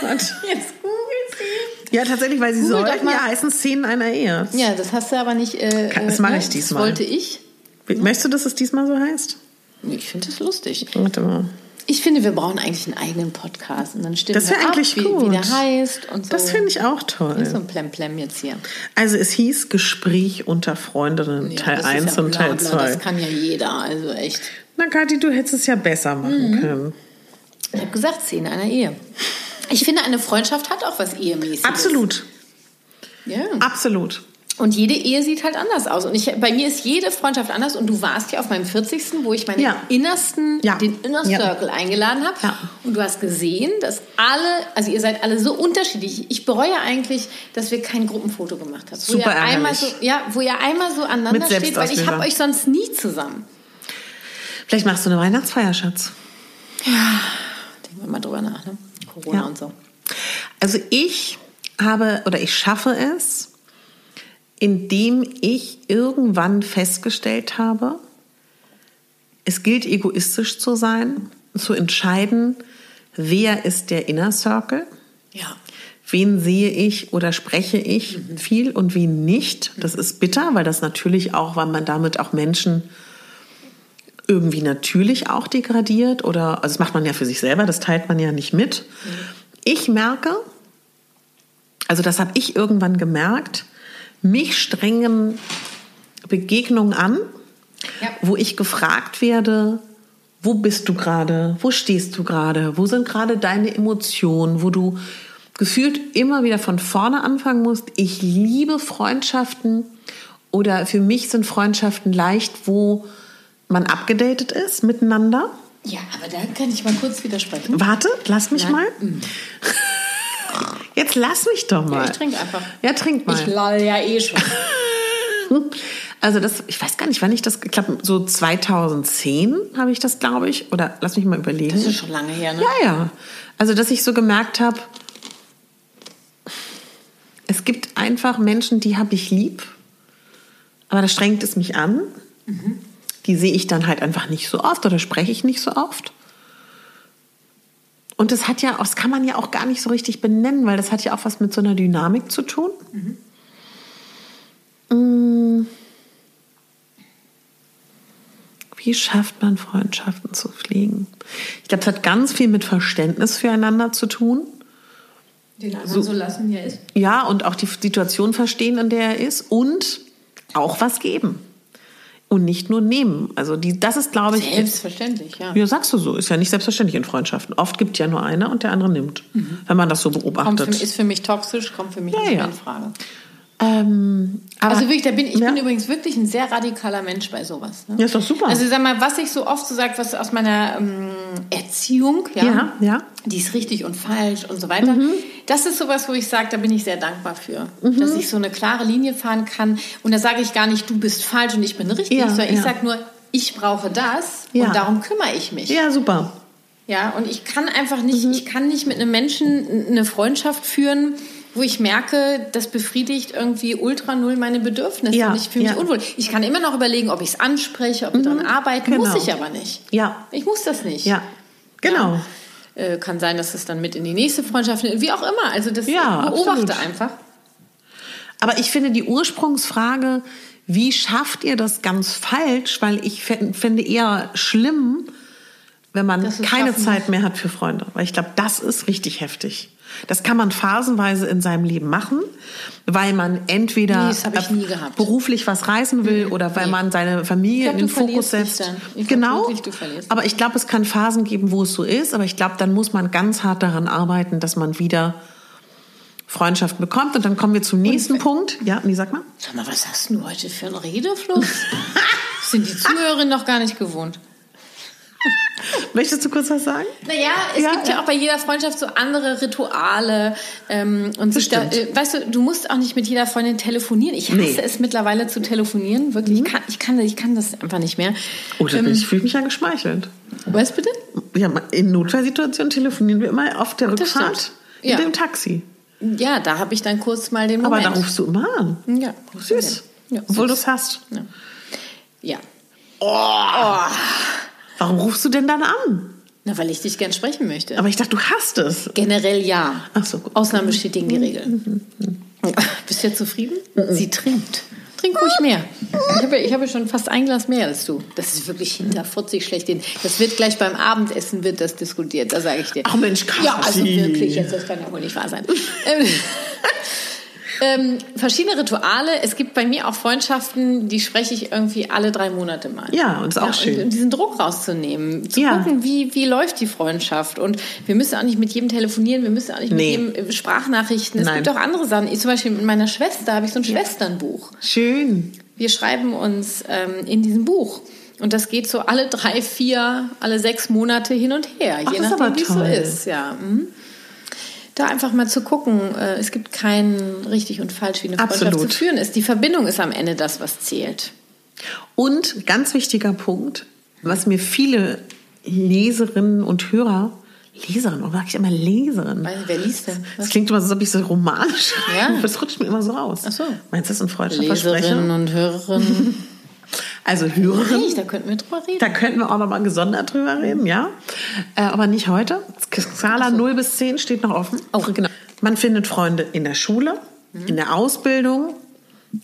Jetzt googelt
Ja, tatsächlich, weil sie
Google doch
sollten
mal.
ja heißen Szenen einer Ehe.
sie. Ja, das hast du aber nicht. Äh,
Kann- das
äh,
mache
ne?
ich diesmal.
Das wollte ich.
Möchtest du, dass es diesmal so heißt?
Nee, Ich finde das lustig.
Warte mal.
Ich finde, wir brauchen eigentlich einen eigenen Podcast und dann stimmen
Das
wir
wäre eigentlich
ab, wie,
gut.
wie der heißt und so.
Das finde ich auch
Nicht so
toll.
ein Plemplem jetzt hier.
Also es hieß Gespräch unter Freundinnen,
Ja,
Teil
das ist
1
ja
und
bla,
Teil
bla,
2.
Das kann ja jeder, also echt.
Na Kathi, du hättest es ja besser machen können.
Ich habe gesagt, Szene einer Ehe. Ich finde, eine Freundschaft hat auch was Ehemäßiges.
Absolut,
Ja.
absolut.
Und jede Ehe sieht halt anders aus. Und ich, bei mir ist jede Freundschaft anders. Und du warst ja auf meinem 40. wo ich meinen
Ja.
innersten,
Ja.
den Inner
Ja.
Circle eingeladen habe.
Ja.
Und du hast gesehen, dass alle, also ihr seid alle so unterschiedlich. Ich bereue eigentlich, dass wir kein Gruppenfoto gemacht haben. Wo
Super
ihr einmal
ärgerlich.
so, ja, wo ihr einmal so aneinander
Mit
steht, weil ich habe
Selbstauslöser.
euch sonst nie zusammen.
Vielleicht machst du eine Weihnachtsfeier, Schatz.
Denken wir mal drüber nach, ne? Corona und so.
Also ich habe oder ich schaffe es, indem ich irgendwann festgestellt habe, es gilt egoistisch zu sein, zu entscheiden, wer ist der Inner Circle,
Ja.
wen sehe ich oder spreche ich viel und wen nicht. Das ist bitter, weil das natürlich auch, weil man damit auch Menschen irgendwie natürlich auch degradiert oder also das macht man ja für sich selber, das teilt man ja nicht mit. Ich merke, also das habe ich irgendwann gemerkt, mich strengen Begegnungen an,
Ja.
wo ich gefragt werde, wo bist du gerade, wo stehst du gerade, wo sind gerade deine Emotionen, wo du gefühlt immer wieder von vorne anfangen musst. Ich liebe Freundschaften oder für mich sind Freundschaften leicht, wo man abgedatet ist miteinander.
Ja, aber da kann ich mal kurz widersprechen.
Warte, lass mich
Nein. [LAUGHS]
mal. Jetzt lass mich doch mal.
ich trink einfach.
Ja, trink mal.
Ich lall ja eh schon.
Also das, ich weiß gar nicht, wann ich das, ich glaube so 2010 habe ich das, glaube ich, oder lass mich mal überlegen.
Das ist schon lange her, ne?
Ja, ja. Also, dass ich so gemerkt habe, es gibt einfach Menschen, die habe ich lieb, aber da strengt es mich an. Die sehe ich dann halt einfach nicht so oft oder spreche ich nicht so oft. Und das hat ja, auch- das kann man ja auch gar nicht so richtig benennen, weil das hat ja auch was mit so einer Dynamik zu tun. Mm. Wie schafft man Freundschaften zu pflegen? Ich glaube, es hat ganz viel mit Verständnis füreinander zu tun.
Den anderen so lassen, wie er ist.
Ja, und auch die Situation verstehen, in der er ist und auch was geben. Und nicht nur nehmen. Also die, das ist, glaube ich,
Selbstverständlich, ja.
ja, sagst du so, ist ja nicht selbstverständlich in Freundschaften. Oft gibt ja nur einer und der andere nimmt, wenn man das so
Mhm. Kommt für,
beobachtet.
ist für mich toxisch, kommt für mich
Ja,
nicht
ja.
mehr in Frage.
ähm, aber
also wirklich, da bin, ich
Ja.
bin übrigens wirklich ein sehr radikaler Mensch bei sowas. Ne?
Ja, ist doch super.
Also sag mal, was ich so oft so sage, was aus meiner ähm, Erziehung, ja,
Ja, ja. Mhm.
die ist richtig und falsch und so weiter. Das ist sowas, wo ich sage, da bin ich sehr dankbar für, dass ich so eine klare Linie fahren kann. Und da sage ich gar nicht, du bist falsch und ich bin richtig,
Ja,
sondern ich
ja.
sage nur, ich brauche das
Ja.
und darum kümmere ich mich.
ja, super.
Ja, und ich kann einfach nicht,
Mhm.
ich kann nicht mit einem Menschen eine Freundschaft führen, wo ich merke, das befriedigt irgendwie ultra null meine Bedürfnisse
Ja,
und ich fühle mich
ja.
unwohl. Ich kann immer noch überlegen, ob ich es anspreche, ob wir daran arbeiten,
genau.
muss ich aber nicht.
Ja.
Ich muss das nicht.
Ja, genau.
Ja. Äh, kann sein, dass es dann mit in die nächste Freundschaft nimmt, wie auch immer. Also das
Ja,
ich beobachte
absolut.
einfach.
Aber ich finde die Ursprungsfrage, wie schafft ihr das ganz falsch? Weil ich fä- finde eher schlimm, wenn man
Dass es
keine
schaffen
Zeit mehr hat für Freunde. Weil ich glaube, das ist richtig heftig. Das kann man phasenweise in seinem Leben machen, weil man entweder
Nee, das hab ich
äh,
nie gehabt. Mhm.
beruflich was reißen will oder weil
nee.
man seine Familie
Ich glaub,
in den
du
Fokus
verlierst dich
setzt.
dann. Ich glaub
genau.
wirklich, du verlierst
aber ich glaube, es kann Phasen geben, wo es so ist. Aber ich glaube, dann muss man ganz hart daran arbeiten, dass man wieder Freundschaft bekommt. Und dann kommen wir zum nächsten Punkt. Ja, nee, sag mal.
Sag mal, was hast du heute für einen
[LAUGHS]
Redefluss? Sind die Zuhörerinnen noch gar nicht gewohnt.
Möchtest du kurz was sagen?
Naja, es
Ja,
gibt ja. auch bei jeder Freundschaft so andere Rituale ähm, und sich da,
stimmt.
äh, weißt du, du musst auch nicht mit jeder Freundin telefonieren. Ich hasse
Nee. Mhm.
es mittlerweile zu telefonieren, wirklich. Ich, kann, ich, kann, ich kann das einfach nicht mehr. Ähm,
Oh, da bin ich fühle mich ja geschmeichelt.
Was bitte?
Ja, in Notfallsituationen telefonieren wir immer auf der
Das stimmt.
Rückfahrt
Ja.
mit dem Taxi.
Ja, da habe ich dann kurz mal den
Aber
Moment.
da rufst du immer an.
ja,
Süß.
Ja,
Obwohl du
süß.
es hast.
ja.
Warum rufst du denn dann an?
Na, weil ich dich gern sprechen möchte.
Aber ich dachte, du hast es.
Generell ja.
Ach so, gut. Mhm.
Ausnahme besteht gegen die Regel. Bist du jetzt zufrieden? Sie trinkt. Trink
Mhm.
ruhig mehr. Ich habe ja, ich hab ja schon fast ein Glas mehr als du. Das ist wirklich
Mhm.
hinter 40 schlechthin. Das wird gleich beim Abendessen wird das diskutiert, da sage ich dir.
Ach Mensch,
Ja, also
Kasi.
wirklich, jetzt das kann ja wohl nicht
[LAUGHS]
wahr sein. Ähm, [LAUGHS] ähm, verschiedene Rituale. Es gibt bei mir auch Freundschaften, die spreche ich irgendwie alle drei Monate mal.
Ja, und ist auch schön.
Und, um diesen Druck rauszunehmen, zu
Ja.
gucken, wie, wie läuft die Freundschaft. Und wir müssen auch nicht mit jedem telefonieren, wir müssen auch nicht
Nee.
mit jedem äh, Sprachnachrichten. Es
Nein.
gibt auch andere Sachen. Ich, zum Beispiel mit meiner Schwester habe ich so ein Schwesternbuch.
Schön.
Wir schreiben uns ähm, in diesem Buch. Und das geht so alle drei, vier, alle sechs Monate hin und her,
Ach,
je
das ist
nachdem,
aber
wie es so
toll.
ist. Ja, mhm. Da einfach mal zu gucken, äh, es gibt kein richtig und falsch, wie eine Freundschaft
Absolut.
zu führen ist. Die Verbindung ist am Ende das, was zählt.
Und ganz wichtiger Punkt, was mir viele Leserinnen und Hörer, Leserinnen, warum sag ich immer Leserinnen?
Weiß nicht, wer liest denn?
Das klingt immer so, als ob ich so Romane schreibe.
Ja.
Das rutscht mir immer so raus.
Ach so.
Meinst du, das ist ein freudscher
Leserinnen
Versprecher?
und Hörerinnen.
Also Hörerinnen.
Hey, da könnten wir drüber reden.
Da könnten wir auch nochmal gesondert drüber reden, ja. Äh, aber nicht heute. Skala 0 bis 10 steht noch offen.
Oh. Mhm.
Genau. Man findet Freunde in der Schule, in der Ausbildung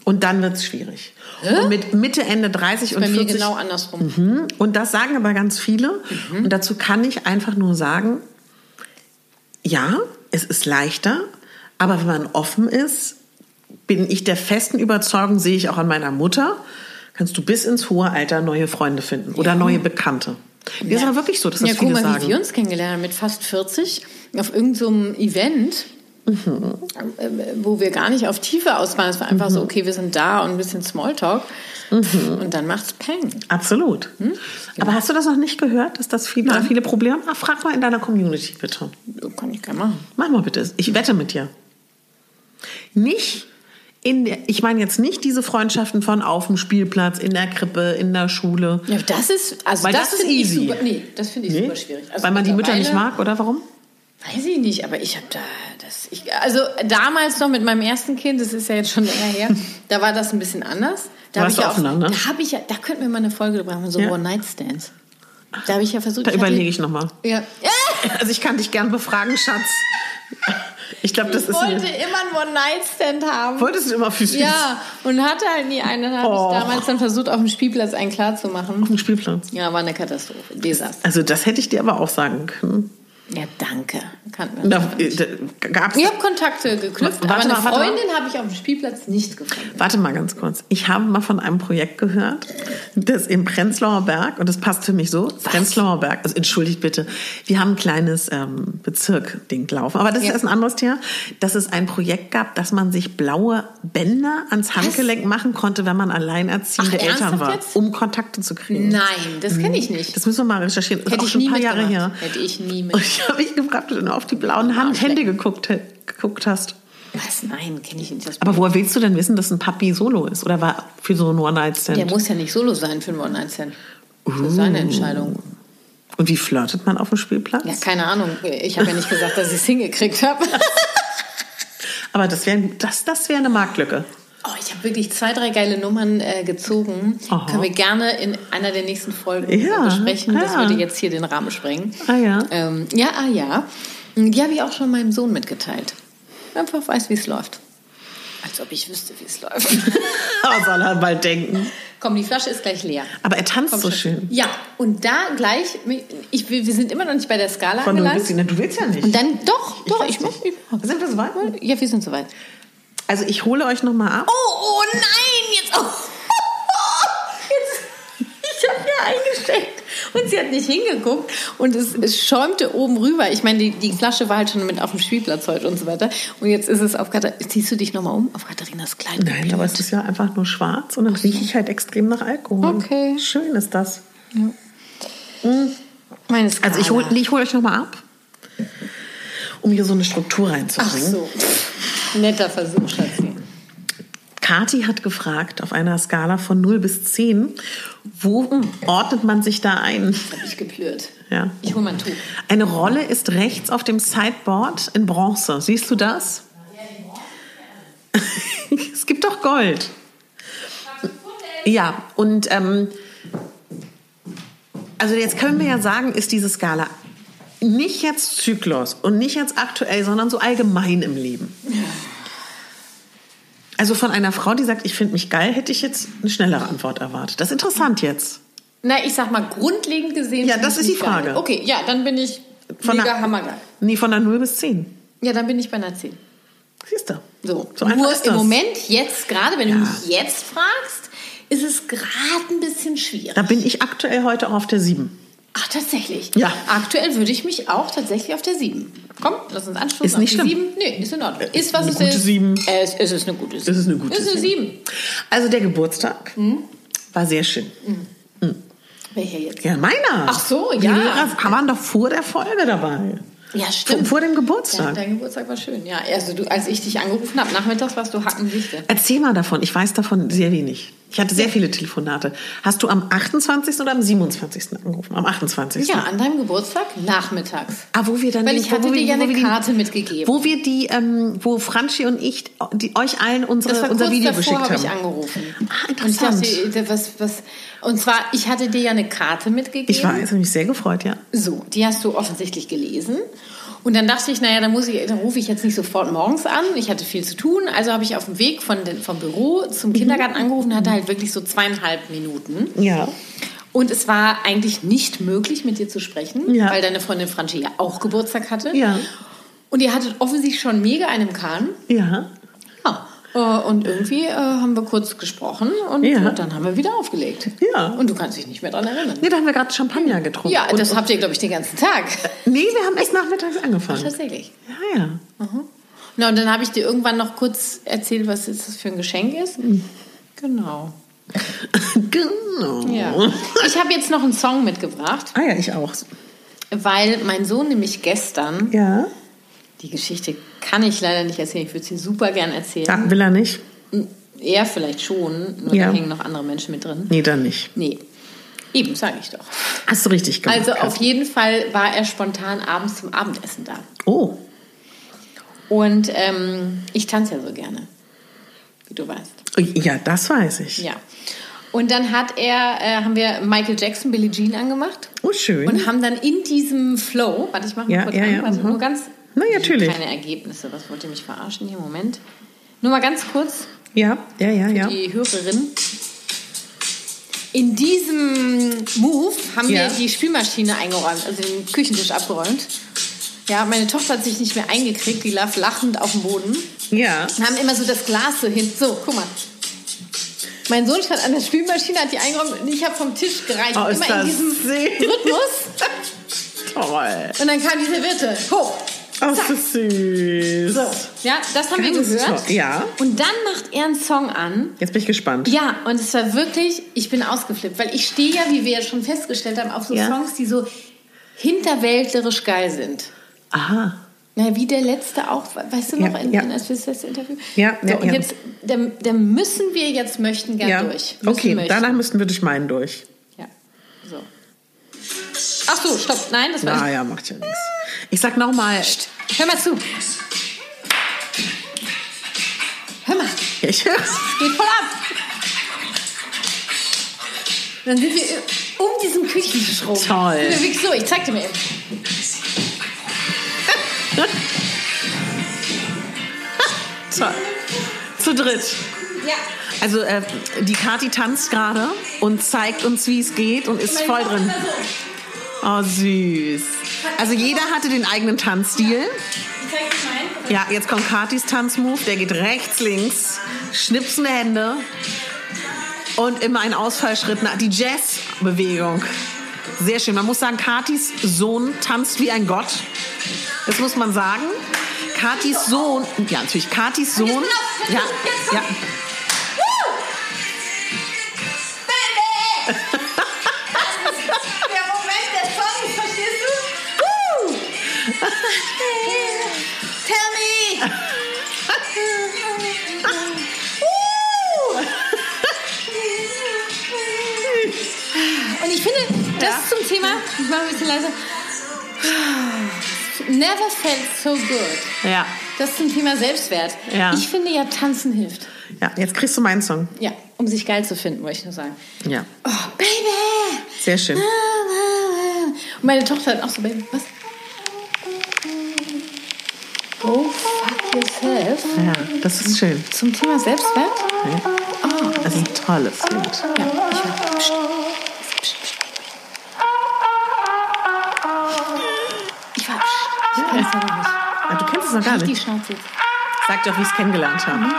und dann wird es schwierig. Und mit Mitte, Ende 30 und
Bei mir
40
genau andersrum.
Mhm. Und das sagen aber ganz viele.
Mhm.
Und dazu kann ich einfach nur sagen, ja, es ist leichter, aber wenn man offen ist, bin ich der festen Überzeugung, sehe ich auch an meiner Mutter, kannst du bis ins hohe Alter neue Freunde finden oder neue Bekannte. Das ist aber wirklich so, dass das
ja,
viele
guck mal,
sagen.
wie wir uns kennengelernt haben, mit fast 40 auf irgendeinem so einem Event,
Mhm.
ähm, äh, wo wir gar nicht auf Tiefe aus waren. Es war einfach so, okay, wir sind da und ein bisschen Smalltalk.
Mhm.
Und dann macht's Peng.
Absolut.
Hm?
Aber hast du das noch nicht gehört, dass das viele, viele Probleme haben? Ah, frag mal in deiner Community bitte.
Kann ich gerne machen.
Mach mal bitte. Ich wette mit dir. Nicht, In der, ich meine jetzt nicht diese Freundschaften von auf dem Spielplatz, in der Krippe, in der Schule.
Ja, das ist, also
Weil
das,
das ist
finde ich
easy.
Super, nee, das finde ich
Nee?
super schwierig. Also
Weil man die Mütter nicht
mittlerweile-
mag, oder warum?
Weiß ich nicht, aber ich habe da das. Ich, also damals noch mit meinem ersten Kind, das ist ja jetzt schon
[LAUGHS]
länger her, da war das ein bisschen anders. Da habe
Warst
ich ja
du offener, ne?
Da habe ich ja, da könnten wir mal eine Folge drüber machen, so
Ja.
One-Night-Stands. Da habe ich ja versucht.
Da
hatte-
überlege ich nochmal.
Ja.
Also ich kann dich gern befragen, Schatz. Ich glaube, das
[LAUGHS] Ich
ist
wollte
eine,
immer einen One-Night-Stand haben.
Wolltest du immer für süß
Ja, und hatte halt nie einen. Dann habe
Oh.
ich damals dann versucht, auf dem Spielplatz einen klarzumachen.
auf dem Spielplatz?
Ja, war eine Katastrophe. Desaster.
Also das hätte ich dir aber auch sagen können.
Ja, danke. Kannten wir
Da,
nicht.
äh, da gab's,
Ich habe Kontakte geknüpft,
Warte
aber eine
mal, warte mal.
Freundin habe ich auf dem Spielplatz nicht gefunden.
Warte mal ganz kurz. Ich habe mal von einem Projekt gehört, das im Prenzlauer Berg, und das passt für mich so, Prenzlauer Berg, also entschuldigt bitte, wir haben ein kleines ähm, Bezirk-Ding laufen, aber das
Ja.
ist erst ein anderes Thema, dass es ein Projekt gab, dass man sich blaue Bänder ans Handgelenk machen konnte, wenn man alleinerziehende
Ach,
Eltern
ernsthaft
war,
jetzt?
um Kontakte zu kriegen.
Nein, Mhm. das kenne ich nicht.
Das müssen wir mal recherchieren. Das ist
Hätte
auch
ich
schon
nie
ein paar
mitgemacht.
Jahre her.
Hätte ich nie
Und
mit.
ich habe mich gefragt, ob du auf die blauen Hand Hände geguckt, hä- geguckt hast.
Was? Nein, kenne ich nicht. Das
Aber woher willst du denn wissen, dass ein Papi solo ist? Oder war für so einen
der
One-Night-Stand?
muss ja nicht solo sein für einen One-Night-Stand. Das ist
Uh.
seine Entscheidung.
Und wie flirtet man auf dem Spielplatz?
Ja, keine Ahnung. Ich habe ja nicht gesagt, dass ich es hingekriegt
[LAUGHS]
habe.
Aber das wäre das, das wär eine Marktlücke.
Oh, ich habe wirklich zwei, drei geile Nummern äh, gezogen.
Aha.
Können wir gerne in einer der nächsten Folgen
Ja,
äh, besprechen. Das
ja.
würde jetzt hier den Rahmen sprengen.
Ah ja.
Ähm, ja, ah ja. Die habe ich auch schon meinem Sohn mitgeteilt. Einfach weiß, wie es läuft. Als ob ich wüsste, wie es läuft. [LAUGHS] Ah.
Aber Oh, soll er bald denken.
Komm, die Flasche ist gleich leer.
Aber er tanzt so schön.
Ja, und da gleich, ich, wir sind immer noch nicht bei der Skala
Von null bis
angelangt.
zehn. Na, Du willst ja nicht.
Und dann, doch, doch,
weiß
ich, mach- ich,
nicht. Sind wir soweit?
Ja, wir sind soweit.
Also ich hole euch nochmal ab.
Oh, oh nein, jetzt. Oh, [LAUGHS] jetzt ich habe ja eingesteckt und sie hat nicht hingeguckt und es, es schäumte oben rüber. Ich meine, die, die Flasche war halt schon mit auf dem Spielplatz heute und so weiter. Und jetzt ist es auf Katharina. Ziehst du dich nochmal um? Auf Katharinas Kleid.
Nein, aber es ist ja einfach nur schwarz und dann rieche ich halt extrem nach Alkohol.
Okay.
Schön ist das.
Meine Skala.
Also ich hole nee, ich hol euch nochmal ab, um hier so eine Struktur
Ach
reinzubringen.
so. Netter Versuch, Schatzi.
Kati hat gefragt auf einer Skala von 0 bis 10, wo ordnet man sich da ein?
Hab ich geplürt.
Ja.
Ich hol mal ein Tuch.
Eine Rolle ist rechts auf dem Sideboard in Bronze. Siehst du das? [LAUGHS] es gibt doch Gold. Ja, und ähm, also jetzt können wir ja sagen, ist diese Skala nicht jetzt Zyklus und nicht jetzt aktuell, sondern so allgemein im Leben. Also von einer Frau, die sagt, ich finde mich geil, hätte ich jetzt eine schnellere Antwort erwartet. Das ist interessant jetzt.
Na, ich sag mal, grundlegend gesehen.
Ja,
finde
das
ich
ist die
mich geil.
Frage.
Okay, ja, dann bin ich
Von
mega
einer-
hammergeil.
Nee, von der 0 bis 10.
Ja, dann bin ich bei einer 10.
Siehst du?
So,
einfach
nur
ist
im
das.
Moment, jetzt gerade, wenn
Ja.
du mich jetzt fragst, ist es gerade ein bisschen schwierig.
Da bin ich aktuell heute auch auf der 7.
Ach, tatsächlich.
Ja.
Aktuell würde ich mich auch tatsächlich auf der 7. Komm, lass uns anstoßen.
Ist
auf
nicht
die
schlimm. Äh,
7. Nee, ist in Ordnung. Ist was
eine
es
gute
ist.
Sieben.
Äh, Es, es ist eine gute 7.
Das ist eine gute
Es ist eine 7.
Also der Geburtstag
Hm?
war sehr schön.
Welcher jetzt?
Ja, meiner.
Ach so,
Die
ja.
Hörer waren doch vor der Folge dabei.
Ja,
Vor,
stimmt.
vor dem
ja,
Geburtstag.
dein Geburtstag war schön. Ja, also du, als ich dich angerufen habe, nachmittags warst du hackendichte.
Erzähl mal davon. Ich weiß davon sehr wenig. Ich hatte sehr viele Telefonate. Hast du am 28. oder am 27. angerufen? Am 28.
Ja, an deinem Geburtstag nachmittags.
Ah, wo wir dann
Weil
den-
ich
wo
hatte
wir-
dir ja
wo
eine
wir die-
Karte mitgegeben.
Wo wir die, ähm, wo Franchi und ich die, euch allen unsere,
Das war
unser
Äh, kurz
Video
davor
geschickt
habe
haben.
ich angerufen.
Ah,
Und
interessant.
ich dachte, äh, was, was, und zwar, ich hatte dir ja eine Karte mitgegeben.
Ich weiß, habe mich sehr gefreut, ja.
So, die hast du offensichtlich gelesen. Und dann dachte ich, naja, dann, muss ich, dann rufe ich jetzt nicht sofort morgens an. Ich hatte viel zu tun. Also habe ich auf dem Weg von, den- vom Büro zum
Mhm.
Kindergarten angerufen, hatte halt wirklich so zweieinhalb Minuten.
Ja.
Und es war eigentlich nicht möglich, mit dir zu sprechen,
Ja.
weil deine Freundin Franchi ja auch Geburtstag hatte.
Ja.
Und ihr hattet offensichtlich schon mega einen Kahn.
Ja.
Ja. äh, Und irgendwie äh, haben wir kurz gesprochen und
Ja.
äh, dann haben wir wieder aufgelegt.
Ja.
Und du kannst dich nicht mehr dran erinnern.
Nee, da haben wir gerade Champagner getrunken.
Ja,
Und-
das habt ihr, glaube ich, den ganzen Tag.
Nee, wir haben erst nachmittags angefangen.
Tatsächlich. Mhm.
Ja, ja.
Na, und dann habe ich dir irgendwann noch kurz erzählt, was jetzt das für ein Geschenk ist.
Mhm.
Genau.
[LAUGHS] Genau.
Ja. Ich habe jetzt noch einen Song mitgebracht,
Ah ja, ich auch.
weil mein Sohn nämlich gestern,
Ja.
die Geschichte kann ich leider nicht erzählen, ich würde sie super gern erzählen.
ja Ah, will er nicht.
Er vielleicht schon, nur
Ja.
da hängen noch andere Menschen mit drin.
Nee, dann nicht.
Nee. Eben, sage ich doch.
Hast du richtig gemacht.
Also auf
Katja.
jeden Fall war er spontan abends zum Abendessen da.
Oh,
Und ähm, ich tanze ja so gerne, wie du weißt.
ja, das weiß ich.
Ja. Und dann hat er, äh, haben wir Michael Jackson Billie Jean angemacht
Oh, schön.
und haben dann in diesem Flow, warte, ich mache mal
Ja,
kurz
ja,
an,
ja,
warte,
mhm.
nur ganz,
Na, natürlich.
keine Ergebnisse, was wollt ihr mich verarschen hier, Moment. Nur mal ganz kurz,
ja, ja, ja, ja.
die Hörerin. In diesem Move haben
Ja.
wir die Spülmaschine eingeräumt, also den Küchentisch abgeräumt. Ja, meine Tochter hat sich nicht mehr eingekriegt, die lag lachend auf dem Boden
Ja.
und haben immer so das Glas so hin. So, guck mal. Mein Sohn stand an der Spülmaschine, hat die eingeräumt und ich habe vom Tisch gereicht.
Oh, ist
immer
das
in diesem [LAUGHS]
süß.
Rhythmus.
Toll.
Und dann kam die Serviette. Hoch.
Oh, ist das süß.
So. Ja, das haben
Ganz
wir gehört.
toll. Ja.
Und dann macht er einen Song an.
Jetzt bin ich gespannt.
Ja, und es war wirklich, ich bin ausgeflippt, weil ich stehe ja, wie wir ja schon festgestellt haben, auf so
Ja.
Songs, die so hinterwäldlerisch geil sind.
Aha.
Na, wie der letzte auch, weißt du
Ja,
noch, in,
ja.
in das letzte Interview?
Ja,
so,
ja,
und
ja.
jetzt, da, da müssen wir jetzt möchten gern durch. Müssen
Okay,
möchten.
danach müssten wir durch meinen durch.
Ja, so. Ach so, stopp, nein, das war.
Naja, macht ja nichts. Ich sag nochmal.
Hör mal zu. Hör mal,
Ich [LAUGHS] hör's.
geht voll ab. Dann sind wir um diesen Küchentisch rum.
Toll.
Sind wir wirklich so, ich zeig dir mal eben.
Toll. Zu dritt.
Ja.
Also, äh, die Kati tanzt gerade und zeigt uns, wie es geht und ist voll drin. Oh,
Immer so.
süß. Also, jeder hatte den eigenen Tanzstil.
Ich zeig dir mal hin.
Ja, jetzt kommt Katis Tanzmove. Der geht rechts, links, schnipsende Hände und immer ein Ausfallschritt nach die Jazzbewegung. Sehr schön. Man muss sagen, Katis Sohn tanzt wie ein Gott. Das muss man sagen. Katis Sohn, ja natürlich, Katis Sohn, ja, ja,
Baby! Der Moment der Song, verstehst du? Woo! Tell me! Woo!
[LAUGHS] Und ich finde, das
Ja.
zum Thema, ich mache ein bisschen leiser. Never felt so good.
ja,
Das zum Thema Selbstwert.
Ja.
Ich finde ja, tanzen hilft.
ja. Jetzt kriegst du meinen Song.
Ja, um sich geil zu finden, wollte ich nur sagen.
Ja,
Oh, Baby!
sehr schön.
Und meine Tochter hat auch so, Baby, was? Go fuck yourself.
Ja, das ist schön.
Zum Thema Selbstwert?
Das ist ein tolles Lied.
Ja, ich mach. Psst, psst, psst. Ich war. Psst. Ich kann es aber nicht.
Ah, du kennst es noch gar
Die
nicht.
Schnauze jetzt.
Sag doch, wie ich es kennengelernt habe.
Fucked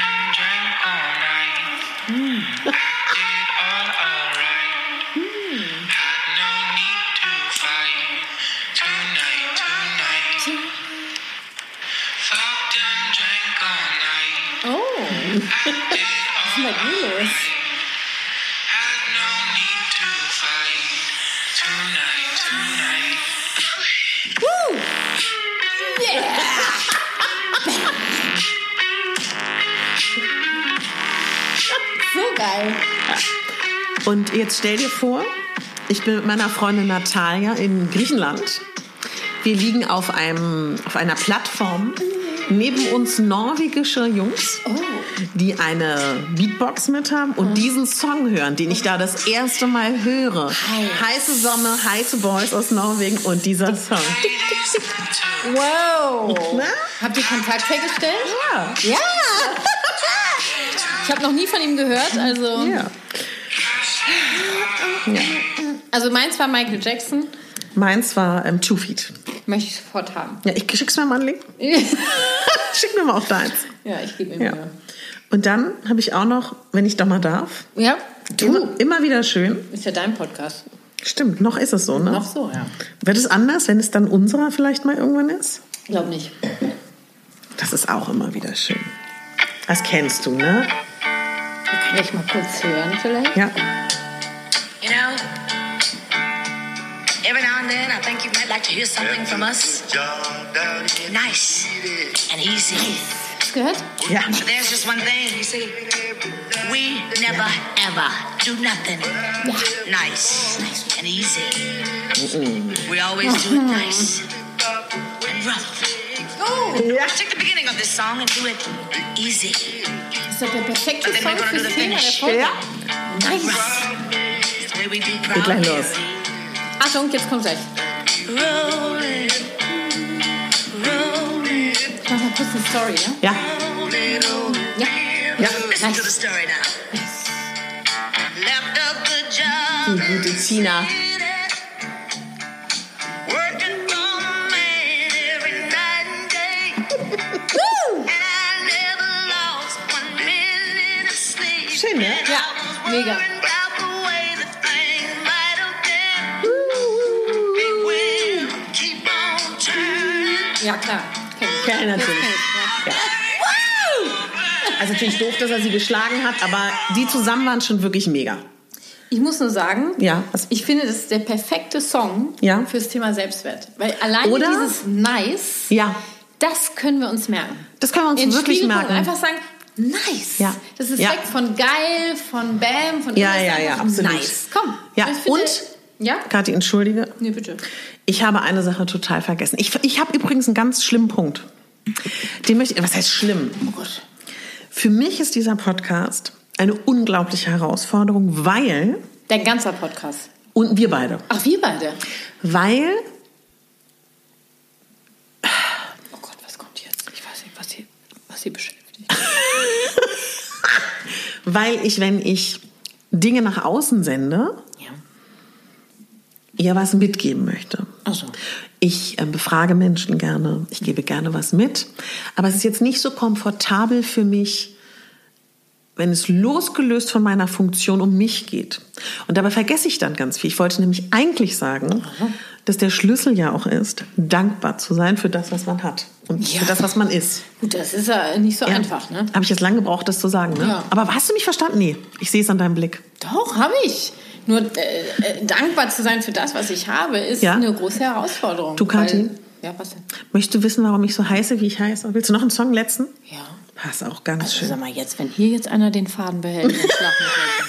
and drank all night. I did all alright. Had no need to fight. Tonight, tonight. Fucked and drank all night.
Oh,
Did all
Magnus.
had no need to fight. Tonight, tonight.
[LAUGHS] So geil.
Und jetzt stell dir vor, ich bin mit meiner Freundin Natalia in Griechenland. Wir liegen auf, einem, auf einer Plattform. Neben uns norwegische Jungs, die eine Beatbox mit haben und diesen Song hören, den ich da das erste Mal höre. Heiße Sonne, heiße Boys aus Norwegen und dieser Song.
Wow.
Na?
Habt ihr Kontakt hergestellt?
Ja.
Ja. Ich habe noch nie von ihm gehört. Also,
ja.
also meins war Michael Jackson.
Meins war ähm, Two Feet.
Möchte ich
[LAUGHS]
sofort haben.
Ja, ich schick's mir mal einen Link. Schick mir mal auch deins.
ja, ich gebe ihm
Ja.
Mühe.
Und dann habe ich auch noch, wenn ich doch mal darf,
Ja.
Immer,
Du.
immer wieder schön.
Ist ja dein Podcast.
Stimmt, noch ist es so, ne?
Noch so, ja.
Wird es anders, wenn es dann unserer vielleicht mal irgendwann ist?
Glaub nicht.
Das ist auch immer wieder schön. Das kennst du, ne?
Kann ich mal kurz hören vielleicht?
Ja.
You know, it
Every now and then, I think you might like to hear something from us. Nice and easy.
Hast du gehört?
Ja.
But there's just one thing, you see. We never ever do nothing nice and easy. We always do it nice and rough.
Ja.
Take the beginning of this song and do it easy.
Das ist doch der perfekte
But then
Song
we're gonna do
fürs
the
Thema der
finish.
Folge.
Rough. It's the way we do proud
gleich los.
music.
Achtung, jetzt kommt gleich.
Rolling, rolling,
Ich mach mal kurz eine Story, ja?
Ja.
rolling on.
Ja.
Ja.
Listen to the story now. Left up the job.
Die gute Tina.
Working for man every night [LAUGHS] and day. And I never lost one minute of sleep.
Schön, ne?
And I
Ja,
was
mega.
worried about the way the thing might have been. Big wheel, keep on turning.
Ja, klar. Kenn ich.
Kenn ich
Das
natürlich.
kenn ich, ja.
Also natürlich doof, dass er sie geschlagen hat, aber die zusammen waren schon wirklich mega.
Ich muss nur sagen,
Ja, also was-
ich finde, das ist der perfekte Song
Ja.
fürs Thema Selbstwert. Weil alleine
Oder?
dieses Nice,
Ja.
das können wir uns merken.
Das können wir uns
In
wirklich
Spielübungen
merken.
Einfach sagen, nice.
Ja.
Das ist
Ja.
weg von geil, von bam, von
Ja,
alles
ja,
einfach
ja, absolut.
Nice. Komm.
Ja,
ich finde-
und?
Ja?
Kathi, entschuldige.
Nee, bitte.
Ich habe eine Sache total vergessen. Ich, ich habe übrigens einen ganz schlimmen Punkt. Den möchte ich, was heißt schlimm? Oh Gott. Für mich ist dieser Podcast eine unglaubliche Herausforderung, weil,
Dein ganzer Podcast.
und wir beide,
Ach, wir beide.
weil
Oh Gott, was kommt jetzt? Ich weiß nicht, was hier, was hier beschäftigt.
Weil ich, wenn ich Dinge nach außen sende,
Ja.
ihr was mitgeben möchte.
Ach so.
Ich äh, befrage Menschen gerne, ich gebe gerne was mit, aber es ist jetzt nicht so komfortabel für mich, wenn es losgelöst von meiner Funktion um mich geht. Und dabei vergesse ich dann ganz viel. Ich wollte nämlich eigentlich sagen, dass der Schlüssel ja auch ist, dankbar zu sein für das, was man hat und
Ja.
für das, was man ist.
Gut, das ist ja nicht so einfach, ne?
Habe ich jetzt lange gebraucht, das zu sagen. Ne?
Ja.
Aber hast du mich verstanden? Nee, ich sehe es an deinem Blick.
Doch, habe ich. Nur äh, äh, dankbar zu sein für das, was ich habe, ist
Ja.
eine große Herausforderung.
Du, Kathi?
Weil- Ja, was denn?
Möchtest du wissen, warum ich so heiße, wie ich heiße? Willst du noch einen Song letzten?
Ja.
Passt auch ganz
Also,
schön.
sag mal, jetzt, wenn hier jetzt einer den Faden behält, dann schlag mich weg.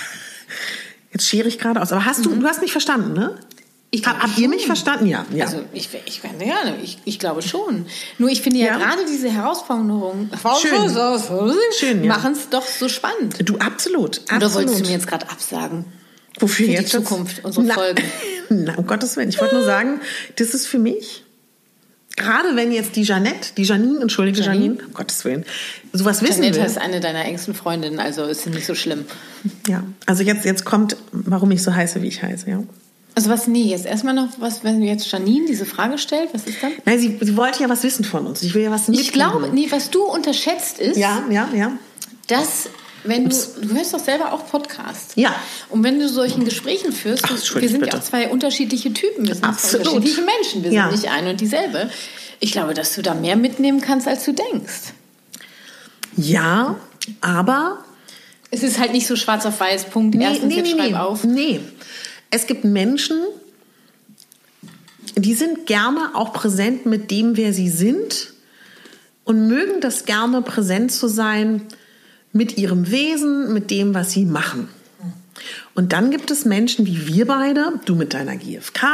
Jetzt schere ich gerade aus. Aber hast du, du hast mich verstanden, ne?
[LAUGHS] Mhm. Ich glaub
Hab, habt ihr mich verstanden? Ja. ja.
Also ich, ich, kann- ja, ich, ich glaube schon. Nur ich finde ja,
Ja.
gerade diese Herausforderungen
Schön, ja.
machen es doch so spannend.
du, absolut. absolut.
Oder wolltest du mir jetzt gerade absagen?
Wofür
für die
jetzt das-
Zukunft, unsere
Na-
Folgen?
[LAUGHS] Na, um Gottes Willen. Ich wollte nur sagen, das ist für mich, gerade wenn jetzt die Janette, die Janine, entschuldige Janine, um Gottes Willen, sowas wissen
Janetta
will.
ist eine deiner engsten Freundinnen, also ist nicht so schlimm.
Ja. Also jetzt, jetzt kommt, warum ich so heiße, wie ich heiße, ja.
Also was, nee, jetzt erstmal noch, was, wenn jetzt Janine diese Frage stellt, was ist dann?
Nein, sie, sie wollte ja was wissen von uns. Ich will ja was mitgeben.
Ich glaube, nee, was du unterschätzt ist,
Ja, ja, ja.
dass wenn du, du hörst doch selber auch Podcast.
Ja.
Und wenn du solchen Gesprächen führst,
Ach,
du, wir
entschuldigt
sind ja
bitte.
auch zwei unterschiedliche Typen, wir sind
Absolut.
zwei unterschiedliche Menschen, wir
Ja.
sind nicht ein und dieselbe. Ich glaube, dass du da mehr mitnehmen kannst, als du denkst.
Ja, aber
Es ist halt nicht so schwarz auf weiß, Punkt, erstens, jetzt schreib
nee.
auf.
Nee. Es gibt Menschen, die sind gerne auch präsent mit dem, wer sie sind und mögen das gerne präsent zu sein mit ihrem Wesen, mit dem, was sie machen. Und dann gibt es Menschen wie wir beide, du mit deiner GFK,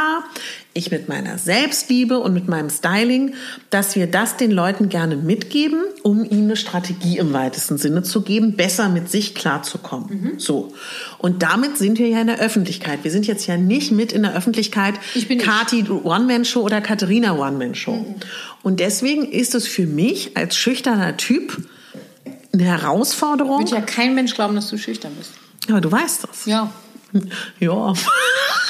ich mit meiner Selbstliebe und mit meinem Styling, dass wir das den Leuten gerne mitgeben, um ihnen eine Strategie im weitesten Sinne zu geben, besser mit sich
Mhm.
klarzukommen. So. Und damit sind wir ja in der Öffentlichkeit. Wir sind jetzt ja nicht mit in der Öffentlichkeit
Ich bin nicht.
Kati du One-Man-Show oder Katharina One-Man-Show.
Mhm.
Und deswegen ist es für mich als schüchterner Typ eine Herausforderung.
Wird ja kein Mensch glauben, dass du schüchtern bist.
Aber du weißt das.
Ja,
Ja, [LAUGHS] auch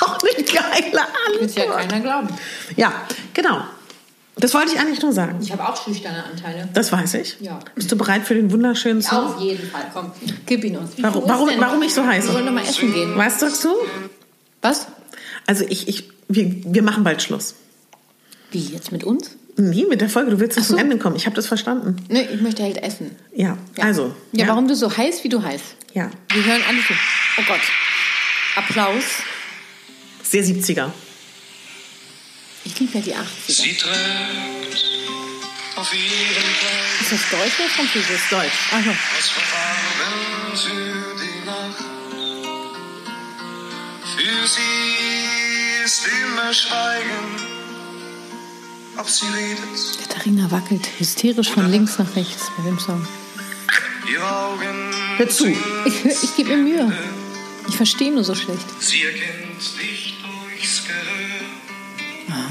eine geile
wird
Antwort.
ja keiner glauben.
Ja, genau. Das wollte ich eigentlich nur sagen.
Ich habe auch schüchterne Anteile.
Das weiß ich.
Ja.
Bist du bereit für den wunderschönen Song?
Auf jeden Fall, komm, gib ihn uns. Wie
Warum,
viel Uhr ist
warum,
denn?
warum ich so
Wir wollen
heiße?
doch mal essen gehen.
Was sagst du?
Was?
Also ich, ich, wir, wir machen bald Schluss.
Wie, jetzt mit uns?
Nee, mit der Folge, du willst nicht
so.
zum Ende kommen. Ich habe das verstanden.
Nee, ich möchte halt essen.
Ja, also.
Ja, warum du so heiß, wie du heißt.
Ja,
Wir hören alle zu. Oh Gott. Applaus.
sehr 70er.
Ich liebe ja die 80er.
Sie trägt auf ihren Kleid
Ist das Deutsch oder Französisch? Deutsch. Also,
aus Farben für die Nacht. Für sie ist immer Schweigen, ob sie redet.
Katharina wackelt hysterisch von links nach rechts bei dem Song.
Ihre Augen
Hör zu.
Ich, hör- ich gebe mir Mühe. Ich verstehe nur so schlecht.
Sie erkennt dich durchs Gehör.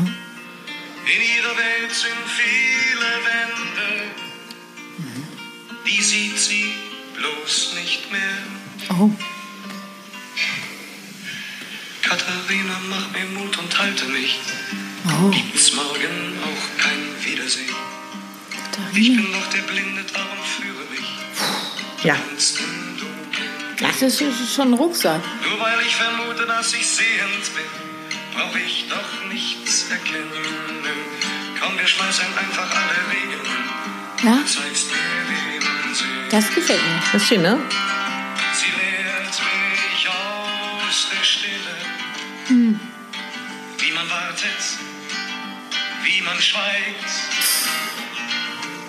In ihrer Welt sind viele Wände. Die sieht sie bloß nicht mehr.
Oh,
Katharina, mach mir Mut und halte mich.
oh,
Gibt's morgen auch kein Wiedersehen. Ich
Katharina.
bin noch der Blinde, darum führe mich.
Ja.
Ganz im Dunkeln.
Das ist, das ist schon ein Rucksack.
Nur weil ich vermute, dass ich sehend bin, brauch ich doch nichts erkennen. Komm, wir schmeißen einfach alle Regeln.
Ja,
Zeigst mir, wie man sieht.
das gefällt mir.
Das ist schön, ne?
Sie lehrt mich aus der Stille,
Hm.
wie man wartet, wie man schweigt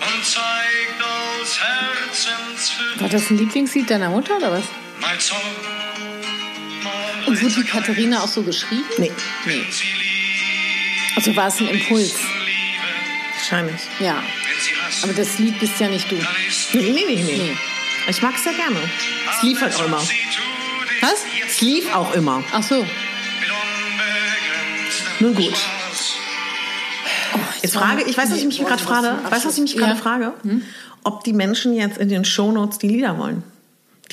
und zeigt aus Herzensfülle.
War das ein Lieblingslied deiner Mutter oder was?
Mal Zorn, mal
Und wurde die
Rittergeist.
Katharina auch so geschrieben?
Nee,
Wenn sie liebt,
Also war es ein Impuls.
ist Liebe.
wahrscheinlich.
Ja,
Wenn sie hasst,
aber das Lied bist ja nicht du.
dann ist
Nee, nee, nee, nee.
Nee.
Ich mag's sehr gerne. Es lief halt auch immer.
alles, was sie tut, ist
Was?
Es lief auch immer.
Ach so.
mit unbegrenztem
Nun gut.
Spaß.
Jetzt frage, ich weiß, was ich mich gerade frage. Weißt du, was ich mich gerade
Ja.
frage? Ob die Menschen jetzt in den Shownotes die Lieder wollen.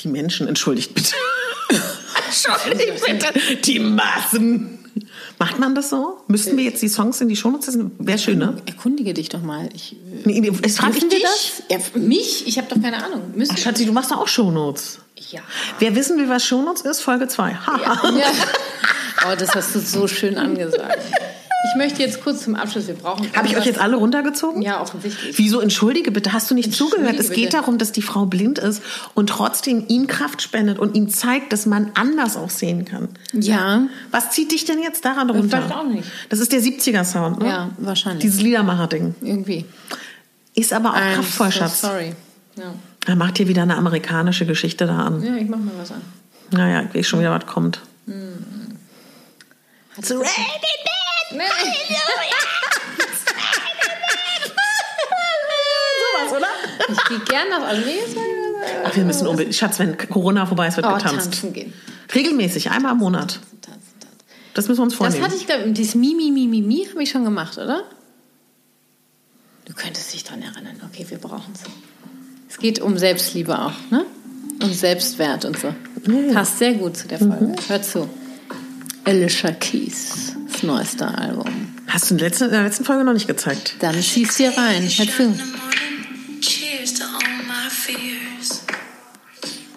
Die Menschen, entschuldigt bitte. [LAUGHS] entschuldigt bitte. Die Massen. Macht man das so? Müssten wir jetzt die Songs in die Shownotes setzen? Wäre schön, ne?
Erkundige dich doch mal. Ich,
Nee, nee, jetzt frage ich
Dürfen wir
dich.
das? Ja, für mich? Ich habe doch keine Ahnung. Müssen
Ach, Schatzi, du machst doch auch Shownotes.
Ja.
Wer wissen will, was Shownotes ist? Folge 2. [LAUGHS]
ja. Oh, das hast du so schön angesagt. Ich möchte jetzt kurz zum Abschluss. Wir brauchen.
Habe ich euch jetzt alle runtergezogen?
Also Ja, offensichtlich.
Wieso entschuldige bitte? Hast du nicht zugehört? Es
Entschuldige
geht
bitte.
darum, dass die Frau blind ist und trotzdem ihm Kraft spendet und ihm zeigt, dass man anders auch sehen kann.
Ja.
Was zieht dich denn jetzt daran runter?
weiß auch nicht.
Das ist der 70er-Sound, ne?
Ja, wahrscheinlich.
Dieses Liedermacher-Ding.
Irgendwie.
Ist aber auch
I'm
kraftvoll,
so
Schatz.
Sorry. Ja.
Er macht dir wieder eine amerikanische Geschichte da an.
ja, ich mach mal was an.
Naja, ich weiß schon wieder, was kommt.
Hm. It's raining men! Sowas, oder? Ich gehe gerne auf. Also, nee, jetzt mal-
Ach, wir müssen unbedingt. Schatz, wenn Corona vorbei ist, wird
Oh,
getanzt.
tanzen gehen.
Regelmäßig, einmal im Monat.
Tanzen, tanzen.
Das müssen wir uns
Das
vornehmen.
hatte ich, glaube ich, dieses Mi, Mi, Mi, Mi, Mi habe ich schon gemacht, oder? Du könntest dich daran erinnern. Okay, wir brauchen es. Es geht um Selbstliebe auch, ne? Und Selbstwert und so. Passt sehr gut zu der Folge. Hör zu. Alicia Keys, das neueste Album.
Hast du in der letzten, in der letzten Folge noch nicht gezeigt?
Dann schieß dir rein. Halt Hör zu.
Cheers to all my fears.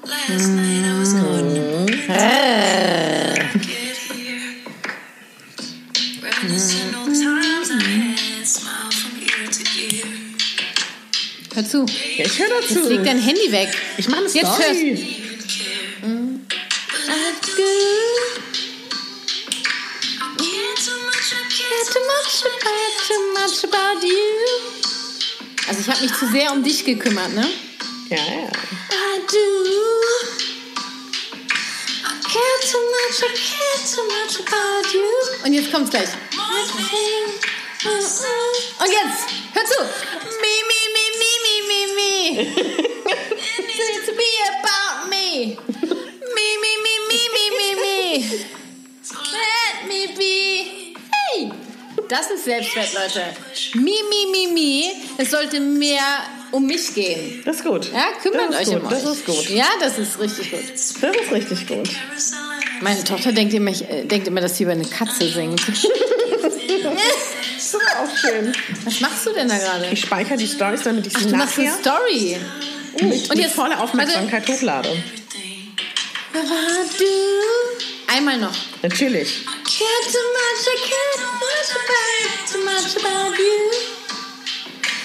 Last
Hm.
night I was going to get here. Reminiscing old times I had, smile from ear to ear.
Hör zu.
Ich höre
Jetzt leg dein Handy weg.
Ich mache eine
Jetzt
Story.
Even care. Care too much, I care too much about
Too much about you. Also ich habe mich zu sehr um dich gekümmert, ne?
Ja, ja.
I do. I care too much, I care too much about you.
Und jetzt kommt's gleich.
More things, myself.
Und jetzt, hör zu. Me, me, me, me, me,
[LAUGHS]
me, me. It needs to be about me. Me, me, me, me, me, me, me. Let me be. Hey! Das ist Selbstwert, Leute. Me, me, me, me. Es sollte mehr um mich gehen.
Das ist gut.
Ja, kümmert
das ist
euch
gut.
um euch.
Das ist gut.
Ja, das ist richtig gut.
Das ist richtig gut.
Meine Tochter denkt immer, ich, äh, denkt immer dass sie über eine Katze
[LAUGHS]
singt.
Das ist auch schön.
Was machst du denn da gerade?
Ich speichere die Stories, damit ich sie
Ach, du machst eine
nachher
Story.
mit,
Und
mit
jetzt-
voller Aufmerksamkeit hochlade.
Einmal noch.
Natürlich.
Care too much, I care too much about too much about you.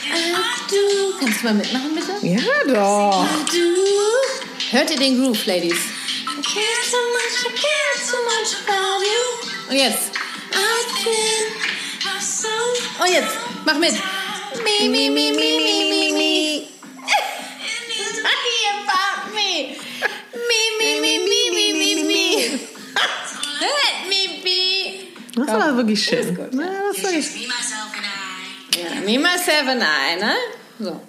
I do,
Kannst du mal mitmachen, bitte?
Ja, doch.
I do.
Hört ihr den Groove, Ladies?
I care too much, I care too much about you.
Und jetzt.
I can, I [LAUGHS]
Und jetzt, mach mit. Mi, mi, mi, mi, mi, mi, mi. It's only about me. Mi, mi, mi, mi, mi, mi, mi. Let me be.
Das war wirklich schön.
gut,
ja. das war echt.
Me, myself, and I.
Ja, me, myself and I, ne? So.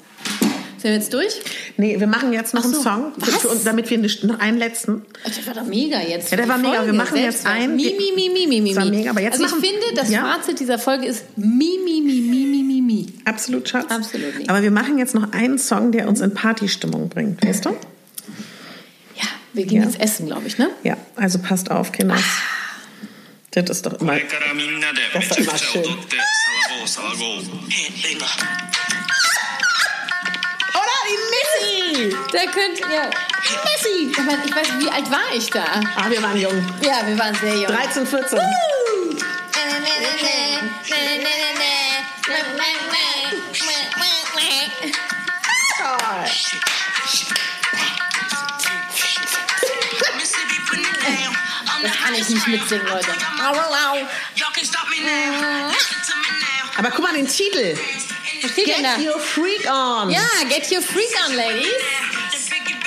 Sind wir jetzt durch?
Nee, wir machen jetzt noch
so.
einen Song, für,
Was?
für uns, damit wir nicht, noch einen letzten.
Oh, Der war doch mega jetzt.
Ja, der war
Die
mega. Wir
Folge
machen
selbst
jetzt
war-
einen.
Mi, mi, mi, mi, mi, mi.
Das war
mi.
mega, aber jetzt
also
machen-
ich finde, das
Ja.
Fazit dieser Folge ist mi, mi, mi, mi, mi, mi, mi.
Absolut, Schatz.
Absolut nicht.
Aber wir machen jetzt noch einen Song, der uns in Partystimmung bringt, weißt du?
Ja, wir gehen
Ja.
jetzt essen, glaube ich, ne?
Ja, also passt auf, Kinder. Das ist doch immer.
からみんなで
めちゃくちゃ踊って
騒ごう騒ごう
Da könnt ihr. Messi! Ich, meine, ich weiß, wie alt war ich da?
Ah, wir waren jung.
Ja, wir waren sehr jung.
13, 14.
[LAUGHS]
[LAUGHS]
Mississippi putting it down. I'm
Das
the
kann ich
hottest
nicht
man.
mitsingen, Leute.
Au, au, au. Y'all can stop me now. Listen to me now.
Aber guck mal den Titel.
Hm. Was steht denn da?
Get your freak on.
Ja, get your freak on, Ladies.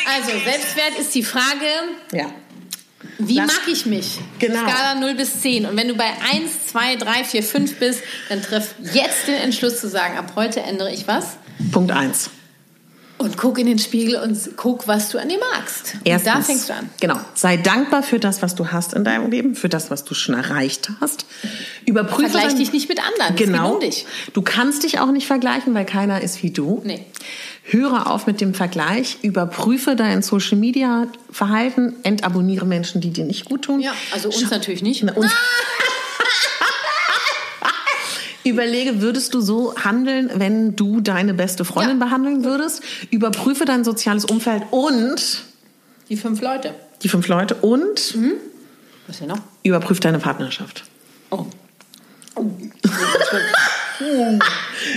Also, Selbstwert ist die Frage,
Ja.
wie
Lass-
mag ich mich?
Genau.
Skala 0 bis 10. Und wenn du bei 1, 2, 3, 4, 5 bist, dann triff jetzt den Entschluss zu sagen, ab heute ändere ich was.
Punkt 1.
Und guck in den Spiegel und guck, was du an dir magst. Und
Erstens,
da fängst du an.
Genau. Sei dankbar für das, was du hast in deinem Leben, für das, was du schon erreicht hast. Überprüfe.
Vergleich
dein-
dich nicht mit anderen. Es geht
Genau.
um dich.
Du kannst dich auch nicht vergleichen, weil keiner ist wie du.
Nee.
Höre auf mit dem Vergleich. Überprüfe dein Social Media Verhalten. Entabonniere Menschen, die dir nicht gut tun.
Ja, also uns natürlich nicht.
Na, uns- [LAUGHS] Überlege, würdest du so handeln, wenn du deine beste Freundin
Ja.
behandeln würdest? Überprüfe dein soziales Umfeld und
Die fünf Leute.
die fünf Leute und
Mhm. Was denn noch?
überprüf deine Partnerschaft.
Oh.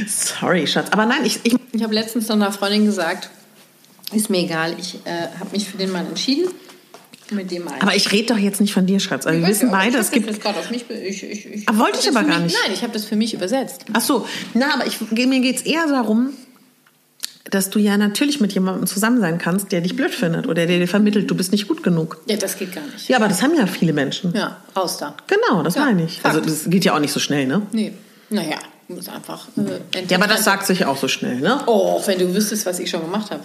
Sorry, Schatz. Aber nein, ich, ich
Ich habe letztens noch einer Freundin gesagt, ist mir egal, ich äh, habe mich für den Mann entschieden. Mit dem einen.
aber ich rede doch jetzt nicht von dir, Schatz. Aber wir wissen
Aber
beide,
ich
es
hab das
gibt.
jetzt gerade auf mich. be- Ich, ich, ich,
Ah, wollte
hab
ich
das
aber
für
gar
mich,
nicht.
Nein, ich habe das für mich übersetzt.
Ach so, na, aber ich, mir geht's eher darum, dass du ja natürlich mit jemandem zusammen sein kannst, der dich blöd findet oder der dir vermittelt, du bist nicht gut genug.
Ja, das geht gar nicht.
Ja, aber das haben ja viele Menschen.
Ja, raus da.
Genau, das
Ja,
meine ich.
Fakt.
Also das geht ja auch nicht so schnell, ne?
Nee, naja, muss einfach. Äh,
Ja, aber das sagt sich auch so schnell, ne?
Oh, wenn du wüsstest, was ich schon gemacht habe.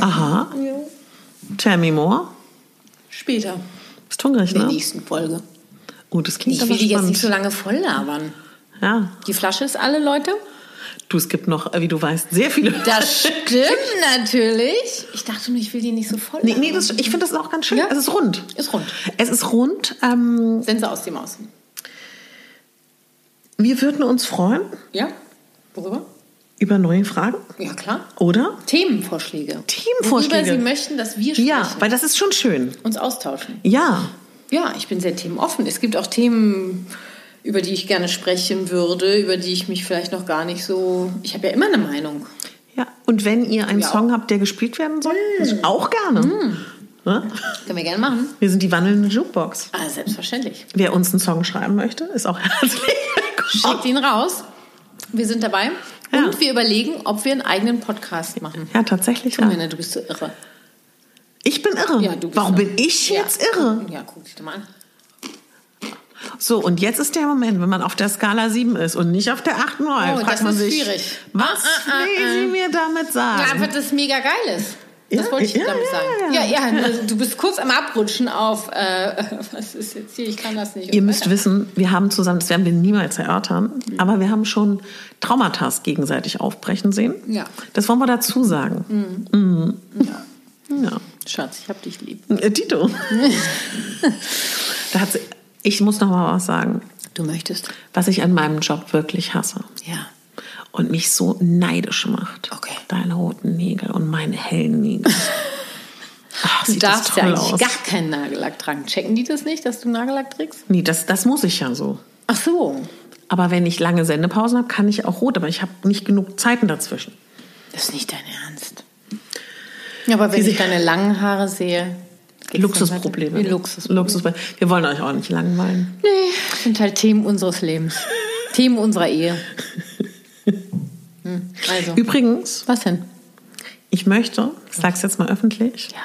Aha. Tell me more.
Später.
Bist hungrig,
In der
ne?
nächsten Folge.
Oh, das klingt
Ich
aber
will die jetzt
spannend.
nicht so lange voll labern.
ja.
Die Flasche ist alle, Leute.
Du, es gibt noch, wie du weißt, sehr viele.
[LAUGHS] Das stimmt natürlich. Ich dachte nur, ich will die nicht so voll
Nee,
labern.
nee das, ich finde das auch ganz schön.
Ja?
Es ist rund.
Ist rund.
Es ist rund. Ähm,
Sense aus dem Aus.
wir würden uns freuen
Ja? Worüber?
über neue Fragen,
Ja, klar.
oder?
Themenvorschläge.
Themenvorschläge.
Worüber Sie möchten, dass wir sprechen.
Ja, weil das ist schon schön.
uns austauschen.
Ja.
Ja, ich bin sehr themenoffen. Es gibt auch Themen, über die ich gerne sprechen würde, über die ich mich vielleicht noch gar nicht so. Ich habe ja immer eine Meinung.
ja. Und wenn ihr einen
Ja. Mm.
Song habt, der gespielt werden soll, ist auch gerne. Ne?
Können wir gerne machen.
Wir sind die wandelnde Jukebox.
Ah, selbstverständlich.
Wer uns einen Song schreiben möchte, ist
[LAUGHS]
auch herzlich willkommen.
Schickt ihn raus. Wir sind dabei.
Ja.
Und wir überlegen, ob wir einen eigenen Podcast machen.
Ja, tatsächlich. Ja.
Meine, du bist so irre.
Ich bin irre.
Ja, du bist
Warum
irre.
bin ich
Ja.
jetzt irre?
Ja, guck dich doch mal an.
So, und jetzt ist der Moment, wenn man auf der Skala 7 ist und nicht auf der 8, 9,
Oh,
fragt
das
man
ist
sich,
schwierig.
was
Ah, ah, ah,
will sie mir damit
Ja,
sagen?
einfach das mega Geiles. Das
Ah, Ja,
wollte ich
ja,
damit
ja,
sagen.
ja.
Ja, ja, also du bist kurz am Abrutschen auf, äh, [LAUGHS] was ist jetzt hier, ich kann das nicht.
Ihr
Und
müsst wissen, wir haben zusammen, das werden wir niemals erörtern,
Mhm.
aber wir haben schon Traumata gegenseitig aufbrechen sehen.
Ja.
Das wollen wir dazu sagen. Mhm. Ja.
Schatz, ich hab dich lieb.
Äh,
[LAUGHS]
Tito. da hat sie, ich muss noch mal was sagen,
Du möchtest?
was ich an meinem Job wirklich hasse
Ja.
und mich so neidisch macht.
Okay.
Deine roten Nägel und meine hellen
[LAUGHS]
Nägel. Ach,
Du
sieht das
darfst ja
toll
eigentlich
aus.
gar keinen Nagellack tragen. Checken die das nicht, dass du Nagellack trägst?
Nee, das, das muss ich ja so.
Ach so.
Aber wenn ich lange Sendepausen habe, kann ich auch rot, aber ich habe nicht genug Zeiten dazwischen.
Das ist nicht dein Ernst. Ja, aber wenn
Diese-
ich deine langen Haare sehe. geht's
Luxusprobleme.
dann weiter? Luxus.
Luxusprobleme. Wir wollen euch auch nicht langweilen.
Nee, das sind halt Themen unseres Lebens. Themen unserer Ehe. Hm, Also,
Übrigens,
was denn?
ich möchte, ich sag's jetzt mal öffentlich,
Ja.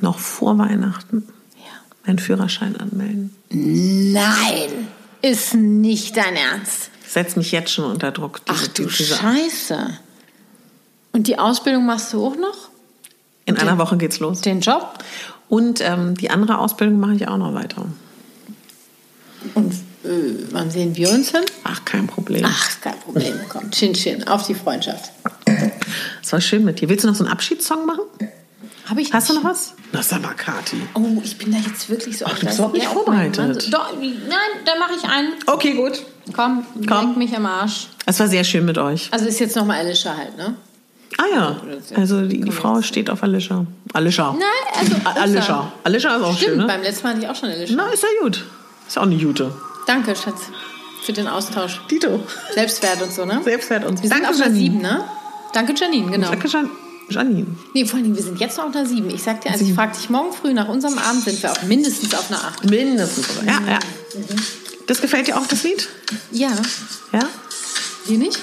noch vor Weihnachten
ja.
meinen Führerschein anmelden.
Nein, ist nicht dein Ernst.
Ich setz mich jetzt schon unter Druck. diese-
Ach du
diese-
Scheiße. Und die Ausbildung machst du auch noch?
In einer Woche geht's los.
Den Job?
Und ähm, die andere Ausbildung mache ich auch noch weiter.
Und äh, wann sehen wir uns hin?
Ach, kein Problem.
Ach, kein Problem. Komm, chin chin, auf die Freundschaft.
Es war schön mit dir. Willst du noch so einen Abschiedssong machen?
Habe ich
Hast du
nicht.
noch was? Na, sag mal, Kathi.
Oh, ich bin da jetzt wirklich so
Ach, du bist überhaupt nicht
Ja, auf meinen
vorbereitet.
Mann. Doch, nein, da mache ich einen.
Okay, gut.
Komm,
Komm.
leck mich am Arsch.
Es war sehr schön mit euch.
Also ist jetzt nochmal Alicia halt, ne?
Ah ja, also die, die Frau steht auf Alicia. Alicia.
Nein, also
A- Alicia. Alicia ist auch
Stimmt,
schön, ne?
beim letzten Mal hatte ich auch schon Alicia.
Na, ist ja gut. Ist auch eine Jute.
Danke, Schatz, für den Austausch.
Dito.
Selbstwert und so, ne?
Selbstwert und so.
Wir sind
Danke,
auf einer
Janine.
7, ne? Danke, Janine, genau.
Danke, Jan Janine.
Nee, vor allem, wir sind jetzt noch auf einer 7. Ich sag dir, also ich frag dich morgen früh nach unserem Abend, sind wir auch mindestens auf einer 8.
Mindestens. Ja, ja. Das gefällt dir auch, das Lied?
Ja,
Ja?
dir nicht?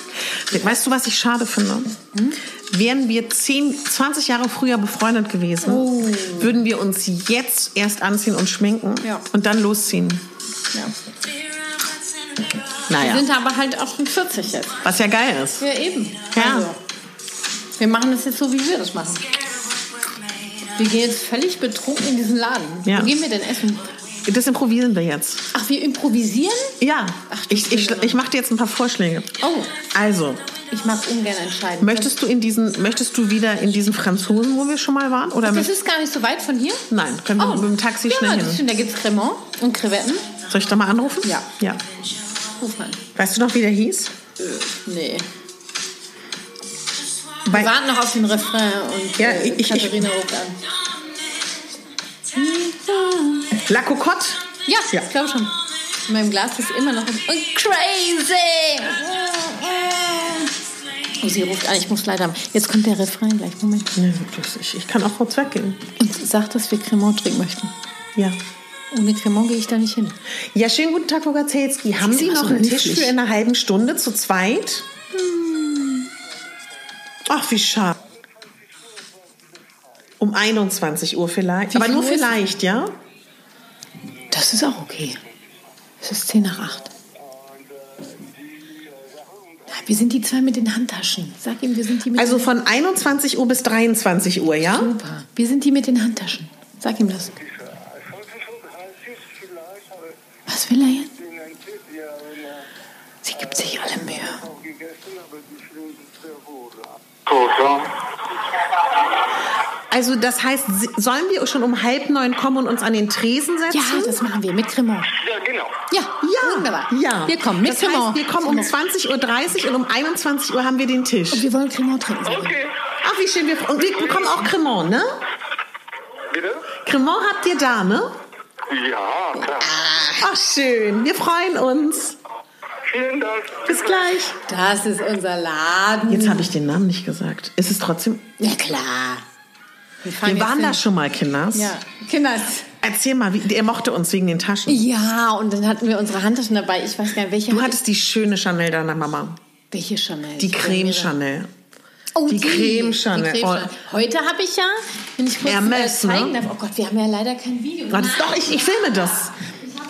Weißt du, was ich schade finde? Wären wir 10, 20 Jahre früher befreundet gewesen,
Oh.
würden wir uns jetzt erst anziehen und schminken
Ja.
und dann losziehen.
Ja.
Ah
Wir
Naja,
sind aber halt auch schon 40 jetzt.
was ja geil ist.
Ja, eben.
Ja.
Also, wir machen das jetzt so, wie wir das machen. Wir gehen jetzt völlig betrunken in diesen Laden.
Ja.
Wo gehen wir denn essen?
Das improvisieren wir jetzt.
Ach, wir improvisieren?
Ja,
Ach, du
ich, ich,
Schöne.
ich mache dir jetzt ein paar Vorschläge.
Oh,
Also,
ich mag ungern entscheiden.
möchtest du, in diesen, möchtest du wieder in diesen Franzosen, wo wir schon mal waren? Oder
das
mit,
ist gar nicht so weit von hier.
nein, können wir mit dem Taxi
Oh. ja,
schnell
das
hin?
stimmt. Da gibt es Cremant und Crevetten.
Soll ich da mal anrufen?
Ja.
ja.
Ruf mal. Äh,
Weißt du noch, wie der hieß?
Nee.
Bei-
Wir warten noch auf den Refrain und
Ja,
äh,
ich- ich-
Katharina ruft an.
La Cocotte?
Ja,
Ja.
ich glaube schon. In meinem Glas ist immer noch ein und crazy. Oh, sie ruft an, ich muss leider. Jetzt kommt der Refrain gleich. Moment.
Nee, das- ich, ich kann auch kurz weggehen.
Und sie sagt, dass wir Cremant trinken möchten.
Ja.
Ohne Cremant gehe ich da nicht hin.
Ja, schönen guten Tag, Rogazelski. Haben Sie
immer
noch
so
einen Tisch
also höflich.
für in einer halben Stunde zu zweit?
Hm.
Ach, wie schade. Um 21 Uhr vielleicht.
Wie
Aber nur
viel Uhr ist-
vielleicht, ja?
Das ist auch okay. Es ist 10 nach 8. Wir sind die zwei mit den Handtaschen. Sag ihm, wir sind die mit Mhm.
Also
den
von 21 Uhr bis 23 Uhr, ja?
Super. Wir sind die mit den Handtaschen. Sag ihm das. Was will er jetzt? Sie gibt sich alle Mühe.
Also das heißt, si- sollen wir schon um halb neun kommen und uns an den Tresen setzen?
Ja, das machen wir mit Cremant.
Ja, genau.
Ja,
ja,
wunderbar.
ja.
Wir kommen mit
das heißt,
Cremant.
wir kommen um 20.30 Uhr und um 21 Uhr haben wir den Tisch.
wir wollen Cremant trinken. Sabine.
Okay.
Ach, wie schön. Wir, und wir bekommen auch Cremant, ne?
Bitte?
Cremant habt ihr da, ne?
Ja, klar.
Ach, schön. Wir freuen uns.
Vielen Dank.
Bis gleich.
Das ist unser Laden.
Jetzt habe ich den Namen nicht gesagt. Ist es trotzdem...
Ja, klar. Wir, fahren
Wir
jetzt
waren
hin.
da schon mal, Kinders.
Ja, Kinders.
Erzähl mal, wie, er mochte uns wegen den Taschen.
Ja, und dann hatten wir unsere Handtaschen dabei. Ich weiß gar nicht, welche.
Du hattest die schöne Chanel deiner Mama.
welche Chanel?
Die
Ich bin
Creme
mir-
Chanel.
Oh,
Die Creme Chanel.
Die Creme Chanel. Heute habe ich ja, wenn ich kurz
Hermes,
äh, zeigen
ne?
darf, oh Gott, wir haben ja leider kein Video.
Warte,
Nein.
doch, ich, ich filme das.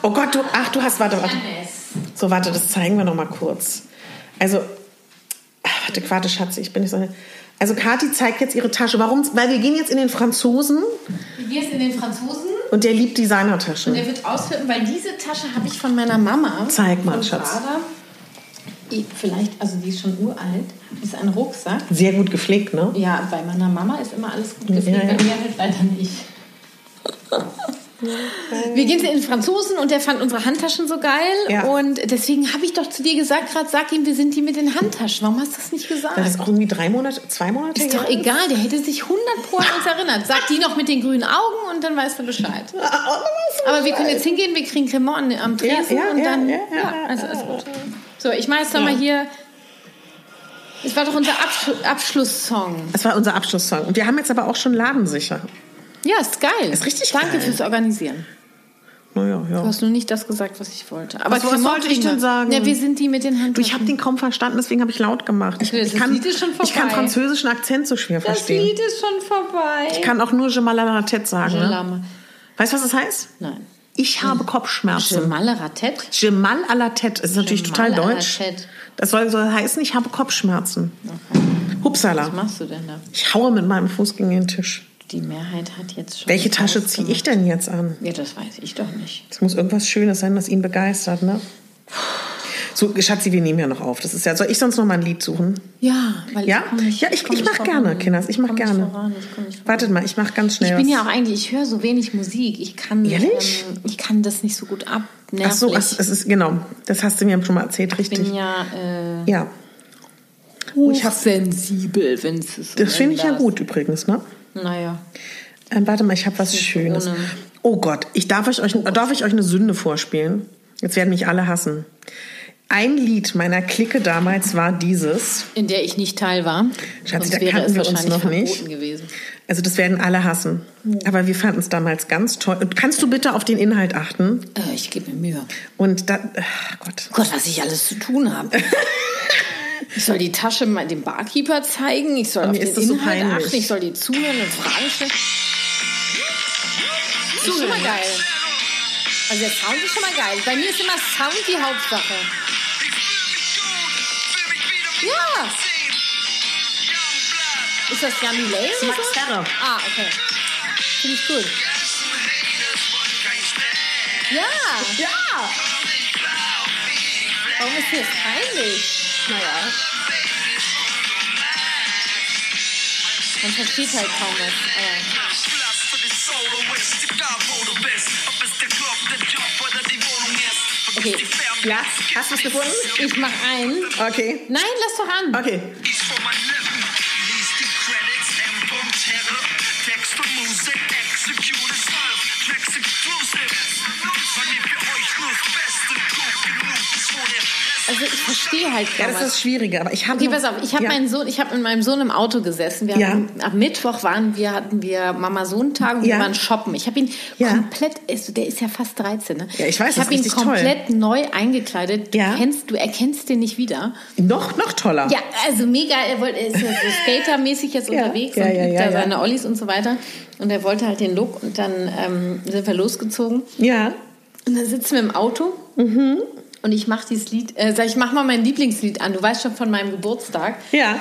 Oh Gott, du... Ach, du hast... Warte, warte.
Hermes.
So, warte, das zeigen wir noch mal kurz. Also, ach, warte, warte, Schatzi, ich bin nicht so... Also, Kathi zeigt jetzt ihre Tasche. Warum? Weil wir gehen jetzt in den Franzosen
Du gehst in den Franzosen
und der liebt
und
Designertaschen.
der wird ausflippen, weil diese Tasche habe ich von meiner Mama.
Zeig mal,
Von
Schatz.
Prada. Eh, Vielleicht, also die ist schon uralt. Ist ein Rucksack.
Sehr gut gepflegt, ne?
Ja, bei meiner Mama ist immer alles gut gepflegt,
Ja, ja.
bei mir halt leider nicht. Wir gehen zu den Franzosen und der fand unsere Handtaschen so geil.
Ja.
Und deswegen habe ich doch zu dir gesagt, gerade sag ihm, wir sind die mit den Handtaschen. Warum hast du das nicht gesagt?
Weil das auch irgendwie drei Monate, zwei Monate
Ah, ist doch
her
egal, der hätte sich 100 Pro an uns erinnert. Sag die noch mit den grünen Augen und dann weißt du Bescheid. Aber wir können jetzt hingehen, wir kriegen Cremant am Tresen
Ja, ja,
und
ja,
dann.
ja,
Ja,
ja, ja,
also alles gut. So, ich mache jetzt nochmal hier. Es war doch unser Abschlu Abschlusssong.
Das war unser Abschlusssong. Und wir haben jetzt aber auch schon ladensicher.
Ja, ist geil.
Ist richtig
Danke
geil.
fürs Organisieren.
Naja, ja.
Du hast nur nicht das gesagt, was ich wollte. Aber
Was- Also, was
Klamot
sollte ich
kriegen wir.
denn sagen?
Ja, wir sind die mit den
Du,
Handtüchern.
ich habe den kaum verstanden, deswegen habe ich laut gemacht. Ich,
Das
ich, kann,
Lied ist schon
ich kann
vorbei.
französischen Akzent so schwer
das
verstehen.
Lied ist schon vorbei.
Ich kann auch nur Je Malalatet sagen.
Je
Ne?
lame.
Weißt du, was das heißt?
Nein.
Ich
Hm.
habe Kopfschmerzen.
Schemale Ratett?
Jemal Alatet ist natürlich
Je
total
mal à la
deutsch.
tête.
Das soll, soll heißen, ich habe Kopfschmerzen.
Was
Hupsala.
machst du denn da?
Ich haue mit meinem Fuß gegen den Tisch.
Die Mehrheit hat jetzt schon.
Welche Tasche ziehe ich denn jetzt an?
Ja, das weiß ich doch nicht.
Es muss irgendwas Schönes sein, das ihn begeistert, ne? So, Schatzi, wir nehmen ja noch auf. Das ist ja, soll ich sonst noch mal ein Lied suchen?
Ja, weil
Ja?
ich komm nicht,
ja, ich,
komm
ich,
nicht
mach
voran.
gerne, Kinders. Ich mach
komm nicht
gerne.
voran, ich komm nicht voran.
Wartet mal, ich mach ganz schnell.
Ich bin
was.
ja auch eigentlich, ich höre so wenig Musik. Ich kann,
Ehrlich?
Ähm, ich kann das nicht so gut ab.
Ach
Nervlich.
so, ach, es ist, genau. Das hast du mir schon mal erzählt,
ich
richtig.
bin ja äh,
ja. Oh, ich hab,
hochsensibel, wenn es ist.
das finde ich ja gut übrigens, ne?
Naja.
Ähm, warte mal, ich habe was Schönes.
ohne.
Oh Gott, ich darf, euch,
Oh
euch, darf ich euch eine Sünde vorspielen? Jetzt werden mich alle hassen. Ein Lied meiner Clique damals war dieses.
In der ich nicht teil war.
Schatzi,
Sonst
da
wäre
kannten
es
wir uns
wahrscheinlich
noch
verboten
nicht.
gewesen.
Also das werden alle hassen. Aber wir fanden es damals ganz toll. Und kannst du bitte auf den Inhalt achten?
Äh, ich gebe mir Mühe. Oh
Und da, ach Gott.
Gott, was ich alles zu tun habe. Ich soll die Tasche mal dem Barkeeper zeigen. Ich soll auf
Mir
den
ist das so
Inhalt
peinlich.
achten. Ich soll die zuhören und Fragen stellen. Ist schon mal geil. Also der Sound ist schon mal geil. Bei mir ist immer Sound die Hauptsache. Ja. Ist das Yummy Lay oder
Max
so?
Herre.
Ah, okay. Finde ich gut. Ja. Ja. Warum ist mir das peinlich? Naja. Man versteht halt kaum was. aber- Okay.
[LAUGHS] Ja, hast du es gefunden?
Ich mach ein.
Okay.
Nein, lass doch an.
Okay.
Also ich verstehe halt
Ja,
kaum
das
was.
ist das Schwierige. Aber ich habe.
Okay,
noch-
pass auf. Ich habe
Genau. ja.
meinen Sohn, ich habe mit meinem Sohn im Auto gesessen. Wir
Ja.
haben, am Mittwoch waren wir, hatten wir Mama-Sohn-Tag und
Ja.
wir waren shoppen. Ich habe ihn
Ja.
komplett, also der ist ja fast 13, ne?
Ja, ich weiß,
Ich
das
habe
ist
ihn
richtig toll.
komplett neu eingekleidet. Du,
Ja.
kennst, du erkennst den nicht wieder.
Noch, noch toller.
Ja, also mega, er wollte, er ist ja so skatermäßig
[LAUGHS]
jetzt
Ja,
unterwegs
ja,
und
ja,
übt
ja,
da
ja.
seine Ollis und so weiter. Und er wollte halt den Look und dann ähm, sind wir losgezogen.
Ja.
Und dann sitzen wir im Auto
Mhm.
und ich mache dieses Lied, äh, sag ich, mach mal mein Lieblingslied an. Du weißt schon von meinem Geburtstag.
Ja.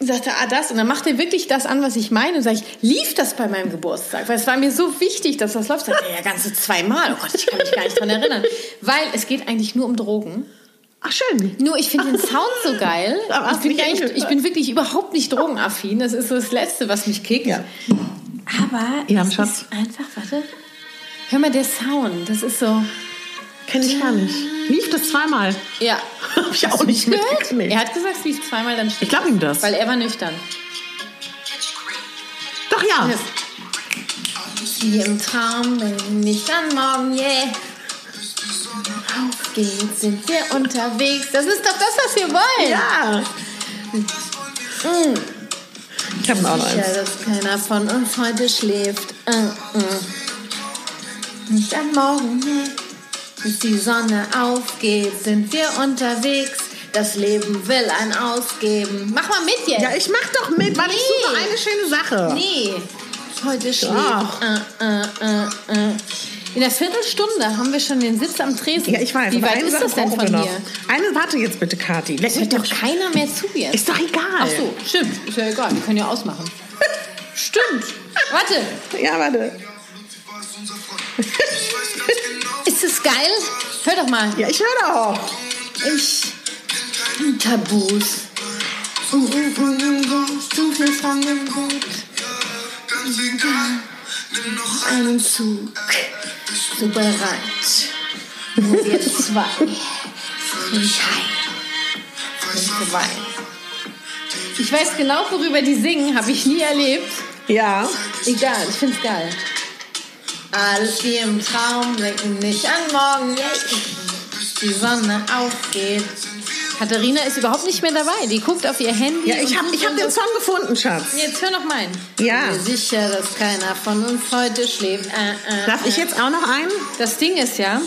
Und sagte, ah, das. Und dann macht er wirklich das an, was ich meine. Und sag ich, lief das bei meinem Geburtstag? Weil es war mir so wichtig, dass das läuft. Sagt er, ja, ganze zweimal. Oh Gott, ich kann mich gar nicht dran erinnern. Weil es geht eigentlich nur um Drogen.
Ach, schön.
Nur ich finde den Sound so geil.
[LAUGHS] Aber hast
Ich bin,
nicht
gar nicht,
angehört.
ich bin wirklich überhaupt nicht drogenaffin. Das ist so das Letzte, was mich kickt.
Ja.
Aber
Ja,
es
Schatz.
ist einfach, warte. Hör mal, der Sound, das ist so.
Kenn ich gar nicht. Lief das zweimal?
Ja.
[LAUGHS] Hab ich auch nicht
Gehört?
mitgekriegt.
Er hat gesagt, es lief zweimal, dann stimmt
Ich glaub ihm das.
Weil er war nüchtern.
Doch ja.
Wie im Traum, wenn nicht am Morgen, yeah. Auf geht's, sind wir unterwegs. Das ist doch das, was wir wollen.
Ja.
Mm.
Ich habe auch noch
Sicher,
eins.
dass keiner von uns heute schläft. Äh, äh. Nicht am Morgen, yeah. Bis die Sonne aufgeht, sind wir unterwegs. Das Leben will ein Ausgeben. Mach mal mit jetzt.
Ja, ich mach doch mit. Warte, ich
Nee.
suche eine schöne Sache.
Nee, heute schläft.
Doch.
Äh, äh, äh, äh. In der Viertelstunde haben wir schon den Sitz am Tresen.
Ja, ich weiß.
Wie
aber
weit
eine
ist
Sache
das denn
brauchen
von
wir
hier?
noch. Eine, warte jetzt bitte, Kathi. Leck
Es
mich
hört
doch.
doch keiner mehr zu jetzt.
Ist doch egal.
Ach so, stimmt. Ist ja egal, wir können
[LAUGHS]
ja ausmachen. stimmt. Warte,
Ja, warte.
ist es geil? Hör doch mal.
Ja, ich höre auch.
Ich. Tabus. Zu viel von dem Gut. Einen Zug. So bereit. Nur wir zwei. Frischheit. Und Gewalt. Ich weiß genau, worüber die singen, habe ich nie erlebt.
Ja.
Egal, ich find's geil. Alles wie im Traum, denken nicht an morgen. yay. Bis die Sonne aufgeht, Katharina ist überhaupt nicht mehr dabei. Die guckt auf ihr Handy.
Ja, ich
und
habe ich hab den Song gefunden, Schatz.
Jetzt hör noch meinen.
Ja.
Ich bin mir sicher, dass keiner von uns heute schläft. Äh, äh,
Darf ich
äh.
jetzt auch noch einen?
Das Ding ist ja,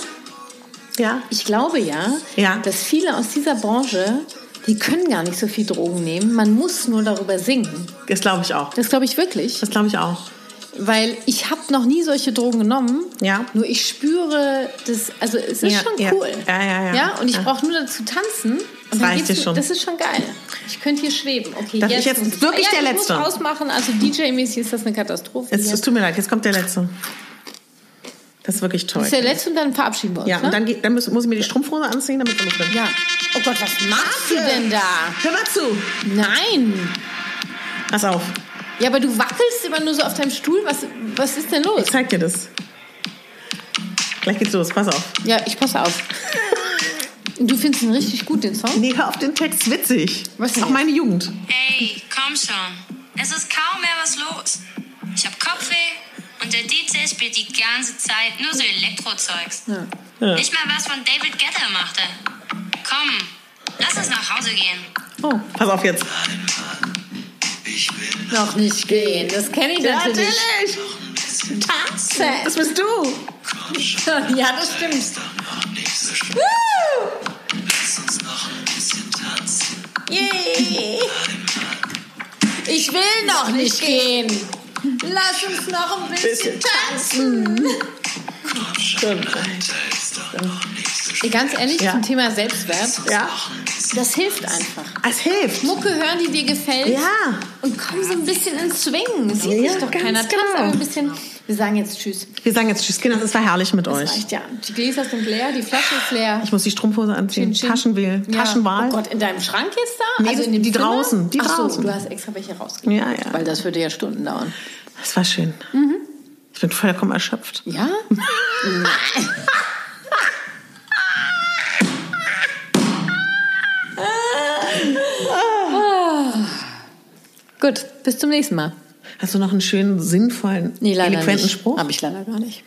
Ja.
ich glaube ja,
Ja.
dass viele aus dieser Branche, die können gar nicht so viel Drogen nehmen. Man muss nur darüber singen.
Das glaube ich auch.
Das glaube ich wirklich.
Das glaube ich auch.
Weil ich habe noch nie solche Drogen genommen.
Ja.
Nur ich spüre das, also es ist
Ja,
schon
ja.
cool.
Ja, ja, ja.
ja und ich
Ja.
brauche nur dazu tanzen. Und
Das
dann
reicht
geht's
dir
mir-
schon.
Das ist schon geil. Ich könnte hier schweben. Okay,
Das ist jetzt
muss ich-
wirklich
ja,
der
ich
letzte.
Muss ausmachen. Also DJ-mäßig ist das eine Katastrophe.
Jetzt,
hier.
es tut mir leid, jetzt kommt der letzte. Das ist wirklich toll.
das ist der letzte und dann verabschieden wir uns.
ja,
ne?
und dann, geht- dann muss, muss ich mir die Strumpfhose anziehen, damit wir mit drin.
ja. Oh Gott, was machst du denn da?
Hör mal zu.
Nein.
Pass auf,
Ja, aber du wackelst immer nur so auf deinem Stuhl. Was, was ist denn los?
ich zeig dir das. Gleich geht's los, pass auf.
Ja, ich passe
[LAUGHS]
auf. Du findest ihn richtig gut, den Song?
Nee, hör auf den Text, witzig.
Was denn
auch
jetzt?
meine Jugend.
Ey, komm schon. Es ist kaum mehr was los. Ich hab Kopfweh und der DJ spielt die ganze Zeit nur so Elektrozeugs.
Ja.
Nicht mal was von David Guetta machte. Komm, lass uns nach Hause gehen.
Oh, pass auf jetzt.
Ich will
Noch nicht gehen. Das kenne ich natürlich.
Das bist du.
[LAUGHS] Ja, das stimmt. Yay. Ich will noch nicht gehen. Lass uns noch ein bisschen tanzen. Ganz ehrlich,
Ja.
zum Thema Selbstwert,
Ja,
das hilft einfach.
es hilft.
Mucke hören, die dir gefällt.
Ja.
Und komm so ein bisschen ins Swingen. Sieht
Ja,
sich doch
ganz
keiner. Tanz
genau.
aber ein bisschen. Wir sagen jetzt Tschüss.
Wir sagen jetzt Tschüss, Kinder, es war herrlich mit
Das
euch.
reicht ja. Die Gläser sind leer, die Flasche ist leer.
Ich muss die Strumpfhose anziehen.
Chin, chin.
Taschenwähl,
Ja.
Taschenwahl.
Oh Gott, in deinem Schrank jetzt da?
Nee,
also
das-
in dem
die
Zimmer?
draußen, die
Ach so,
draußen.
du hast extra welche rausgegeben.
Ja, ja.
Weil das würde ja Stunden dauern.
Das war schön.
Mhm.
Ich bin vollkommen erschöpft.
Ja? [LAUGHS] Ah. Gut, bis zum nächsten Mal.
Hast du noch einen schönen, sinnvollen,
Nee, leider
eloquenten
nicht.
Spruch?
Habe ich leider gar nicht.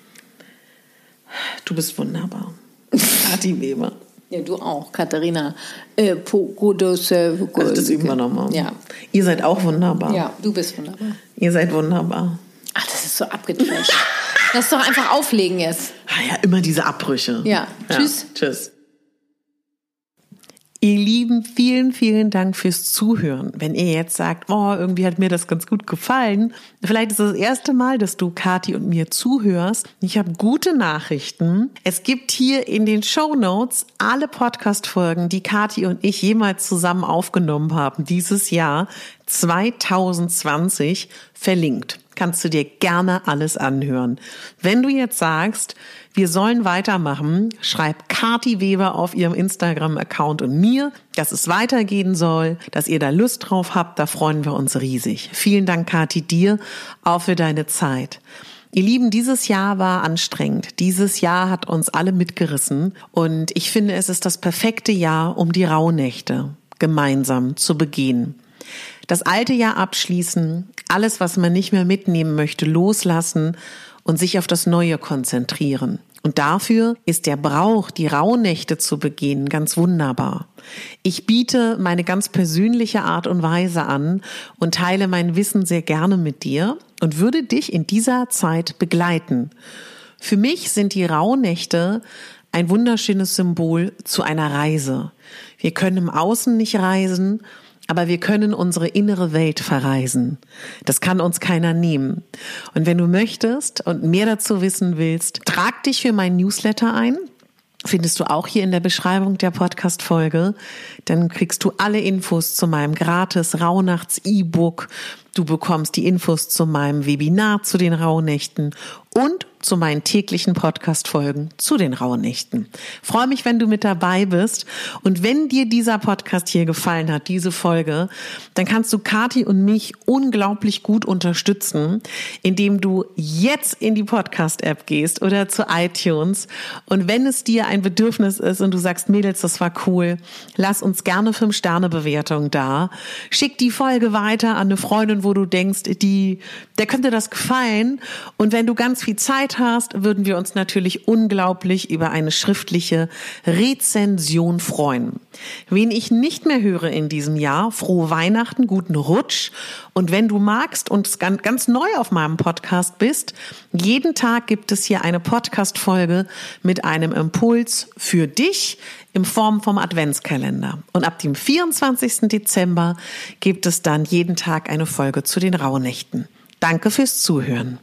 Du bist
[LAUGHS]
wunderbar. Adi Weber.
Ja, du auch, Katharina. Äh, Pogodose,
Also das üben wir nochmal.
Ja.
Ihr seid auch wunderbar.
ja, du bist wunderbar.
Ihr seid wunderbar.
Ach, das ist so abgetrasht. Lass doch einfach auflegen jetzt.
Ah ja, immer diese Abbrüche.
Ja. Tschüss.
Tschüss. Ihr Lieben, vielen, vielen Dank fürs Zuhören. Wenn ihr jetzt sagt, oh, irgendwie hat mir das ganz gut gefallen, vielleicht ist es das erste Mal, dass du Kati und mir zuhörst. Ich habe gute Nachrichten. Es gibt hier in den Show Notes alle Podcast-Folgen, die Kati und ich jemals zusammen aufgenommen haben, dieses Jahr 2020 verlinkt kannst du dir gerne alles anhören. Wenn du jetzt sagst, wir sollen weitermachen, schreib Kati Weber auf ihrem Instagram-Account und mir, dass es weitergehen soll, dass ihr da Lust drauf habt, da freuen wir uns riesig. Vielen Dank, Kati, dir auch für deine Zeit. Ihr Lieben, dieses Jahr war anstrengend. Dieses Jahr hat uns alle mitgerissen und ich finde, es ist das perfekte Jahr, um die Rauhnächte gemeinsam zu begehen. Das alte Jahr abschließen, alles, was man nicht mehr mitnehmen möchte, loslassen und sich auf das Neue konzentrieren. Und dafür ist der Brauch, die Rauhnächte zu begehen, ganz wunderbar. Ich biete meine ganz persönliche Art und Weise an und teile mein Wissen sehr gerne mit dir und würde dich in dieser Zeit begleiten. Für mich sind die Rauhnächte ein wunderschönes Symbol zu einer Reise. Wir können im Außen nicht reisen, aber wir können unsere innere Welt verreisen. Das kann uns keiner nehmen. Und wenn du möchtest und mehr dazu wissen willst, trag dich für meinen Newsletter ein findest du auch hier in der Beschreibung der Podcast-Folge. Dann kriegst du alle Infos zu meinem gratis Rauhnachts-E-Book. Du bekommst die Infos zu meinem Webinar zu den Rauhnächten und zu meinen täglichen Podcast-Folgen zu den Rauhnächten. Freue mich, wenn du mit dabei bist. Und wenn dir dieser Podcast hier gefallen hat, diese Folge, dann kannst du Kati und mich unglaublich gut unterstützen, indem du jetzt in die Podcast-App gehst oder zu iTunes. Und wenn es dir ein Bedürfnis ist und du sagst, Mädels, das war cool, lass uns gerne fünf Sterne Bewertung da. Schick die Folge weiter an eine Freundin, wo du denkst, die, der könnte das gefallen. Und wenn du ganz viel Zeit hast, würden wir uns natürlich unglaublich über eine schriftliche Rezension freuen. Wen ich nicht mehr höre in diesem Jahr, frohe Weihnachten, guten Rutsch. Und wenn du magst und gan- ganz neu auf meinem Podcast bist, jeden Tag gibt es hier eine Podcast-Folge mit einem Impuls für dich in Form vom Adventskalender. Und ab dem 24. Dezember gibt es dann jeden Tag eine Folge zu den Rauhnächten. Danke fürs Zuhören.